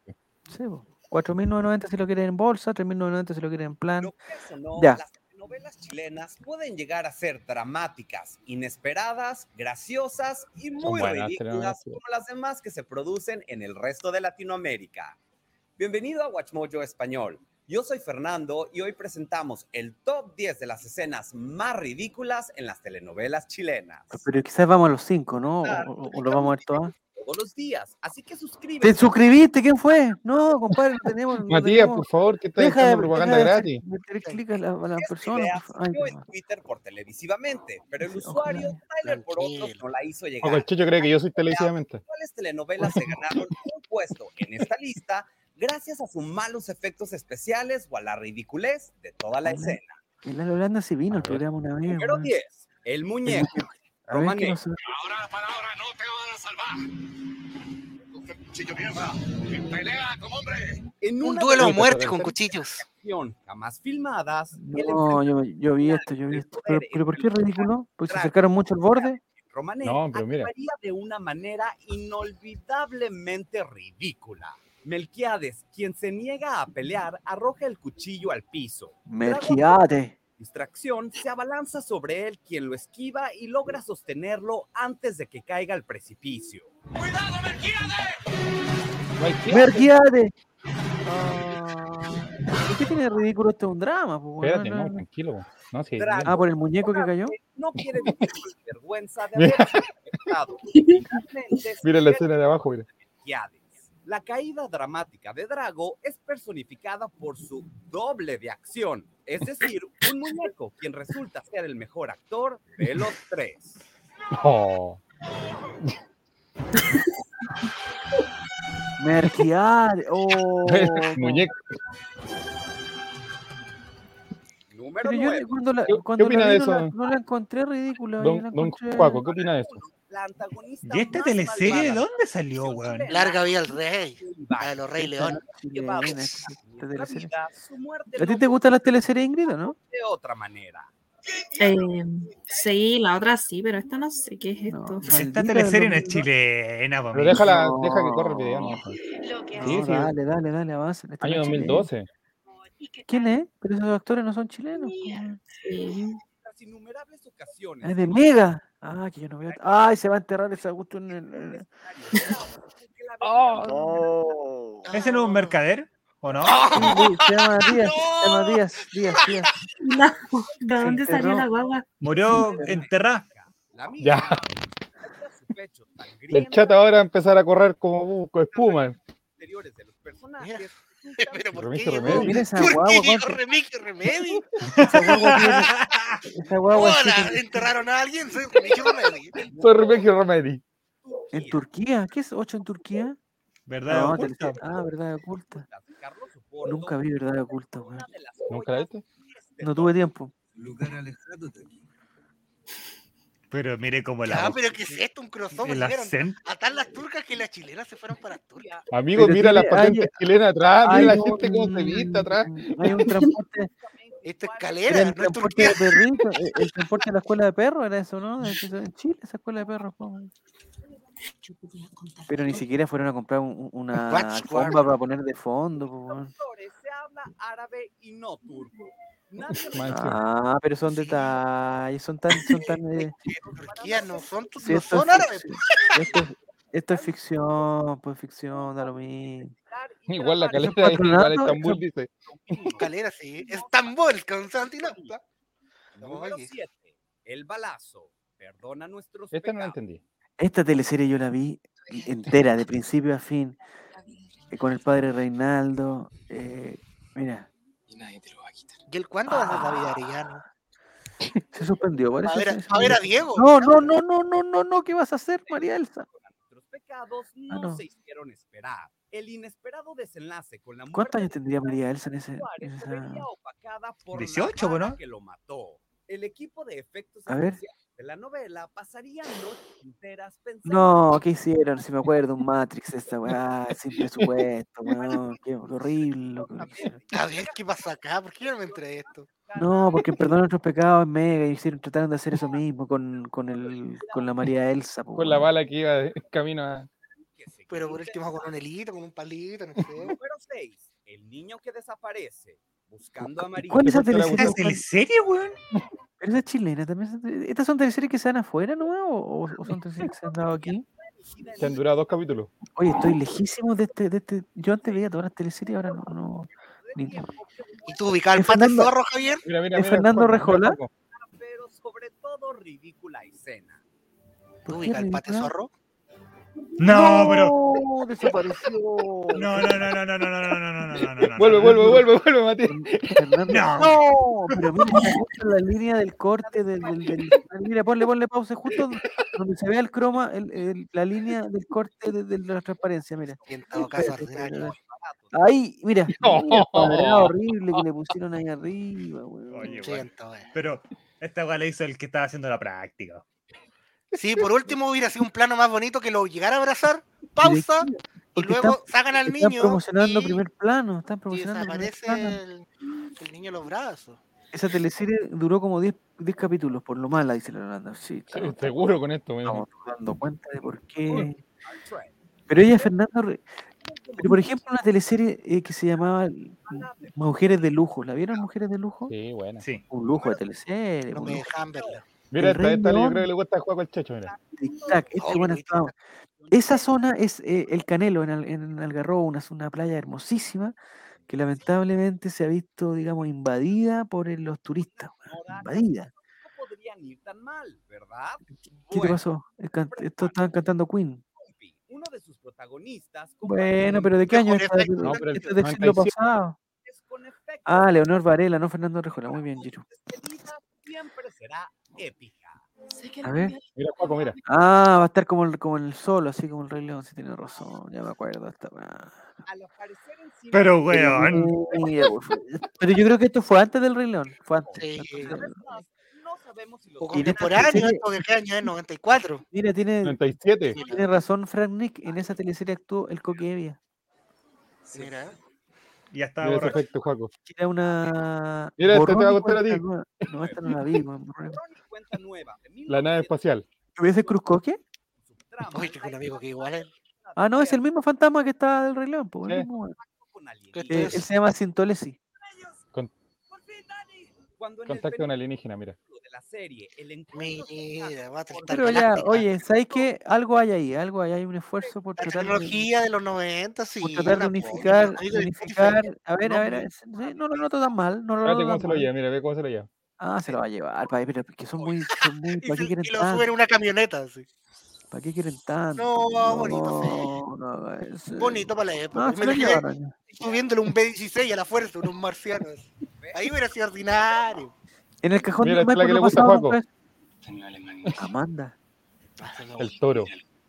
Sí, po. 4.990 si lo quieres en bolsa, 3.990 si lo quieres en plan. Lo creas o no, Ya. las novelas chilenas pueden llegar a ser dramáticas, inesperadas, graciosas y muy buenas, ridículas telenovelas. como las demás que se producen en el resto de Latinoamérica. Bienvenido a Watchmojo Español. Yo soy Fernando y hoy presentamos el top 10 de las escenas más ridículas en las telenovelas chilenas. Pero quizás vamos a los 5, ¿no? O- Claro, o, o lo vamos a ver todas. Todos los días, así que suscríbete. ¿Te suscribiste? ¿Quién fue? No, compadre, no tenemos. no Matías, tenemos- por favor, que estás Deja de- haciendo propaganda deja de hacer- gratis. meter clic a la, a la Esta persona. idea por fa- ay, surgió no. en Twitter por televisivamente, pero el Sí, usuario Tyler por Tranquilo. otros no la hizo llegar. Ojo, el Chicho cree que yo soy televisivamente. cuáles telenovelas se ganaron un puesto en esta lista gracias a sus malos efectos especiales o a la ridiculez de toda la Ajá. escena. En la Holanda se vino A el ver. programa una vez. Número weón. 10, El Muñeco. A ver, Romané. que no sé. Ahora para ahora no te van a salvar. Coge el cuchillo mierda y pelea como hombre. En Un una duelo de a las muerte con escenas cuchillos. de acción jamás filmadas, el No, yo, yo vi esto, yo vi el esto. Pero, poder, pero el ¿por qué es poder, ridículo? Porque se claro. acercaron mucho al borde. enfrentamiento Romané No, pero mira. actuaría de una manera inolvidablemente ridícula. Melquiades, quien se niega a pelear, arroja el cuchillo al piso. Merquiate. distracción, se abalanza sobre él quien lo esquiva y logra sostenerlo antes de que caiga al precipicio. ¡Cuidado, Merquiades! No hay tiempo. Merquiate. ¿Por qué tiene de ridículo esto? Es un drama. po, weón, Espérate, no, no, no. tranquilo. po. No, sí, Drag- Ah, por el muñeco que cayó. No quiere [LAUGHS] vivir con la vergüenza de haber sido afectado. [LAUGHS] Finalmente, mira la se pierde escena de abajo, mira. Melquiades. La caída dramática de Drago es personificada por su doble de acción, es decir, un muñeco quien resulta ser el mejor actor de los tres. Oh, [LAUGHS] Merquiate. Oh. muñeco. Número Pero yo 9. cuando la, ¿Qué- qué cuando la opina vi de no la- eso? no la encontré ridícula. yo la Don, don encontré- Paco, ¿qué opina de esto? La antagonista ¿Y esta más teleserie de malvada dónde salió, weón? Larga vida al rey, Levi. a los Ah, rey león. llevado Chilena, a esta nuestra teleserie. vida, su muerte ¿A ti no te gustan las teleseries, Ingrid, o no? fue de otra manera. Eh, sí, la otra sí, pero esta no sé qué es No, esto. maldita Esta teleserie no es eh, domingo. chilena, pa' Pero mí. déjala, No. deja que corra el video. No, Lo que No, Sí, sí. Dale, dale, dale, avanza. esta Año no es chilena. 2012. ¿Y qué ¿Quién tal? es? Pero esos actores no son chilenos. po. Sí. Tras innumerables ocasiones, Es de Mega. Ah, que yo no veo. Ay, se va a enterrar ese gusto en el. en el- porque la Oh. ¿Ese no es un mercader? ¿O no? Sí, [LAUGHS] Se llama Díaz. Se llama Díaz. Díaz, Díaz. [LAUGHS] No, ¿De dónde Se salió la enterró. guagua? Murió enterrada. verga, la mía, Ya, alza su pecho tan el griego, chat ahora va a empezar a correr como bu- con espuma. interiores de los personajes, resultan Pero ¿por qué Remigio llegó? Remedi. Mira esa ¿Por guagua, qué llegó Jorge. Remigio Remedi? Esa guagua tiene. Esa [LAUGHS] guagua sí Hola, tiene- ¿enterraron a alguien? Soy Remigio Remedi. Soy Remigio Remedy. eh. En Turquía. ¿Qué es 8 en Turquía? ¿Verdad? No, oculta? teleserie- Ah, verdad oculta. las de Carlos Soporto, Nunca vi verdad oculta, weón. una de las ¿Nunca la joyas viste? de No Ah, tuve tiempo. lugar alejado de aquí. Pero mire cómo la. Ah, pero ¿qué es esto? Un crossover. El Llegaron acento. a tal las turcas que las chilenas se fueron para Turquía. Amigos, Pero mira las tiene- patentes chilenas atrás, Hay mira la un- gente cómo se viste atrás. Hay un transporte. Esto es Era escalera, el no es transporte Turquía. de perritos, eh, [LAUGHS] el transporte de la escuela de perros era eso, ¿no? De- de- En Chile, esa escuela de perros. po. Pero ni siquiera fueron a comprar un- un- una Watch alfombra para poner de fondo. po, weón. Flores, se habla árabe y no turco. Nadie Man, sí. Ah, pero son detalles, son tan, son tan. [LAUGHS] eh, Turquía no son, sí, no esto, son es, árabes. fic- esto, es- esto es ficción, pues ficción, da lo mismo. hablar y Igual la grabar Eso es caleta es igual patronato, Estambul, eso- dice. Escalera, pues, sí. Estambul, Constantinopla. Número Oye. 7. El balazo. Perdona nuestros Esta no la pecados. entendí. Esta teleserie yo la vi entera, de principio a fin, eh, con el padre Reinaldo. eh, mira. Ah. ¿Y el cuándo va a ser David Arellano? Se suspendió, parece. A ver, se- a, a ver a Diego. No, no, no, no, no, no, no, ¿qué vas a hacer, María Elsa? Nuestros pecados no, Ah, no. se hicieron esperar. El inesperado desenlace con la muerte ¿Cuántos años de tendría María Elsa en ese? en Suárez se esa- veía opacada por 18, la bueno. bala que lo mató. El equipo de efectos A ver. especiales de la novela pasaría noches enteras pensando No, ¿qué hicieron? Si me acuerdo, un Matrix, esta weá, sin presupuesto, weón, qué horrible. lo que hicieron. A ver qué pasa acá, ¿por qué yo no me entré de esto? No, porque en Perdón nuestros pecados en Mega hicieron, trataron de hacer eso mismo con, con, el, con la María Elsa. po, Con la weón. bala que iba de [LAUGHS] camino a. que se Pero por quiten último con un hilito, con un palito, no sé. Número 6. El niño que desaparece buscando a María. ¿Cuál es esa Porque la teleserie? ¿Esta es teleserie, weón? ¿Pero esa es chilena también? esa tele- ¿Estas son teleseries que se dan afuera, no? ¿O, o son teleseries que se han dado aquí? Se han durado dos capítulos. Oye, estoy lejísimo de este... De este... Yo antes veía todas las teleseries, ahora no... no. ni- ¿Y tú ubicabas el Es pata del Fernando- zorro, Javier? Mira, mira, ¿Es mira, Fernando Juan, Rejola? mira, Juan. Pero sobre todo ridícula escena. ¿Tú ¿Por qué ubicabas el pata del ridícula? zorro? No, pero. ¡No! Desapareció. No, no, no, no, no, no, no, no, no, no, no, no, no, no. Vuelve, vuelve, vuelve, vuelve, Mati. Fernando- No. no, pero mira, justo en la línea del corte del, del- del- mira, ponle, ponle pausa justo donde se vea el croma, el- el- la línea del corte de, de la transparencia, mira. Y en todo caso, Espérate, espérate, ordinario. espérate. Ahí, mira, No. mira, cuadrado horrible que le pusieron ahí arriba, weón. Oye, Sí, weón. en todo, eh. Pero esta weá la hizo el que estaba haciendo la práctica. Sí, por último hubiera sido un plano más bonito que lo llegara a abrazar, pausa, y Porque luego están- sacan al Están niño. promocionando y- primer plano, están y promocionando primer desaparece plano. el, el niño en los brazos. Esa teleserie duró como 10 10 capítulos, por lo mala, dice la Yolanda. Sí, Sí, estamos- Seguro con esto, mira. estamos dando cuenta de por qué. Shrek. Pero ella, Fernando, Re- pero por ejemplo, una teleserie eh, que se llamaba Mujeres de Lujo. ¿La vieron Mujeres de Lujo? Sí, bueno. Sí. Un lujo de teleserie. No un me lujo dejan verla. Mira, El esta, esta Rey yo León. creo que le gusta jugar con el checho, Ah. mira. de tic-tac. Este Oh, bueno Luis, estaba- Esa zona es eh, el Canelo en, Al- en Algarrobo, una, una playa hermosísima que lamentablemente se ha visto, digamos, invadida por eh, los turistas. weón, Invadida. No podrían ir tan mal, ¿verdad? ¿Qué te Bueno, pasó? El can- Estos estaban cantando Queen. Bumpy, uno de sus protagonistas Bueno, pero ¿de qué Mejor año es esta? efecto, No, pero el Esto es del siglo 97. pasado. compartes con efectos. Ah, Leonor Varela, no Fernando Rejola. Muy bien, Giru. despedida siempre será épica. A ver. Mira, Juaco, mira. Ah, va a estar como el, como el solo, así como el Rey León, si tiene razón, ya me acuerdo. Hasta... Al aparecer en cine, Pero, weón. pues, Pero yo creo que esto fue antes del Rey León, fue antes. Sí. antes del Rey León. además, no sabemos si los O Y de- contemporáneo, sí. porque qué año ¿eh? es 94. Mira, tiene, 97. tiene razón Frank Nick, en esa teleserie actuó el Coque Evia. Mira, ¿eh? Ya estaba Mira ese borracho. efecto, Juaco. que Era una... Mira, esta te borrón va a y gustar a ti. cuenta nueva. No, esta no la vi. weón, borrón y- borrón y cuenta nueva de La nave espacial. ¿Lo ¿Ves el Cruz Coque? Oye, tengo un amigo que igual es. Ah, no, es el mismo fantasma que estaba del Rey León. po, el Eh. mismo, weón. con Eh, él es? se llama Sintolesi. Cuando en Contacto el con penúltimo alienígena, mira. de la serie, el encuentro Mira, va a tratar Pero ya, galáctica. oye, ¿sabes qué? Algo hay ahí, algo hay, hay un esfuerzo por La tratar de... tecnología de los 90, sí. por tratar de la unificar, pobre, amigo de unificar. A ver, no, a ver, no, a ver, sí, no lo noto tan mal. No lo Fíjate noto cómo tan se lo mal. lleva, mira, ve cómo se lo lleva. Ah, se lo va a llevar, pa- pero que son muy, son muy, [LAUGHS] Y, ¿para se- Pues, qué quieren y lo suben tanto? a una camioneta, sí. ¿Para qué quieren tanto? No, bonito, sí. No, no haga eso. Bonito para la época. No, Me se lo imaginé llevaron. subiéndole un B16 a la fuerza, unos marcianos. Ahí hubiera sido ordinario. En el cajón Mira, de esta es la que le no gusta a pasaba Juaco. nunca- pues. Amanda. El toro.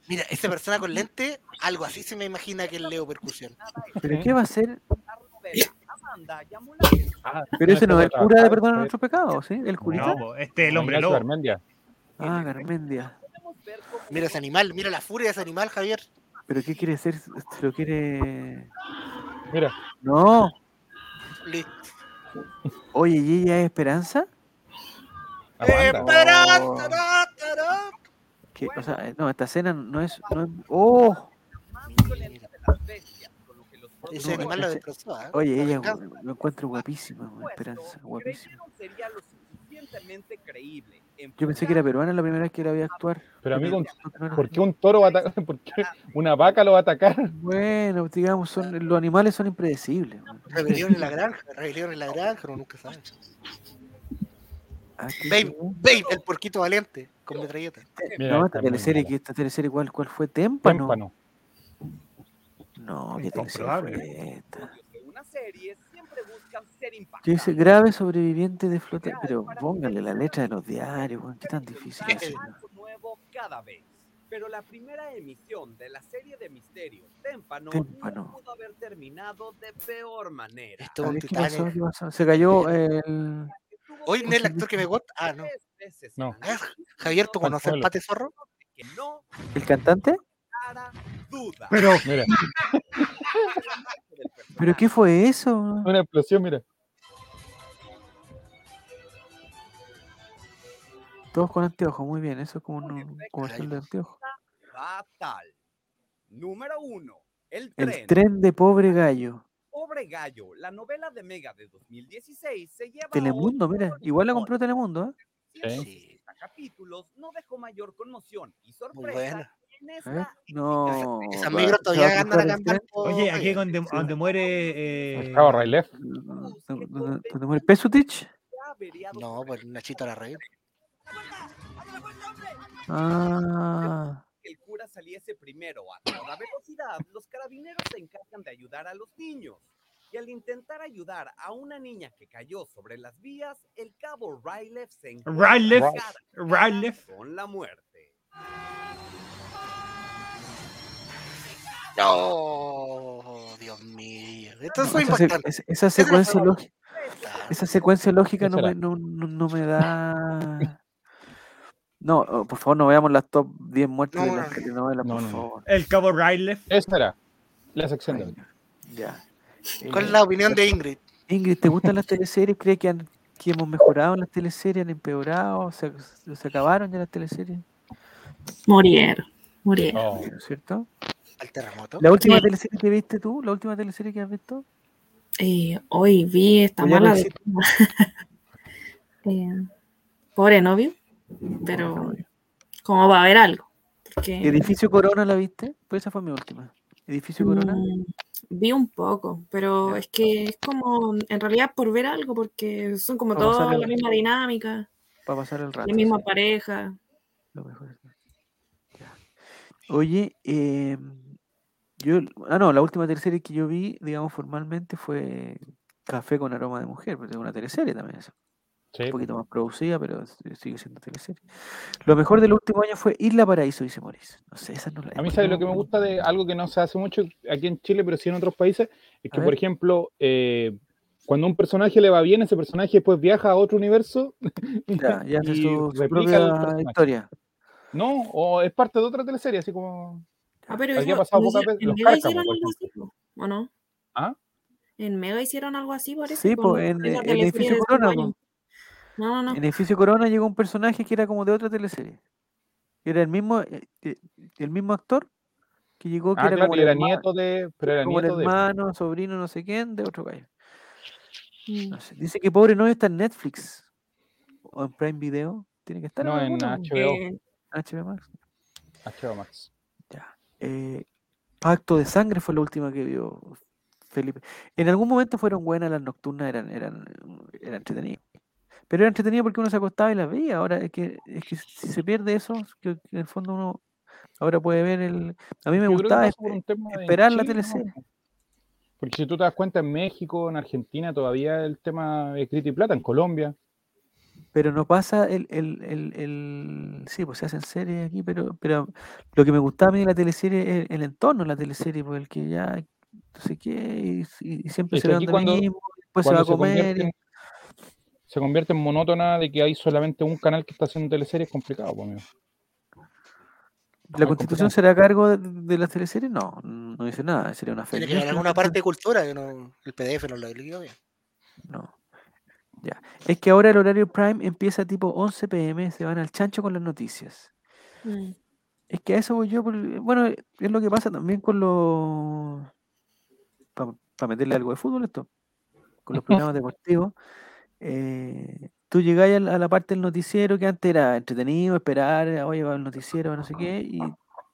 Mira, esa persona con lente, algo así se me imagina que es Leo Percusión. ¿Pero qué va a ser? novela. Amanda llamó la atención Ah, Pero ese no es el otra. cura de perdón a nuestros pecados, ¿sí? El curita. pues, No, po, este es el Ignacio hombre lobo. Garmendia. Ah, Garmendia. ver cómo Mira ese animal, mira la furia de ese animal, Javier. ¿Pero qué quiere ser? ¿Se lo quiere...? Mira, No. Listo. Oye, ¿y ella es Esperanza? Eh, Amanda. ¡Tarán, tarán, tarán! Que, Oh. o sea, eh, no, esta escena no es... No es ¡Oh! Mira, de las bestias, con lo que los Ese No, animal lo ese- destrozó, ¿eh? Oye, La ella venganza. gu- lo encuentro guapísima, weón, Esperanza, propuestos guapísima. creyeron sería lo suficientemente creíble. Yo pensé que era peruana la primera vez que la vi actuar. Pero pero amigo, resultó que no era. ¿por qué un toro va a atacar? [LAUGHS] ¿Por qué Ah. una vaca lo va a atacar? Bueno, digamos, son, los animales son impredecibles. weón. [LAUGHS] Rebelión en la granja, rebelión en la granja, uno nunca sabe. Aquí Babe, tenemos- Babe, el porquito valiente, con metralleta. Mira, No, esta esta es muy teleserie, mala. que esta teleserie ¿cuál, cuál fue? ¿Témpano? Témpano. No, qué teleserie Incomprobable. fue esta. de una series siempre buscan ser Yo impactantes. hice grave sobreviviente de flote. Pero póngale la letra de los diarios, weón. Qué tan difícil es. Presentar algo nuevo cada vez. Pero la primera emisión de la serie de misterios, Témpano, Témpano. no pudo haber terminado de peor manera. Esto es un ¿Qué pasó? Titanic. ¿Qué pasó? Se cayó el. Tuvo Hoy no es el tres actor que me gusta. Ah, no. veces No. ganar, Javier, ¿tú conoces Consuelo. el Pate Zorro? que no ¿El cantante? quedara duda Pero Mira, del ¿Pero qué fue eso? una explosión, mira. Todos con anteojos, muy bien. Eso es como un Perfecto. comercial de anteojos. fatal. Número uno, el tren. El tren de pobre gallo. Pobre Gallo, la novela de Mega de 2016 se lleva a Telemundo, otro mira. Igual la compró horizonte. Telemundo, ¿eh? 160 capítulos no dejó mayor conmoción y sorpresa buena. en A ver, esta No. Esas va- micros se va todavía a este. cruzar andan a el cambiar. tren. por- oye, aquí donde, sí. donde muere eh, Cabo Railef. ¿Dónde- dónde- dónde muere Pesutich? ya averiado No, pues Nachito la rey. Ah. que el cura saliese primero a toda velocidad, los carabineros se encargan de ayudar a los niños. Y al intentar ayudar a una niña que cayó sobre las vías, el cabo Rylef se encuentra Rylef, cara a cara Rylef. con la muerte. [LAUGHS] No, Oh, Dios mío. Esto no, fue esa, se- impactante. esa- esa secuencia fue- lógica. Esa secuencia lógica no me, Échala. no, no- no me [LAUGHS] da. No, oh, por favor, no veamos las top 10 muertes No, de no, las no. telenovelas, No, por no, no. favor. el cabo Riley. Esa era la sección de hoy. Ay, Ya. ¿Cuál Eh, es la opinión de Ingrid? Ingrid, ¿te gustan las teleseries? ¿Crees que, han- que hemos mejorado en las teleseries? ¿Han empeorado? ¿Se, se acabaron ya las teleseries? Murieron, murieron. No. ¿No es ¿Cierto? Al terremoto. ¿La última Sí. teleserie que viste tú? ¿La última teleserie que has visto? Eh, hoy vi esta Pues ya mala no de- [LAUGHS] Eh, pobre novio, pero eh, como va a haber algo. Porque, ¿Edificio Corona la viste? Pues esa fue mi última. ¿Edificio Corona? mm, vi un poco, pero Ya. es que es como, en realidad por ver algo, porque son como Para pasar todas el la misma dinámica, Para pasar el rato. la misma sí. pareja. Lo mejor. Ya. Oye, eh, yo, ah, no, la última teleserie que yo vi, digamos, formalmente fue Café con aroma de mujer, porque es una teleserie también, esa, Sí. un poquito más producida, pero s- sigue siendo teleserie. Lo mejor del último año fue Isla Paraíso, dice Moris. No sé, esa no la A mí, esa ¿sabes no- lo que me gusta de algo que no se hace mucho aquí en Chile, pero sí en otros países? Es que, A ver. por ejemplo, eh, cuando un personaje le va bien, ese personaje después viaja a otro universo. Ya, ya hace [LAUGHS] y su, su replica el propia personaje. historia. No, o es parte de otra teleserie, así como. Ah, pero Aquí eso- ha pasado ¿no pocas hicieron- veces, en los Mega Cárcamos, hicieron por algo así, po, ¿o no? ¿Ah? En Mega hicieron algo así, parece. Sí, con pues, en, esa eh, en teleserie Edificio de Corona, cinco años. No, no, En no. Edificio Corona llegó un personaje que era como de otra teleserie. Era el mismo, eh, eh, el mismo actor que llegó, que Ah, era claro, como y el era hermano- nieto de. Pero era como el nieto de. hermano, sobrino, no sé quién, de otro gallo. Mm. No sé. Dice que pobre no está en Netflix o en Prime Video. Tiene que estar No, en alguna, HBO. Eh, HBO Max. HBO Max. Ya. Eh, Pacto de Sangre fue la última que vio Felipe. En algún momento fueron buenas las nocturnas, eran, eran, eran entretenidas. Pero era entretenido porque uno se acostaba y las veía. Ahora es que, es que si se pierde eso, que que en el fondo uno ahora puede ver el. A mí me Yo creo que gustaba pasa por espe- un tema en esperar la Chile nomás, teleserie. po. Porque si tú te das cuenta, en México, en Argentina, todavía el tema es grito y plata, en Colombia. Pero no pasa el, el, el, el- Sí, pues se hacen series aquí, pero, pero lo que me gustaba a mí de la teleserie es el, entorno de la teleserie, porque el que ya no sé qué, y, s- y siempre Es se que ve aquí donde cuando- mismo, después pues, se va a comer. convierte en, se convierte en monótona de que hay solamente un canal que está haciendo teleseries, es complicado, pues, amigo. y- ¿La complicado. constitución será a cargo de, de las teleseries? No, no dice nada, sería una Tiene feria. que haber alguna parte de cultura. que no- el PDF no lo eligió bien. [LAUGHS] No. Ya. Es que ahora el horario prime empieza tipo 11 pm, se van al chancho con las noticias. mm. Es que a eso voy yo. por el- Bueno, es lo que pasa también con los. Para meterle algo de fútbol, esto. Con los programas deportivos. eh, tú llegás a la, a la parte del noticiero que antes era entretenido, esperar, eh, oye, va el noticiero, no sé qué, y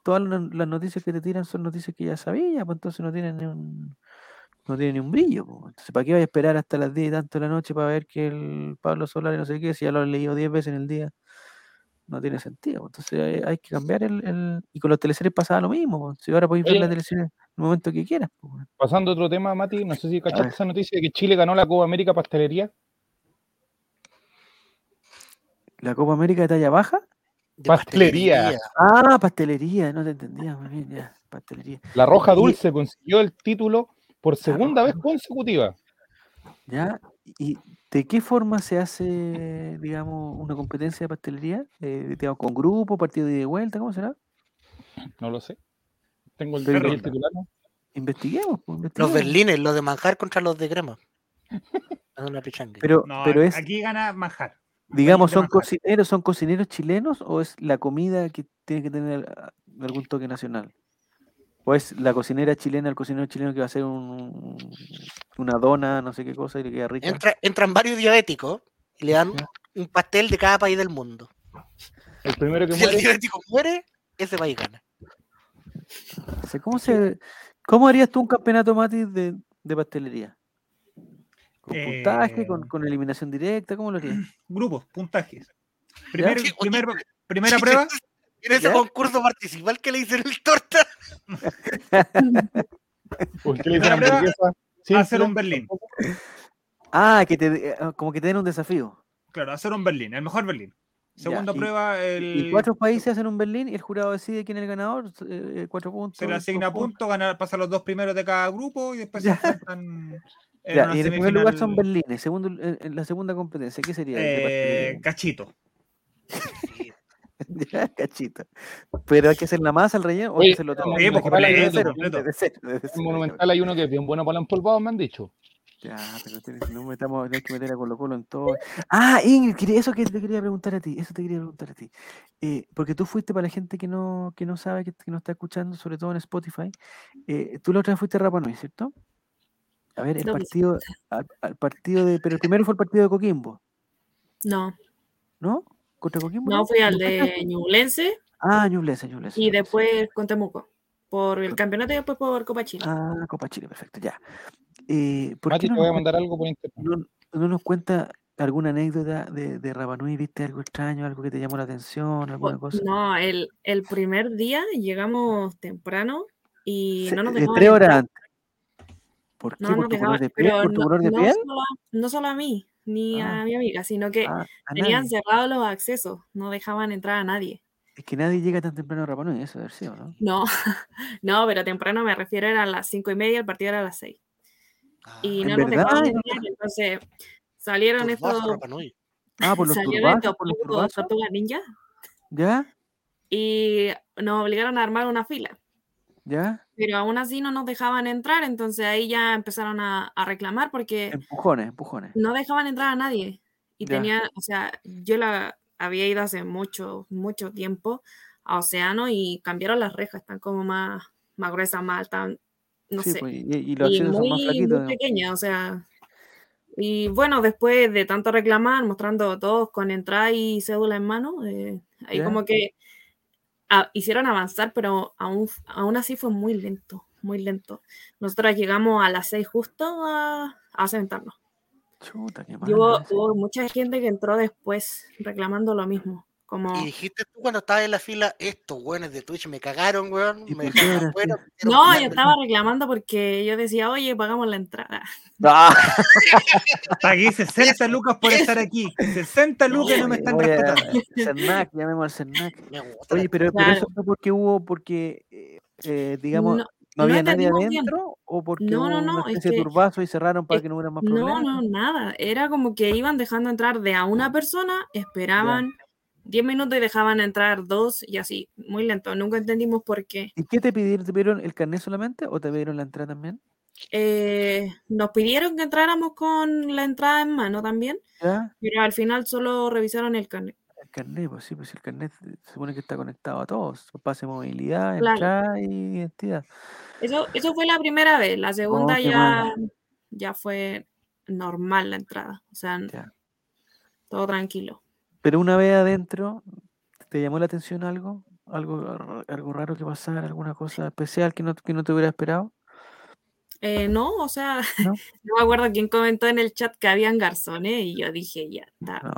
todas las las noticias que te tiran son noticias que ya sabías, pues entonces no tienen ni un. No tienen ni un brillo. pues. Entonces, ¿para qué vas a esperar hasta las 10 y tanto de la noche para ver que el Pablo Solari no sé qué, si ya lo has leído 10 veces en el día? no tiene pues. sentido. Entonces hay, hay que cambiar el, el- Y con los teleseries pasaba lo mismo. po. Si ahora podéis ver Oye, la teleserie el momento que quieras. pues. po, weón. Pasando a otro tema, Mati, no sé si cachaste ver. esa noticia de que Chile ganó la Copa América Pastelería. ¿La Copa América de talla baja? De Pastelería. Ah, pastelería, no te entendía, muy bien, ya, pastelería. La Roja Y- Dulce consiguió el título por segunda vez consecutiva. ¿Ya? ¿Y de qué forma se hace, digamos, una competencia de pastelería? Eh, digamos, ¿Con grupo, partido de ida y vuelta? ¿Cómo será? No lo sé. Tengo el, Pero- ahí el titular. ¿no? Investiguemos. pues, Los investiguemos. berlines, los de manjar contra los de [LAUGHS] crema. Es una pichanga. [LAUGHS] Pero, No, pero es, aquí gana manjar. digamos, de son manjar. cocineros, son cocineros chilenos o es la comida que tiene que tener ah, algún toque nacional? ¿O es la cocinera chilena, el cocinero chileno que va a hacer un- una dona, no sé qué cosa y le queda rica? Entra- entran varios diabéticos y le dan un pastel de cada país del mundo. El primero que Si el muere. diabético muere, ese país gana. O sea, ¿cómo, se, ¿Cómo harías tú un campeonato, Mati, de, de pastelería? ¿Con puntaje? Eh, Con, con eliminación directa? ¿Cómo lo harías? Grupos, puntajes. Primer- Sí, oye, primer- primera sí, prueba, En ese ¿Ya? concurso participal que le dicen el torta, ¿Por qué le dicen Pero ahora hamburguesa? Sí, hacer sí, un Berlín. Ah, que te, de- ah, como que te den un desafío. Claro, hacer un Berlín, el mejor Berlín. Ya, Segunda y- prueba, Y el, cuatro países hacen un Berlín y el jurado decide quién es el ganador. eh, cuatro puntos. se le dos asigna punto, ganar, pasar los dos primeros de cada grupo y después Ya. se [LAUGHS] enfrentan en Ya, una y en el primer lugar son semifinal, Berlines. Segundo, eh, eh, la segunda competencia, ¿qué sería? El de eh, cachito. pastelería. [LAUGHS] Ya, cachito. Pero hay que hacer la masa, el relleno, o hay Oye, que hacerlo todo. no, sí, Hay pues, que partir desde completo, cero, completo. desde cero, desde En cero, Monumental hay uno que es bien bueno para los empolvados, me han dicho. Ya, pero tienes- no metamos, tenés que meter a Colo Colo en todo. Ah, Ingrid, quería- eso que te quería preguntar a ti, eso te quería preguntar a ti. Eh, porque tú fuiste para la gente que no, que no sabe, que, que no está escuchando, sobre todo en Spotify, eh, tú la otra vez fuiste a Rapa Nui, ¿cierto? A ver, el No, pues. partido, al, al partido de, pero el primero fue el partido de Coquimbo, No, ¿no? ¿Contra Coquimbo? no fui al fuiste? de Ñublense Ah, Ñublense, Ñublense. y Ñublense. después con Temuco. Por el campeonato y después por Copa Chile. Ah, Copa Chile, perfecto, ya. Eh, ¿por qué Mati, te no voy a nos mandar algo por internet. ¿No, no nos cuenta alguna anécdota de, de Rapa Nui? ¿Viste algo extraño, algo que te llamó la atención, alguna O- cosa? No, el, el primer día llegamos temprano y Se- no nos eh, dejaban tres horas entrar. antes. ¿Por qué? No ¿Por tu color nos dejaban, de piel? pero ¿Por tu no, color de no piel? solo, a- no solo a mí, ni Ah. a mi amiga, sino que Ah, a tenían nadie. cerrados los accesos, no dejaban entrar a nadie. Es que nadie llega tan temprano a Rapa Nui, eso debe haber sido, ¿no? No, [LAUGHS] no, pero temprano me refiero, era a las cinco y media, el partido era a las seis. Y ¿En no nos verdad? dejaban Ay, entrar, entonces salieron estos, Ah, por los salieron turbantes, estos por los pocos turbantes. tortugas ninja ¿Ya? y nos obligaron a armar una fila. ¿Ya? Pero aún así no nos dejaban entrar, entonces ahí ya empezaron a, a reclamar porque Empujones, empujones. no dejaban entrar a nadie. Y Em, Ya. tenía, o sea, yo la había ido hace mucho, mucho tiempo a Océano y cambiaron las rejas, están como más, más gruesas, más altas, no sí, sé. pues, y, y los Y accesos son más muy, flaquitos. muy digamos. pequeñas, o sea. Y bueno, después de tanto reclamar, mostrando todos con entrada y cédula en mano, eh, ahí Ya. como que a- hicieron avanzar, pero aún, aún así fue muy lento, muy lento. Nosotros llegamos a las seis justo a, a sentarnos. Chuta, qué Y mal. hubo, ya sé. hubo mucha gente que entró después reclamando lo mismo. Como, Y dijiste tú cuando estabas en la fila, estos weones de Twitch me cagaron, weón. ¿Y Me por qué dejaron era afuera. me hicieron no, pelear". yo estaba reclamando porque yo decía, oye, pagamos la entrada. Ah, Pagué 60 lucas [LAUGHS] por estar aquí. 60 lucas no me están voy a- respetando. [LAUGHS] Cernac, llamemos al Cernac. Me gusta la Oye, pero, pero Claro. eso fue porque hubo, porque, eh, eh, digamos, No, no, no había nadie entendimos bien. adentro o porque No, hubo no, una no, es especie de que- turbazo y cerraron para es- que no hubiera más No, problemas. no, nada. Era como que iban dejando entrar de a una persona, esperaban 10 minutos y dejaban entrar dos y así, muy lento. Nunca entendimos por qué. ¿Y qué te pidieron? ¿Te pidieron el carnet solamente o te pidieron la entrada también? Eh, nos pidieron que entráramos con la entrada en mano también, Ya, pero al final solo revisaron el carnet. el carnet, pues sí, pues el carnet se supone que está conectado a todos. pues, Pase de movilidad, Claro. entrada y identidad. Eso, eso fue la primera vez. La segunda Oh, qué ya, mal. ya fue normal la entrada. O sea, Ya. todo tranquilo. Pero una vez adentro, ¿te llamó la atención algo? ¿Algo, r- algo raro que pasara? ¿Alguna cosa especial que no, que no te hubiera esperado? Eh, no, o sea, No. [LAUGHS] no me acuerdo quién comentó en el chat que habían garzones y yo dije, ya está. No.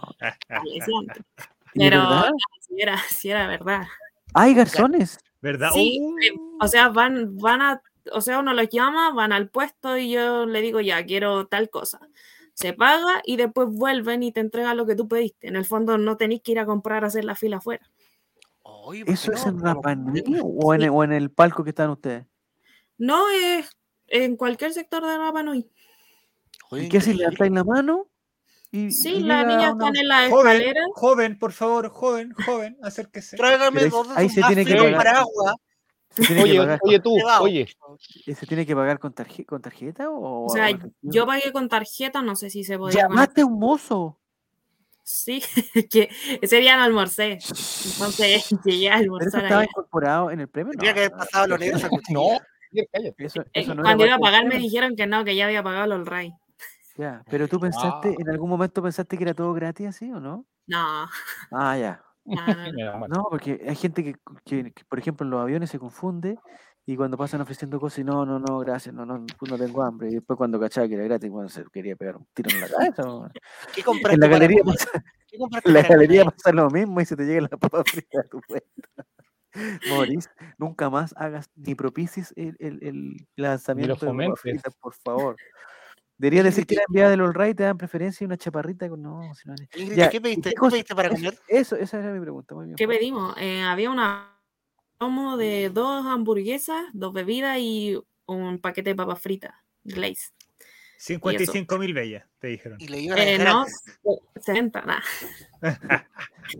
aliciente. [LAUGHS] ¿Y de Pero verdad? si era, sí era verdad. ¡Hay garzones! ¿Verdad? Sí, Uh, O sea, van, van a o sea, uno los llama, van al puesto y yo le digo, ya, quiero tal cosa. Se paga y después vuelven y te entregan lo que tú pediste. En el fondo no tenéis que ir a comprar a hacer la fila afuera. Oye, pues, ¿por ¿Eso qué es no? en Rapa [LAUGHS] Nui o en, el- o en el palco que están ustedes? No es en cualquier sector de Rapa Nui. Oye, ¿Y qué si increíble. levantáis la mano? Y, Sí, y la llega niña una- está en la Uh, Joven, escalera. joven, por favor, joven, joven, acérquese. Tráigame Pero dos ahí se tiene que de pagar. paraguas. se tiene que Oye, pagar oye tú, Te va. oye, con- ¿Se tiene que pagar con, tarje- con tarjeta? O, O sea, o- yo pagué con tarjeta, no sé si se podía. con- ¡Llamaste a un mozo! Sí, [LAUGHS] que ese día no almorcé. Entonces [LAUGHS] llegué a ¿Pero eso almorzar estaba allá. incorporado en el premio? No, Tendría que [LAUGHS] haber no, pasado los negros a cuchillo. no, cállate. Eso, Eh, eso no era Cuando iba a parte del pagar me premio. dijeron que no, que ya había pagado los rey. Ya, pero tú pensaste, Ah. en algún momento pensaste que era todo gratis, así o no? No, Ah, ya. no, no, [LAUGHS] no. Mira, No, porque hay gente que, que- que, por ejemplo, en los aviones se confunde y cuando pasan ofreciendo cosas y no, no, no, gracias, no, no, no tengo hambre. Y después cuando cachaba que era gratis, cuando se quería pegar un tiro en la cabeza. weón. ¿Qué compraste En la para galería, comer? pasa- ¿Qué compraste en [LAUGHS] la para galería comer? pasa lo mismo y se te llega la papa [LAUGHS] frita a tu puerta. Morís, nunca más hagas ni propicies el, el- el lanzamiento de papas fomentes. fritas, por favor. Debería decir [LAUGHS] que la enviada del All Right te dan preferencia y una chaparrita con. No, si no Ingrid, Ya, ¿qué pediste? ¿y qué ¿Qué cosa- pediste para eso- comer? Eso, esa era mi pregunta. Muy bien. ¿Qué Juan. pedimos? Eh, había una como de dos hamburguesas, dos bebidas y un paquete de papas fritas. Lays. 55 mil bellas, te dijeron. Y le iban a Eh, dejar no, antes. 70, nada.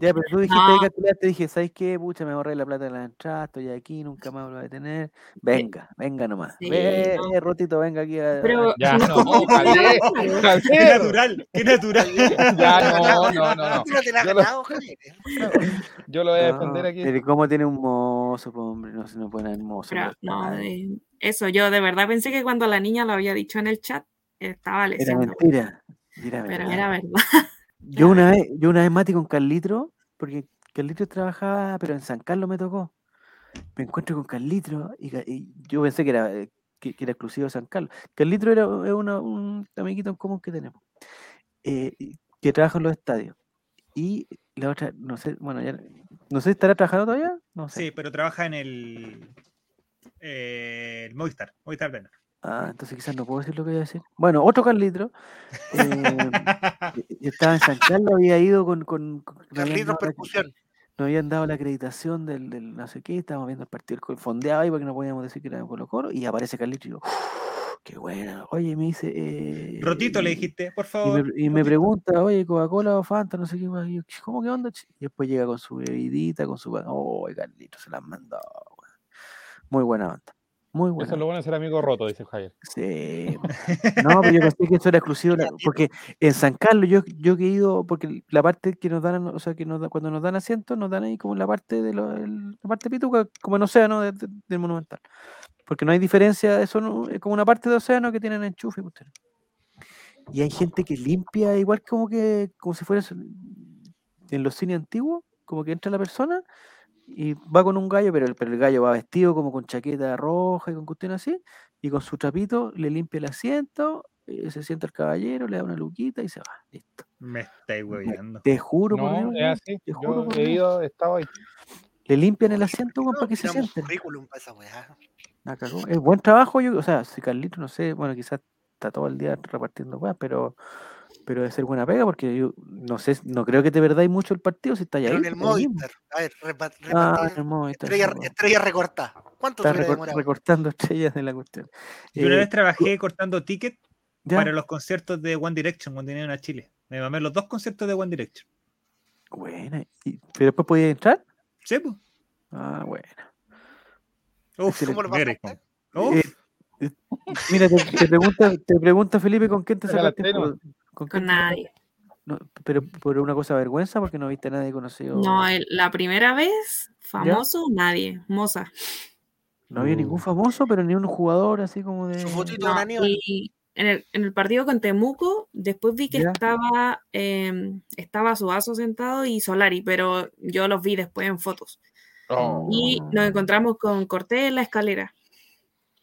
Ya, pero tú dijiste ahí No. que te te dije, ¿sabes qué? Pucha, me ahorré la plata de la entrada, estoy aquí, nunca más lo voy a tener. Venga, venga nomás. Sí, Ve, no. eh, Rotito, venga aquí. A, Pero a- [LAUGHS] Ya, no, no, no, Javier, [LAUGHS] no, no. Qué Javier. natural, qué natural. [LAUGHS] Ya, no, no, no, no. Tú no te la has Yo no- [LAUGHS] ganado, Javier. Yo lo voy a No, defender aquí. Pero ¿cómo tiene un mozo, po, hombre? No se no puede haber mozo. pues, Pero, por no, favor. eh, eso, yo de verdad pensé que cuando la niña lo había dicho en el chat, estaba Era leyendo. mentira. Era Pero mentira. era verdad. Yo una vez, yo una vez mate con Carlitro, porque Carlitro trabajaba, pero en San Carlos me tocó. Me encuentro con Carlitro y, Ca- y yo pensé que era, eh, que, que era exclusivo de San Carlos. Carlitro era u- es una- un amiguito en común que tenemos, eh, y- que trabaja en los estadios. Y la otra, no sé, bueno, ya, no sé si estará trabajando todavía, no sé. Sí, pero trabaja en el, eh, el Movistar, Movistar [LAUGHS] Arena. Ah, entonces quizás no puedo decir lo que voy a decir. Bueno, otro Carlitro. [LAUGHS] eh, y- y estaba en San Carlos, había ido con... con, con- me habían Carlitos dado la- Percusión. nos habían dado la acreditación del, del no sé qué, estábamos viendo el partido del Colo- fondeado ahí porque no podíamos decir que era de Colo Colo, y aparece Carlitos y yo, "Uf, qué bueno, oye, me dice... eh, Rotito le y- dijiste, por Y favor. me, y me Rotito. pregunta, oye, Coca-Cola o Fanta, no sé qué, más", y yo, "Ch, ¿cómo que onda? ch-?" Y después llega con su bebidita, con su... pan, Oh, Carlitos, se las mandó. weón". Muy buena onda. Muy buena. Eso es lo bueno de ser amigo roto, dice Javier. Sí. No, pero yo pensé que eso era exclusivo, de la- porque en San Carlos yo, yo que he ido, porque la parte que nos dan, o sea, que nos da- cuando nos dan asientos, nos dan ahí como la parte de lo- el- la parte pituca, como en océano de- de- del monumental. Porque no hay diferencia, eso no- es como una parte de océano que tienen enchufe. ustedes. Y hay gente que limpia igual como que, como si fuera su- en los cines antiguos, como que entra la persona y va con un gallo, pero el, pero el gallo va vestido como con chaqueta roja y con cuestión así, y con su trapito le limpia el asiento, eh, se sienta el caballero, le da una luquita y se va. Listo. Me estáis hueveando. Te juro por No, Dios, es weón, así. te Yo juro por he Dios. ido, he estado ahí. Le limpian el asiento, weón, para que se Tiramos sienten. currículum para esa weá. La cagó. Es buen trabajo, yo, o sea, si Carlito, no sé, bueno, quizás está todo el día repartiendo weas, pero pero debe ser buena pega porque yo no sé, no creo que te perdáis mucho el partido si estáis ahí. Pero en el está ahí mismo. Movistar. A ver, repa- Ah, en repartir el Movistar, sí, estrella, weón. estrella recortada. ¿Cuánto se Está hubiera recor- demorado? recortando estrellas de la cuestión. Yo una Eh, vez trabajé cortando tickets ya, para los conciertos de One Direction cuando vinieron a Chile. Me mamé los dos conciertos de One Direction. Buena. ¿Y, ¿Pero después podía entrar? ¿Sí? pues. Ah, bueno. Uf, ¿Cómo lo me eres, pasaste? como- Uf, Eh, eh, mira, te, te [LAUGHS] pregunta, te pregunta Felipe con quién te Era la sacaste tele, foto? ¿Con quién Con te sacaste- nadie. no, pero por una cosa de vergüenza, porque no viste a nadie conocido. No, eh. el- la primera vez, famoso, nadie, moza. No había ningún famoso, pero ni un jugador así como de. Su fotito de No, un aníbal. y en el, en el partido con Temuco, después vi que Ya. estaba, eh, estaba Suazo sentado y Solari, pero yo los vi después en fotos. Y Oh. nos encontramos con Cortés en la escalera,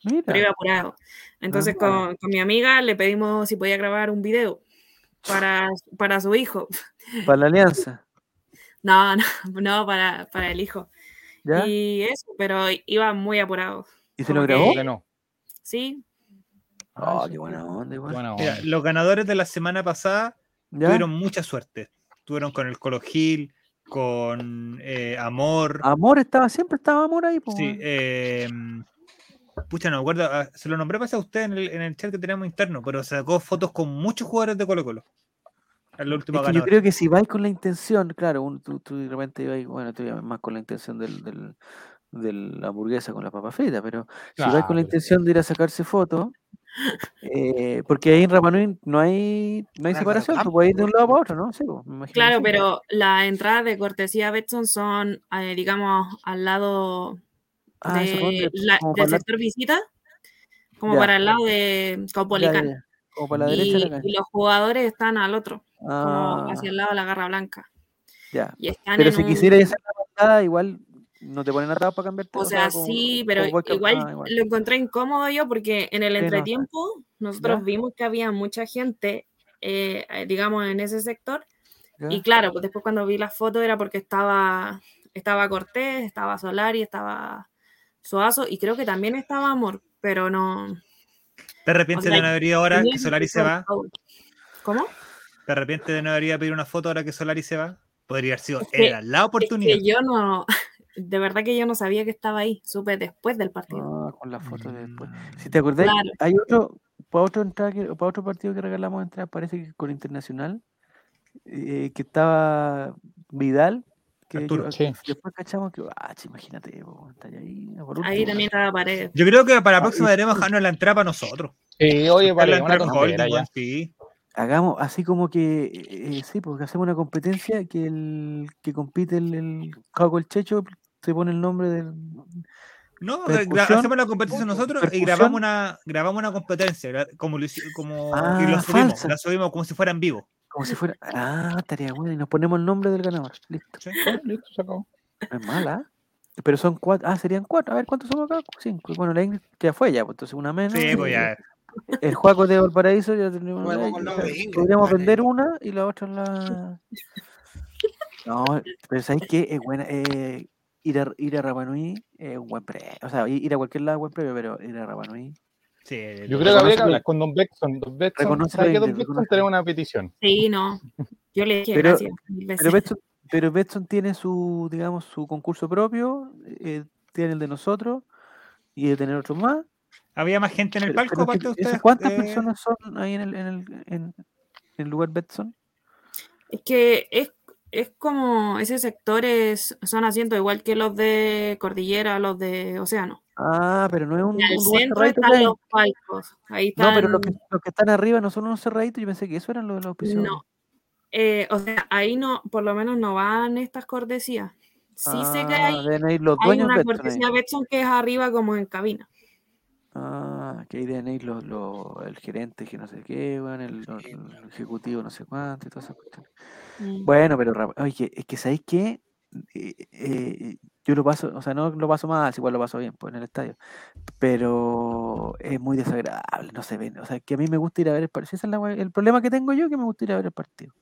pero iba Mira. apurado. Entonces Ah. con, con mi amiga le pedimos si podía grabar un video para, para su hijo. [LAUGHS] Para la alianza. No, no, no, para, para el hijo. ¿Ya? Y, Y eso, pero iba muy apurado. se lo como que- grabó. No, Sí, Ah, Ah, qué sí. buena onda, igual. Bueno, Mira, los ganadores de la semana pasada eh. ¿Ya? tuvieron mucha suerte. Tuvieron con el Colo Gil, con eh, Amor. Amor estaba, siempre estaba amor ahí, pues. Sí, eh, pucha, no me acuerdo. ah, Se lo nombré pasé a usted en el, en el chat que tenemos interno, pero sacó fotos con muchos jugadores de Colo Colo. En la última Es que yo ganadora. creo que si vais con la intención, claro, un- tú, tú de repente ibas, bueno, tú ibas más con la intención del, del, de la hamburguesa con la papa frita, pero si vais con la Claro. intención de ir a sacarse fotos, eh, porque ahí en Rapanui no hay, no hay Ah, separación, Rapanui, tú puedes ir de un por lado para otro, ¿no? Sí, pues, me imagino que claro, sí. pero las entradas de cortesía Betson son, eh, digamos, al lado Ah, esa de ronda, la- como del para la- sector visita, como Ya. para el lado de ya, ya, Caupolicán. ya, como para la Y, derecha de acá. y los jugadores están al otro, como Ah, hacia el lado de la Garra Blanca. ya. Y están Pero en si un- quisieras hacer la patada, igual no te ponen atrás para cambiarte. O sea, como- sí, como pero igual que- igual, ah, igual. lo encontré incómodo yo porque en Sí, el no, está. entretiempo nosotros ¿Ya? vimos que había mucha gente, eh, eh, digamos, en ese sector. Ya. Y claro, pues después cuando vi la foto era porque estaba, estaba Cortés, estaba Solari, estaba Suazo y creo que también estaba Amor, pero no. ¿Te arrepientes o sea, de no haber ido ahora tenía que Solari se por va? favor. ¿Cómo? ¿Te arrepientes de no haber ido a pedir una foto ahora que Solari se va? Podría haber sido que- era la Es que oportunidad. yo no, de verdad que yo no sabía que estaba ahí, supe después del partido. Ah, con la foto de después. Si Mm, te acordás, Claro. hay otro, para otro entrada que- para otro partido que regalamos entradas, parece que con Internacional, eh, que estaba Vidal, que yo- Arturo, sí. después cachamos que, ah, che, imagínate, po, está ahí, por Ah, Ahí último. también estaba Paredes. Yo creo que para la Ah, próxima y- deberemos dejarnos la entrada para nosotros. Sí, oye, Dejar la vale, una entrada con tontera Holding, ya. weón, sí. Hagamos así como que, eh, sí, porque hacemos una competencia que el que compite el, el Caco el Checho se pone el nombre del. No, gra- Percusión, hacemos la competencia nosotros y percusión. grabamos una, grabamos una competencia, gra- como lo hici- como y lo Ah, subimos, falsa. la subimos como si fuera en vivo. como si fuera. Ah, estaría bueno, y nos ponemos el nombre del ganador. Listo. ¿sí? Ah, Listo, se acabó. No es mala. Pero son cuatro. Ah, serían cuatro. A ver, ¿cuántos somos acá? Cinco. Bueno, la Ingrid ya fue ya, pues entonces una menos. Sí, pues y ya. El Juaco de Valparaíso ya tenemos. Juego ya- con ya- nombre de Ingrid, podríamos vale. vender una y la otra la. No, pero ¿sabes qué? Es buena. eh, ir, a, ir a Rapanui es un buen premio. O sea, ir ir a cualquier lado es buen premio, pero ir a Rapanui. sí, Yo creo que habría que Reconócelo. hablar con Don Bexon. Don Bexon, Reconócelo, ¿sabes que Don Ingrid, Bexon reconócelo. tenemos una petición? Sí, no. Yo le dije Pero- gracias. mil veces. Pero Betson, pero Betson tiene su, digamos, su concurso propio, eh, tiene el de nosotros y de tener otros más. había más gente en el Pero- palco Eh, pero es que aparte de eso, ustedes. ¿Cuántas eh, personas son ahí en el, en el, en, en el lugar Betson? Es que es, es como ese sector es, son asientos igual que los de Cordillera, los de Océano. Ah, pero no es un, Y al un lugar centro cerradito que están hay. los palcos. Ahí están. No, pero los que, los que están arriba no son unos cerraditos. Yo pensé que eso eran los de los pisos. No. Eh, o sea, ahí no, por lo menos no van estas cortesías. Sí sé que hay, deben ir Ah, los hay dueños una Betson ahí. cortesía Betson que es arriba como en cabina. Ah, que ahí deben ir los, los- el gerente que no sé qué, bueno, el, los- el ejecutivo no sé cuánto y todas esas cuestiones. Mm. Bueno, pero rap- oye, es que sabéis qué? Eh, eh, yo lo paso, o sea, no lo paso mal, igual lo paso bien pues, en el estadio, pero es muy desagradable, no se ve. O sea, que a mí me gusta ir a ver el partido. Ese es la wea- el problema que tengo yo, que me gusta ir a ver el partido.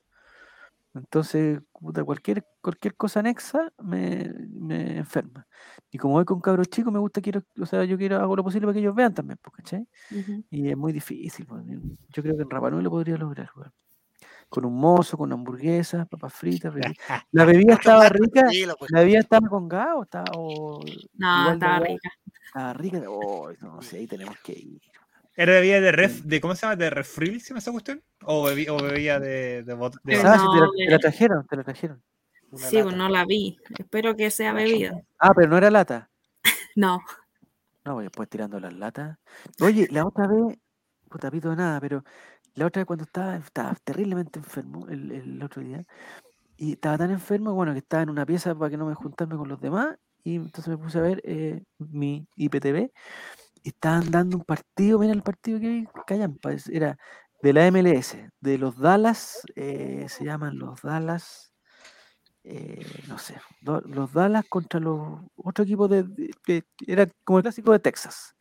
Entonces, puta, cualquier, cualquier cosa anexa me, me enferma. Y como voy con cabros chicos, me gusta, quiero, o sea, yo quiero, hago lo posible para que ellos vean también, pues, ¿cachai? Ujú. Y es muy difícil. pues, Yo yo creo que en Rapanui lo podría lograr, weón. Con un mozo, con hamburguesas, papas fritas. [LAUGHS] rico. La bebida Mucho estaba más rica. tranquilo, pues. La bebida estaba con gas o estaba. o No, igual de estaba gas? rica. Estaba rica. Oh, no sé, ahí tenemos que ir. Era bebida de ref, de ¿cómo se llama? ¿De refril si me está cuestión? O bebida, o bebida de, de, bot- de- Pero Ah, sí, te, la, no, eh. te la bebé. trajeron, te la trajeron. Una Sí, lata. no la vi. Espero que sea bebida. Ah, pero no era lata. No. No, voy después tirando las latas. Oye, la otra vez, puta pito de nada, pero la otra vez cuando estaba, estaba terriblemente enfermo el, el otro día, y estaba tan enfermo, bueno, que estaba en una pieza para que no me juntarme con los demás, y entonces me puse a ver eh, mi IPTV, y estaban dando un partido, mira el partido que vi, callampa, es- era de la MLS, de los Dallas, eh, se llaman los Dallas, eh, no sé, do- los Dallas contra los otro equipo de, de- que era como el clásico de Texas.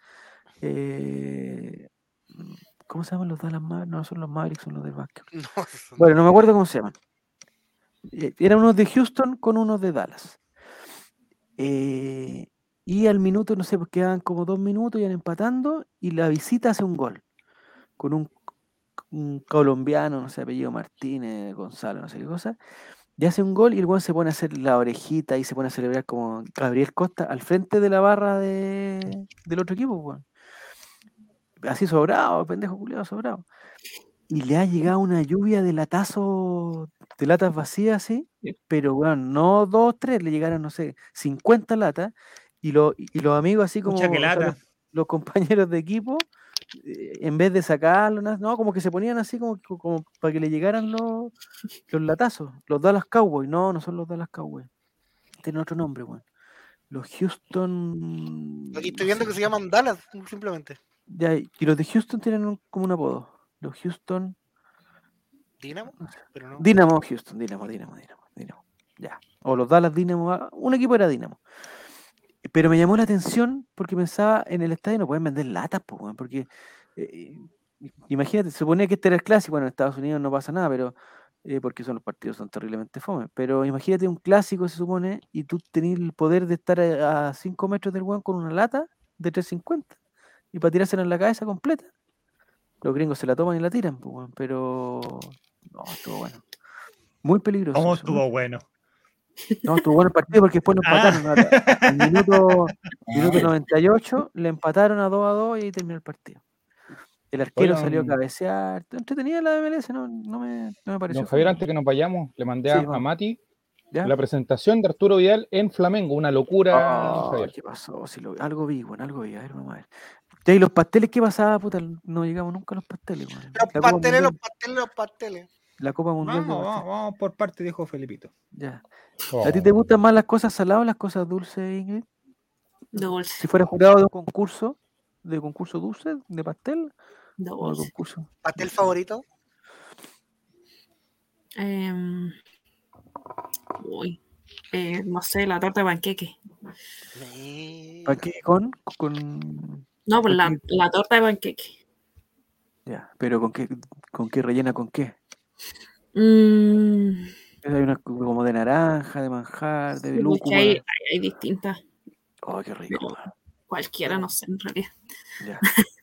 Eh, mm, ¿Cómo se llaman los Dallas Mavericks? No, son los Mavericks, son los del básquet. No, eso no. Bueno, no me acuerdo cómo se llaman. Eh, Eran unos de Houston con unos de Dallas. Eh, Y al minuto, no sé, pues quedaban como dos minutos, iban empatando y la visita hace un gol. Con un, un colombiano, no sé, apellido Martínez, Gonzalo, no sé qué cosa. Y hace un gol y el weón se pone a hacer la orejita y se pone a celebrar como Gabriel Costa al frente de la barra de, del otro equipo, weón. Así sobrado, pendejo culiado, sobrado. Y le ha llegado una lluvia de latazo, de latas vacías, sí, pero weón, no dos, tres, le llegaron, no sé, 50 latas. Y, lo, y los amigos, así como Pucha, qué o sea, lata. los, los compañeros de equipo, eh, en vez de sacarlo, na- no, como que se ponían así como, como para que le llegaran los, los latazos, los Dallas Cowboys, no, no son los Dallas Cowboys, tienen otro nombre, weón. Los Houston. Aquí no estoy viendo sé. que se llaman Dallas, simplemente. Ya, y los de Houston tienen un- como un apodo. Los Houston. Dinamo, pero no. Dinamo, Houston, Dinamo, Dinamo, Dinamo, Dinamo. Ya. O los Dallas Dinamo, ah, un equipo era Dinamo. Pero me llamó la atención porque pensaba en el estadio no pueden vender latas, po, weón, porque eh, eh, imagínate, se suponía que este era el clásico, bueno, en Estados Unidos no pasa nada, pero eh, porque son los partidos son terriblemente fome, pero imagínate un clásico se supone y tú tenés el poder de estar a 5 metros del weón con una lata de 350 y para tirársela en la cabeza completa. Los gringos se la toman y la tiran, po, weón, pero no, estuvo bueno. Muy peligroso. ¿Cómo eso, muy Oh, estuvo bueno? no, estuvo bueno el partido porque después lo [LAUGHS] Ah. empataron. ¿no? [LAUGHS] En minuto, minuto 98 le empataron a 2 a 2 y ahí terminó el partido. El arquero Oigan. salió a cabecear. Entretenida la MLS, no, no, me, no me pareció. Don Javier, fome. antes que nos vayamos, le mandé Sí, a, a vamos. Mati ¿Ya? la presentación de Arturo Vidal en Flamengo. Una locura, don Ah, Javier. ¿Qué pasó? Si lo- algo vi, bueno, algo vi. A ver, vamos a ver. Ya, ¿Y los pasteles qué pasaba, puta? No llegamos nunca a los pasteles, weón. Los La Copa pasteles, los Mundial- pasteles, los pasteles. La Copa Mundial. Vamos, de vamos, pastel. vamos por parte, dijo Felipito. Ya. Oh. ¿A ti te gustan más las cosas saladas o las cosas dulces, Ingrid? Dulce, Si fueras jurado de un concurso, de concurso dulce, de pastel, o de dulce. concurso. Pastel favorito. Em, uy, eh, no sé, la torta de panqueque. Mira. Panqueque con, con. No, pues la, Panqueque. la torta de panqueque. Ya, pero con qué, con qué rellena con qué. Mm, Hay una cu- como de naranja, de manjar, de sí, porque lúcuma. hay, hay- hay distintas, Oh, qué rico. pero- weón. cualquiera, no sé, en realidad. Ya. [LAUGHS]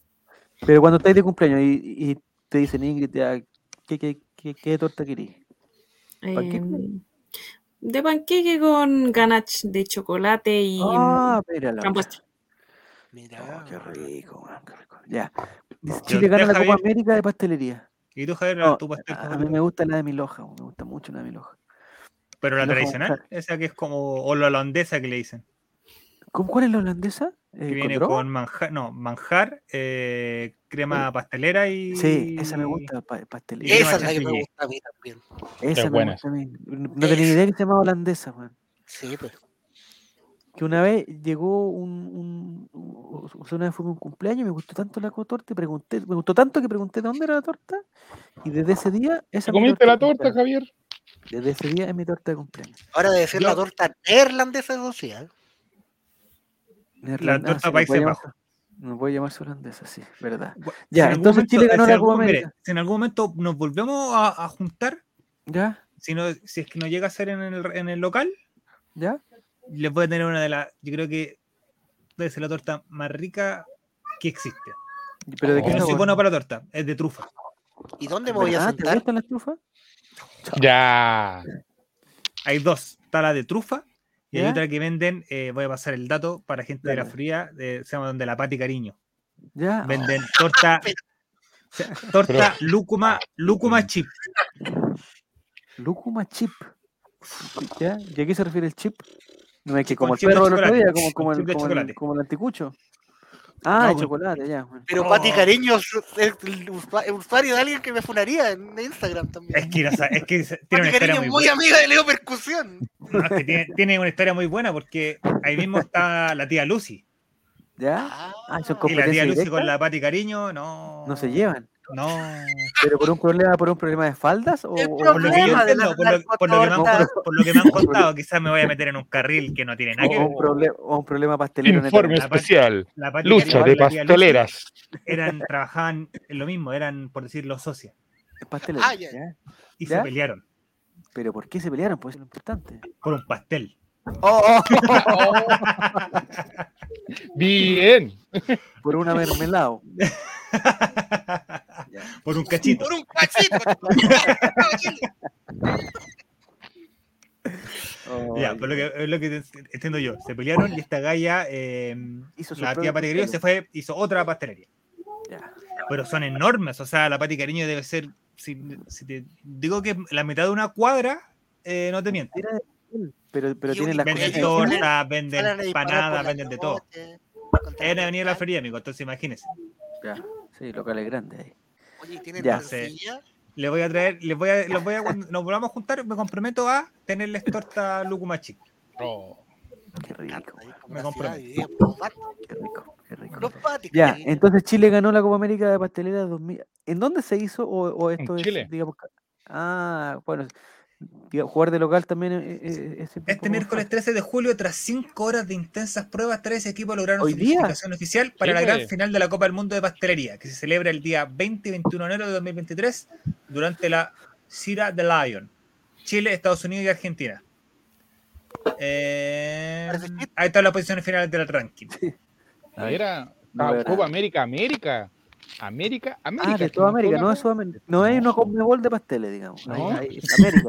Pero cuando estáis de cumpleaños y, y te dicen Ingrid, ya, ¿qué, qué, qué, qué torta querís? ¿Panqueque? Em, de panqueque con ganache de chocolate y Ah, mírala. campuestre. Oh, Mira. qué rico, weón, qué rico. Ya. Dice, Yo- Chile gana la Copa Javier. América de pastelería. ¿Y tú, Javier, No, tu pastel a, a mí favorito? me gusta la de Miloja, weón, me gusta mucho la de Miloja. Pero la me lo tradicional, dejaron esa que es como, o la holandesa que le dicen. ¿Cómo, ¿Cuál es la holandesa? Que Eh, ¿con viene droga? con manjar, no, manjar, eh, crema pastelera y. Sí, esa me gusta, pa- pastelería. Esa es la que me chantilly. gusta a mí también. Esa me buena. gusta a mí. No no tenía ni idea que se llamaba holandesa, weón. Sí, pues. Que una vez llegó un, un- un- o sea, una vez fue un cumpleaños y me gustó tanto la co- torta, y pregunté, me gustó tanto que pregunté dónde era la torta y desde ese día esa ¿Te es mi comiste la de torta, cumpleaños. Javier? Desde ese día es mi torta de cumpleaños. Ahora debe ser Yo- la torta neerlandesa, eso sí. ¿eh? Neerlandesa, torta sí, no Países puede Bajos. llamar- No puede llamarse holandesa, sí, verdad. Gua- Ya, si en algún entonces Chile ganó si la algún- Copa mire, América. si en algún momento nos volvemos a, a juntar, ¿Ya? si, no, si es que no llega a ser en el, en el local, ¿Ya? les voy a tener una de las. Yo creo que debe ser la torta más rica que existe. ¿Y- ¿Pero de qué Oh, Yo no soy sabor? bueno para la torta, es de trufa. ¿Y dónde me voy a ¿Verdad? ¿Te sentar? gustan las trufas? Ya. Hay dos: está la de trufa y hay ¿Ya? otra que venden. eh, voy a pasar el dato para gente de la Dale. fría, eh, se llama donde la Pati Cariño. ¿Ya? Oh, Venden [LAUGHS] torta. o sea, Torta lúcuma, lúcuma chip. Lúcuma chip. ¿Ya? ¿Y a qué se refiere el chip? No es que Chip como con el chip de perro del otro chocolate, día, como, con como, el, chip de como, el, chocolate. como el anticucho. Ah, No, pues, de con- chocolate, ya. bueno. Pero Oh. Pati Cariño es el usu- el usuario de alguien que me funaría en Instagram también. Es que, no sa- es que se- tiene una Pati historia Cariño muy es muy buena. amiga de Leo Percusión. No, es que tiene, tiene una historia muy buena porque ahí mismo está la tía Lucy. ¿Ya? Ah, Ah, son Y la tía competencia Lucy con directa, la Pati Cariño, no. No se llevan. No. ¿Pero por un problema, por un problema de faldas? O, El o- Por lo que yo Problema de entiendo, la- por lo, por lo que, me han, la- por lo que me han contado, quizás me voy a meter en un carril que no tiene nada que o ver. un, proble- o un problema pastelero. neta. Informe la parte- especial. La Pati Lucha Cariño y de la tía Lucy pasteleras. Eran, trabajaban en lo mismo, eran, por decirlo, socias. Es pastelero, Ah, ya. ¿ya? Y ¿Ya? se pelearon ¿Pero por qué se pelearon? Pues es lo importante. por un pastel. Oh, oh, Bien. por una mermelada. Por un cachito. Por un [LAUGHS] cachito. Oh, Ya, pero lo que, es lo que te- entiendo yo. Se pelearon y esta galla, eh, hizo su la propia tía Pati Cariño, se fue, hizo otra pastelería. Ya. Pero son enormes. O sea, la Pati Cariño debe ser. Si, si te digo que es la mitad de una cuadra, eh, no te miento. Era de él, pero, pero Y tiene un las invento. cosas. "Ah, Venden de- Yo- tortas, venden empanadas, venden [LAUGHS] de todo. Es en Era la Avenida de la Feria, amigo. Entonces, imagínense. Ya, Sí, local es grande ahí. Oye, ¿tienen Ya. tortilla? Les voy a traer, les voy a, los voy a, cuando nos volvamos a juntar, me comprometo a tenerles torta Lucumachi. Este Oh, Qué rico, Ahí, como Me una ciudad comprometo. dividida por patos. qué rico, qué rico. Los patos, Ya, cariño. entonces Chile ganó la Copa América de Pastelera 2000. ¿En dónde se hizo? ¿O, o esto es, Chile. digamos, ca- ah, bueno, diga- jugar de local también eh, es, es- es siempre un Este poco más miércoles fácil. 13 de julio, tras 5 horas de intensas pruebas, tres equipos lograron ¿Hoy su día? clasificación oficial para Sí, la gran pues. final de la Copa del Mundo de Pastelería, que se celebra el día 20 y 21 de enero de 2023 durante la Cira de Lion, Chile, Estados Unidos y Argentina. Eh, Parece chiste. ahí están las posiciones finales del ranking. Ahí. era No era. Copa América, América. América, América. Ah, de que toda nos América, toca no de acá. Sudamérica. No hay una Conmebol de pasteles, digamos. Hay- No. hay- es América,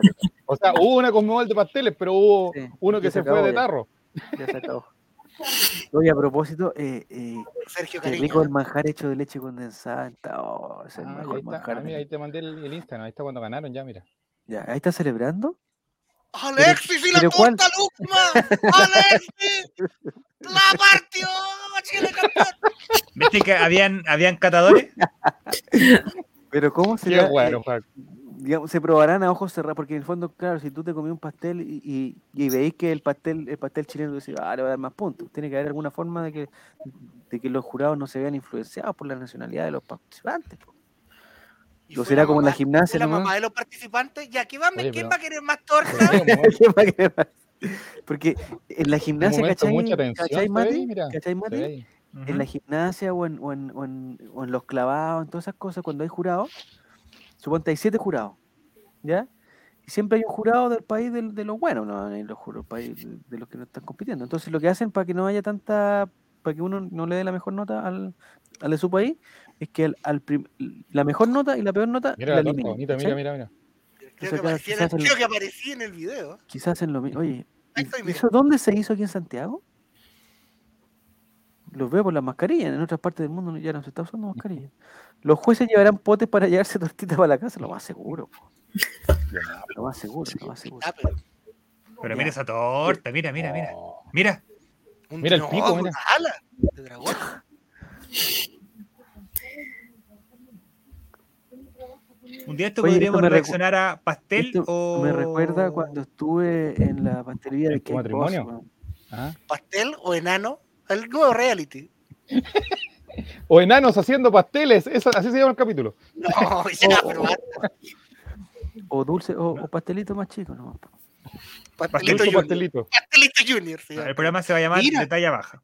O sea, hubo una Conmebol de pasteles, pero hubo Sí, uno que ya se se fue acabó de ya. tarro. ya se [LAUGHS] acabó. Oye, a propósito, eh, eh, Sergio qué Cariño. rico el manjar hecho de leche condensada. está- oh, es el Ah, y mejor ahí, está. manjar. Ah, mira, ahí te mandé el, el Instagram, ahí está cuando ganaron ya, mira. Ya, ahí está celebrando. ¡Alexis y la pero torta ¿cuál? Lucma! ¡Alexis! ¡La partió! ¡Chile campeón! ¿Viste que habían, habían [LAUGHS] catadores? Ah, Pero ¿cómo se Qué bueno, Juan. digamos, se probarán a ojos cerrados, porque en el fondo, claro, si tú te comí un pastel y, y, y veis que el pastel, el pastel chileno decís, ah, le va a dar más puntos. Tiene que haber alguna forma de que, de que los jurados no se vean influenciados por la nacionalidad de los participantes. po. Y ¿No fue será la como en la mamá- gimnasia fue la nomás? mamá de los participantes. ¿Ya qué va, Oye, ¿quién pero- va a querer más Pero torta? mira, un ¿Qué más, [LAUGHS] qué más? porque en la gimnasia, momento, ¿cachai? mucha tensión. ¿Cachai, se ve Mati? ahí, mira, ¿Cachai, se Mati? ve ahí. en la gimnasia o en, o en- o en- o en los clavados, en todas esas cosas, cuando hay jurados, suponte hay siete jurados, ¿ya? Y siempre hay un jurado del país del- de, los buenos, no, de los, juro- país de, de los que no están compitiendo. Entonces lo que hacen para que no haya tanta, para que uno no le dé la mejor nota al, al de su país, es que al, al prim- la mejor nota y la peor nota la Mira la torta eliminan, bonita, ¿cachai? mira, mira, mira. [LAUGHS] Creo que, Entonces, aparecía en quizás el, el- creo que aparecía en el video. Quizás hacen lo mismo. Oye, ¿y Ahí estoy, mira. ¿eso dónde se hizo aquí en Santiago? Los veo por las mascarillas. En otras partes del mundo no- ya no se está usando [LAUGHS] mascarillas. Los jueces llevarán potes para llevarse tortitas para la casa, lo más seguro. po. Lo más seguro, lo más seguro. Ah, pero Pero mira esa torta, mira, mira, mira. Oh, Mira, un ah, Mira el no, pico, mira. una ala de dragón. un día esto Oye, esto podríamos me recu- reaccionar a pastel Esto o. Me recuerda cuando estuve en la pastelería de ¿En Cake tu Boss, matrimonio? weón. ah. ¿Pastel o enano? El nuevo reality. O enanos haciendo pasteles, eso, así se llama el capítulo. No, Pues ya, oh, pero basta. O dulce, o, o pastelito más chico. No. Pastelito Mucho Pastelito, Junior. pastelito. Pastelito Junior. sí. El programa se va a llamar Mira. De talla baja.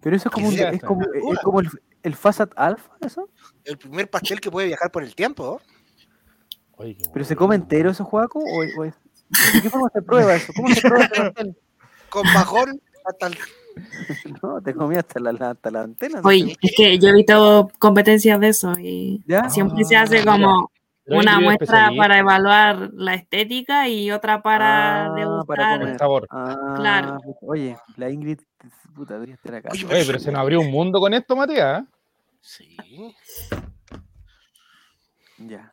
Pero eso es como, un- Quisiera es hacer. como, es como el, el Fasat Alpha, eso. El primer pastel que puede viajar por el tiempo. ¿no? Oye, qué ¿Pero se bueno. come entero eso, Juaco? ¿O, o es- ¿De qué forma se prueba eso? ¿Cómo se prueba ese pastel? Con bajón hasta el... [LAUGHS] No, te comí hasta la, la- hasta la antena. Oye, es que yo he visto competencias de eso y ¿Ya? siempre se Ah, hace mira. como Pero hay una video muestra especialista, para evaluar la estética y otra para Ah, degustar. para comer. el sabor. Ah, Claro. pues, Oye, la Ingrid, [LAUGHS] puta, debería estar acá. Oye, Oye, pero se nos abrió un mundo con esto, Matías. ¿eh? Sí. Ya.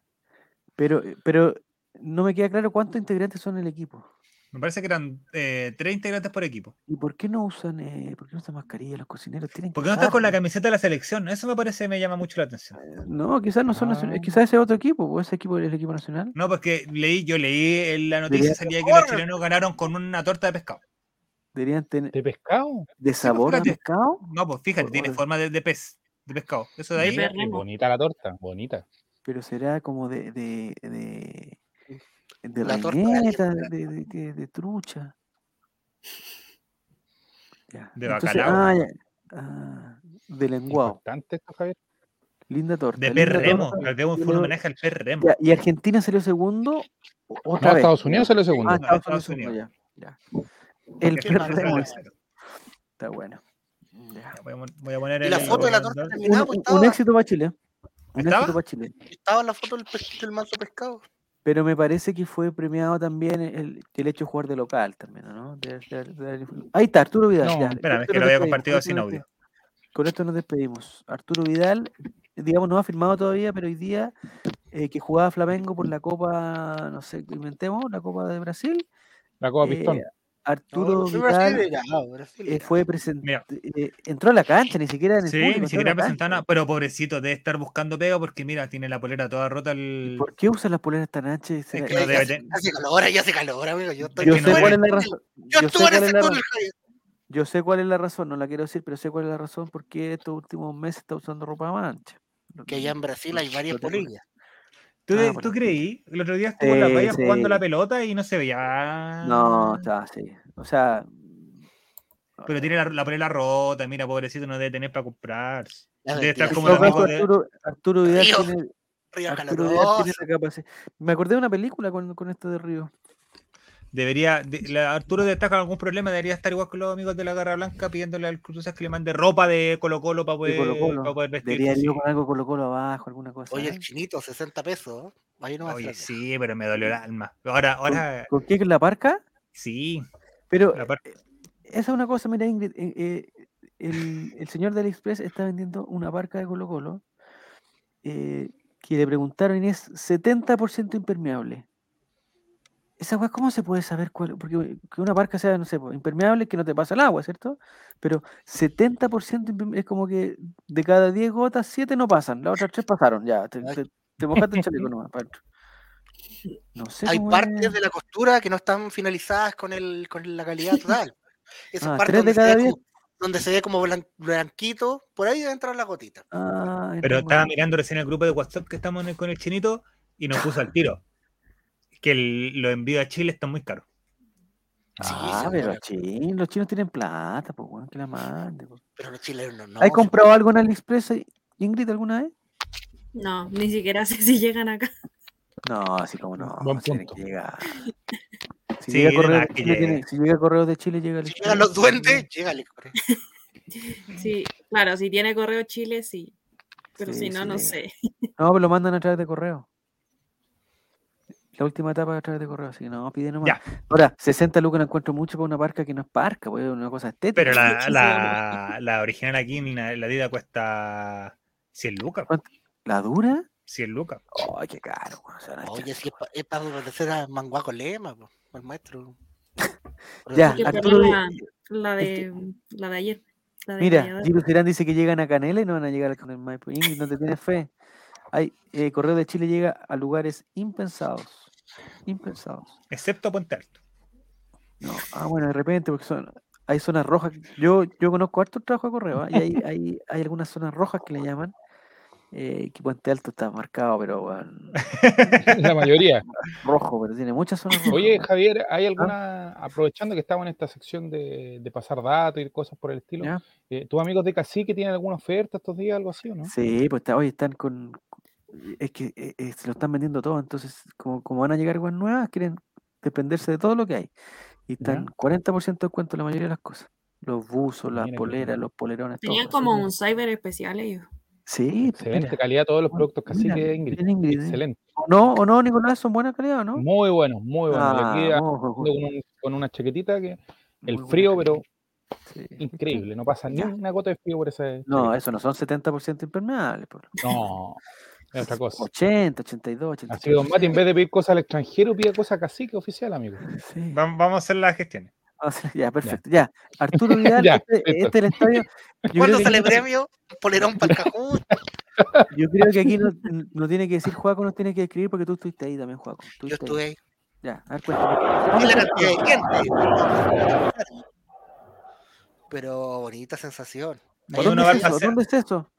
Pero, eh, pero no me queda claro cuántos integrantes son el equipo. Me parece que eran eh, tres integrantes por equipo. ¿Y por qué no usan, eh, por qué no usan mascarilla los cocineros? Tienen ¿Por que qué no estás con la usarla. camiseta de la selección? Eso me parece, me llama mucho la atención. eh, No, quizás no son nacionales. Ah. Quizás ese es otro equipo, o ese equipo es el equipo nacional. No, porque leí, yo leí en la noticia Debería salía que los chilenos ganaron con una torta de pescado. Deberían tener ¿De pescado? de sabor a fíjate. pescado. No, pues fíjate, tiene Joder. forma de, de pez, de pescado. Eso de ahí. Mira, perro. qué bonita la torta, bonita. pero será como de de de, de Mm. La torta de reineta, de, de, de- de trucha. Ya, De entonces, bacalao. ah, ya, ah, de lenguado. Importante esto, Javier. Linda torta. De linda perremo. torta. Le demos Yo un lo- homenaje al perremo. Ya, y Argentina salió segundo. o- Otra No, vez. Estados Unidos salió segundo. Ah, No, Estados Estados Unidos. Unidos. segundo, ya, ya. El Porque es más perremo grande. ese, está bueno. Ya. Ya, Voy a, mon- voy a poner Y la el- foto de la torta Un, terminada, pues, un- estaba, un éxito para Chile. Un ¿Estaba? éxito para Chile. estaba la foto del, pes- del manso pescado. Pero me parece que fue premiado también el, el hecho de jugar de local también, ¿no? De- de- de- ahí está, Arturo Vidal. No, ya, espérame, con es esto que lo nos había despedimos, compartido con esto sin nos audio. despedimos. Con esto nos despedimos. Arturo Vidal, digamos, no ha firmado todavía, pero hoy día eh, que jugaba Flamengo por la Copa, no sé, inventemos, la Copa de Brasil. La copa eh, pistón. Arturo No, Vidal Brasil era, no, Brasil eh, era. fue presentado, Mira. entró a la cancha, ni siquiera en el Sí, público, ni entró a siquiera la cancha. presentado nada, pero pobrecito, debe estar buscando pega porque mira, tiene la polera toda rota el... ¿Por qué usan las poleras tan anchas? Eh, Es que Ya no debe hace- tener- Hace calor, ya hace calor, amigo. Yo estoy Yo que sé no cuál es deben- la razón. Yo yo sé estuve en cuál es ese la túnel, razón. Javier. Yo sé cuál es la razón, no la quiero decir, pero sé cuál es la razón por qué estos últimos meses está usando ropa más ancha. Lo- Que allá en Brasil hay varias lo tengo. polillas. ¿Tú, Ah, de- por tú la- creí? El otro día estuvo en la Sí, playa sí. jugando la pelota y no se veía. No, está así. O sea. Pero tiene la, la polera rota, mira, pobrecito, no debe tener para comprar. Ya Debe estar mentira. como en el todo caso, amigo de- Arturo, Arturo Vidal Río, tiene, Río Arturo Caloroso. Vidal Ah, tiene la capacidad. Me acordé de una película con, con esto de Río. Debería, de- la- Arturo destaca algún problema, debería estar igual con los amigos de la Garra Blanca pidiéndole al Cruz Azul que le mande ropa de Colo Colo para De poder, Colo Colo. para poder vestir. Debería ir sí. yo con algo Colo Colo abajo, alguna cosa. Oye, ¿eh? el chinito, 60 pesos. ¿eh? Ahí no va a Oye, ser. sí, pero me dolió el alma. Ahora, ahora, ¿Con qué? ¿Con la parca? sí. Pero la par- esa es una cosa, mira, Ingrid, eh, eh, el, el señor del Express está vendiendo una barca de Colo Colo eh, que le preguntaron y es 70% impermeable. Esa weá, ¿cómo se puede saber cuál? Porque que una barca sea, no sé, pues, impermeable que no te pasa el agua, ¿cierto? Pero 70% imperme- es como que de cada 10 gotas, 7 no pasan, las otras 3 pasaron, ya, te, Ay. te- te mojaste el [LAUGHS] chaleco nomás. pa' dentro. No sé. Hay cómo partes es. de la costura que no están finalizadas con, el, con la calidad total. Esas Ah, partes tres de donde se, cada ve diez. como, donde se ve como blan- blanquito, por ahí debe entrar [LAUGHS] la gotita. Ah, Pero entonces, estaba bueno. mirando recién el grupo de WhatsApp que estamos en el- con el chinito y nos puso al tiro. Que el- los envíos a Chile están muy caros. Sí, Ah, se pero muere. chin, los chinos tienen plata, pues, weón, que la mande. po. Pero los chilenos no. ¿Has se- comprado algo en AliExpress, eh, Ingrid, alguna vez? No, ni siquiera [LAUGHS] sé si llegan acá. No, así como no. Buen si tiene que [LAUGHS] punto. llegar. Si, Sí, llega de Correos de más que Chile, tiene- llega. si llega Correos de Chile, llega Si AliExpress. llegan los duendes, llégale. corre. Sí, claro, si tiene correo Chile, sí. Pero Sí, si no, sí no llega. sé. No, pero lo mandan a través de correo. La última etapa es a través de correo, así que no, pide nomás. Ahora, 60 lucas no encuentro mucho para una parca que no es parca, pues es una cosa estética. Pero la, [LAUGHS] Muchísimo. la, la original aquí en la, la Dida cuesta 100 lucas. ¿Cuánto? ¿La dura? 100 lucas. Ay, qué caro, weón, se van a Oye, echar. si es, pa- es para obedecer a Manguaco Lema, po, [LAUGHS] al maestro. Pero Ya, sí, Yo Ah, Arturo, perdí la, la es que- de, la de ayer. La de Mira, Callador. Giro Serán dice que llegan a Canela y no van a llegar con el Maipo. Ingrid, no te tienes fe. Hay, eh, Correo de Chile llega a lugares impensados. Impensados. Excepto Puente Alto. No, ah, bueno, de repente, porque son, hay zonas rojas. Yo, yo conozco harto el trabajo de Correo ¿ah? y hay, hay, hay algunas zonas rojas que le llaman. eh, que Puente Alto está marcado, pero weón, [LAUGHS] La mayoría. rojo, pero tiene muchas zonas rojas. Oye, weón. Javier, ¿hay alguna, aprovechando que estamos en esta sección de, de pasar datos y cosas por el estilo, Ya. eh, ¿tus amigos de Cacique tienen alguna oferta estos días, algo así o no? Sí, pues está- oye, están con. Es que eh, eh, se lo están vendiendo todo, entonces, como, como van a llegar cosas nuevas, quieren dependerse de todo lo que hay. Y están 40% de descuento en la mayoría de las cosas. Los buzos, las Mira qué poleras, bueno. los polerones, todo. Tenían así como que- un cyber especial ellos. Sí, pues, Excelente mira, calidad todos los bueno, productos Cacique mira, de Ingrid. bien, Ingrid, ¿eh? Excelente. ¿O no, o no, Nicolás? ¿Son buena calidad o no? Muy buenos, muy buenos. Y aquí Ah, ando muy con, bu- un- con una chaquetita que muy el buena frío, calidad, pero sí. increíble. No pasa ni Ya. una gota de frío por eh, esa. No, chaqueta. eso no son 70% impermeables. Por... No, es otra cosa. 80, 82, 83. Así que Don Mati, en vez de pedir cosas al extranjero, pide cosas a cacique oficial, amigo. Sí. Vam- Vamos a hacer las gestiones. Ah, sí, Ya, perfecto. Ya, [LAUGHS] Arturo Vidal, Ya, este, listo. este es el estadio. yo creo ¿Cuándo que sale aquí- premio? Polerón para el Cajú. Yo creo que aquí no, no tiene que decir Juaco, nos tiene que escribir porque tú estuviste ahí también, Juaco. estuviste ahí. Yo estuve ahí. Ya, a ver, cuéntame. Y ¿Dónde la fue? cantidad de gente. Pero bonita sensación. Cuando uno va al ¿Dónde es eso? paseo. ¿Dónde es esto?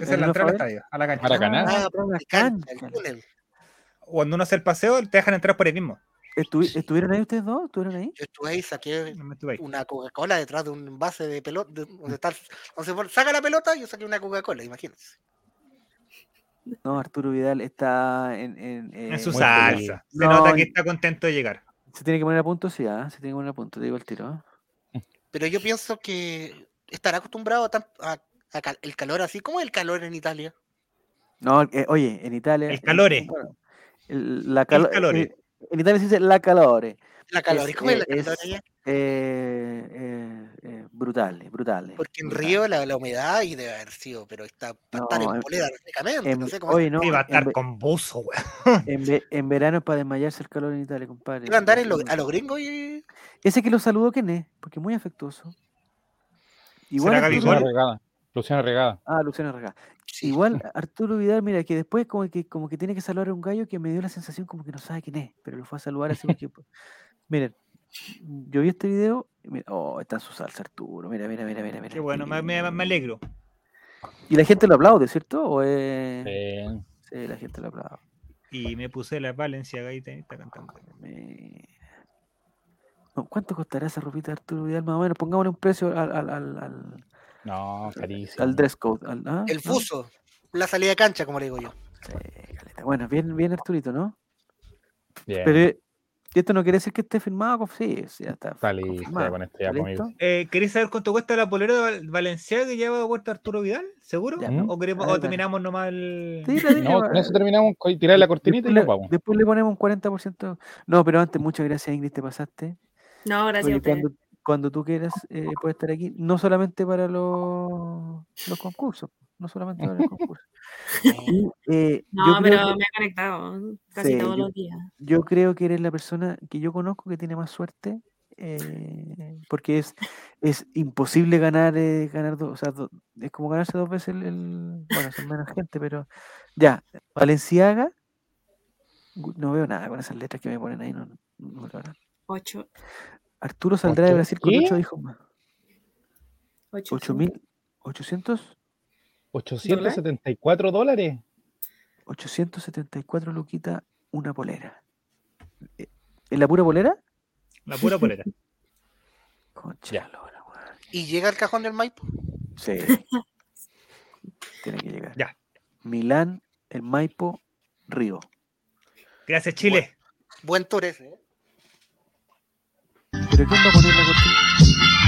Esa es la entrada al estadio, a la cancha. Maracaná. Ah, pero la picante, el cancha. túnel. Ah, Cuando uno hace el paseo, te dejan entrar por ahí mismo. ¿Estuvi- ¿Estuvieron ahí ustedes dos? ¿Estuvieron ahí? Yo estuve ahí, saqué No me estuve ahí. una Coca-Cola detrás de un envase de pelota. de- donde está, donde se saca la pelota, yo saqué una Coca-Cola, imagínense. No, Arturo Vidal está en. en, eh, En su muy salsa. Se No, nota que y- está contento de llegar. Se tiene que poner a punto, sí, ah, se tiene que poner a punto, te digo el tiro. ah. Pero yo pienso que estará acostumbrado a, tan- a- a cal- el calor así. ¿Cómo es el calor en Italia? No, eh, oye, en Italia. El eh, calore. bueno, el- la calo- calore. eh, En Italia se dice la calore. La calor, Es, ¿cómo es la eh, calor es- allá? Eh, eh, eh, brutale, brutale. Porque en brutale. Río la, la humedad y debe haber sido, pero está para estar No, en en- polera prácticamente. En- No sé cómo oye, no, Iba a en estar ve- con buzo, weón. en, ve- en verano es para desmayarse el calor en Italia, compadre. Iba a andar en lo- Impresionante. a los gringos y. Ese que lo saludó, ¿quién es? Porque es muy afectuoso. ¿Será Arturo Gabigol? Luciana Vidal- Regada. Luciana Regada. Ah, Luciano Regá. Sí. Igual Arturo Vidal, mira, que después como que, como que tiene que saludar a un gallo que me dio la sensación como que no sabe quién es, pero lo fue a saludar hace un tiempo. Miren, yo vi este video, y mira, oh, está en su salsa Arturo, mira, mira, mira, mira. mira. Qué bueno, me, me- me alegro. Y la gente lo aplaude, ¿cierto? ¿O es- Eh, Sí, la gente lo aplaude. Y me puse la Valencia Gaita y está cantando. Mira. No, ¿Cuánto costará esa ropita de Arturo Vidal? Más o menos, pongámosle un precio al, al, al, al, no, carísimo. al dress code. al- ah, El ¿no? buzo, la salida de cancha, como le digo yo. Sí, eh, caleta. Bueno, bien, bien Arturito, ¿no? Bien, Pero eh, esto no quiere decir que esté firmado con sí, sí, ya está. está listo confirmado. con este esto ya, ¿Está conmigo. Ah, listo? Eh, ¿Queréis saber cuánto cuesta la polera de Val- Valenciaga que lleva puesto Arturo Vidal? ¿Seguro? Ya, ¿no? ¿O, queremos, Dale, o dale. terminamos nomás el... [LAUGHS] Sí, la No, línea con va- eso terminamos, con tirar la cortinita y después, nos le, vamos. después le ponemos un 40%. No, pero antes, muchas gracias, Ingrid, te pasaste. No, gracias a Porque ustedes. cuando, cuando tú quieras, eh, puedes estar aquí, no solamente para los, los concursos, no solamente para los [LAUGHS] concursos. Y, eh, No, yo, creo pero que, me he conectado casi Sí, todos yo- los días. yo creo que eres la persona que yo conozco que tiene más suerte. eh, porque es, es imposible ganar, eh, ganar dos, o sea, do- es como ganarse dos veces el, el- bueno, son menos gente, pero ya, Valenciaga, gu- no veo nada con esas letras que me ponen ahí, no, no- no veo nada. Ocho. Arturo saldrá de ¿Ocho Brasil con qué? ocho hijos más. Ocho. ¿Ocho sí. mil? ¿Ochocientos? 874 dólares. 874 luquita, una polera. Eh, ¿En la pura polera? La [LAUGHS] pura polera. Concha Ya. la lora, weón. Y llega al cajón del Maipo. Sí. Tiene que llegar. Ya. Milán, el Maipo, Río. Gracias, Chile. Buen tour ese. ¿eh? ¿Pero quién va a poner la cortina?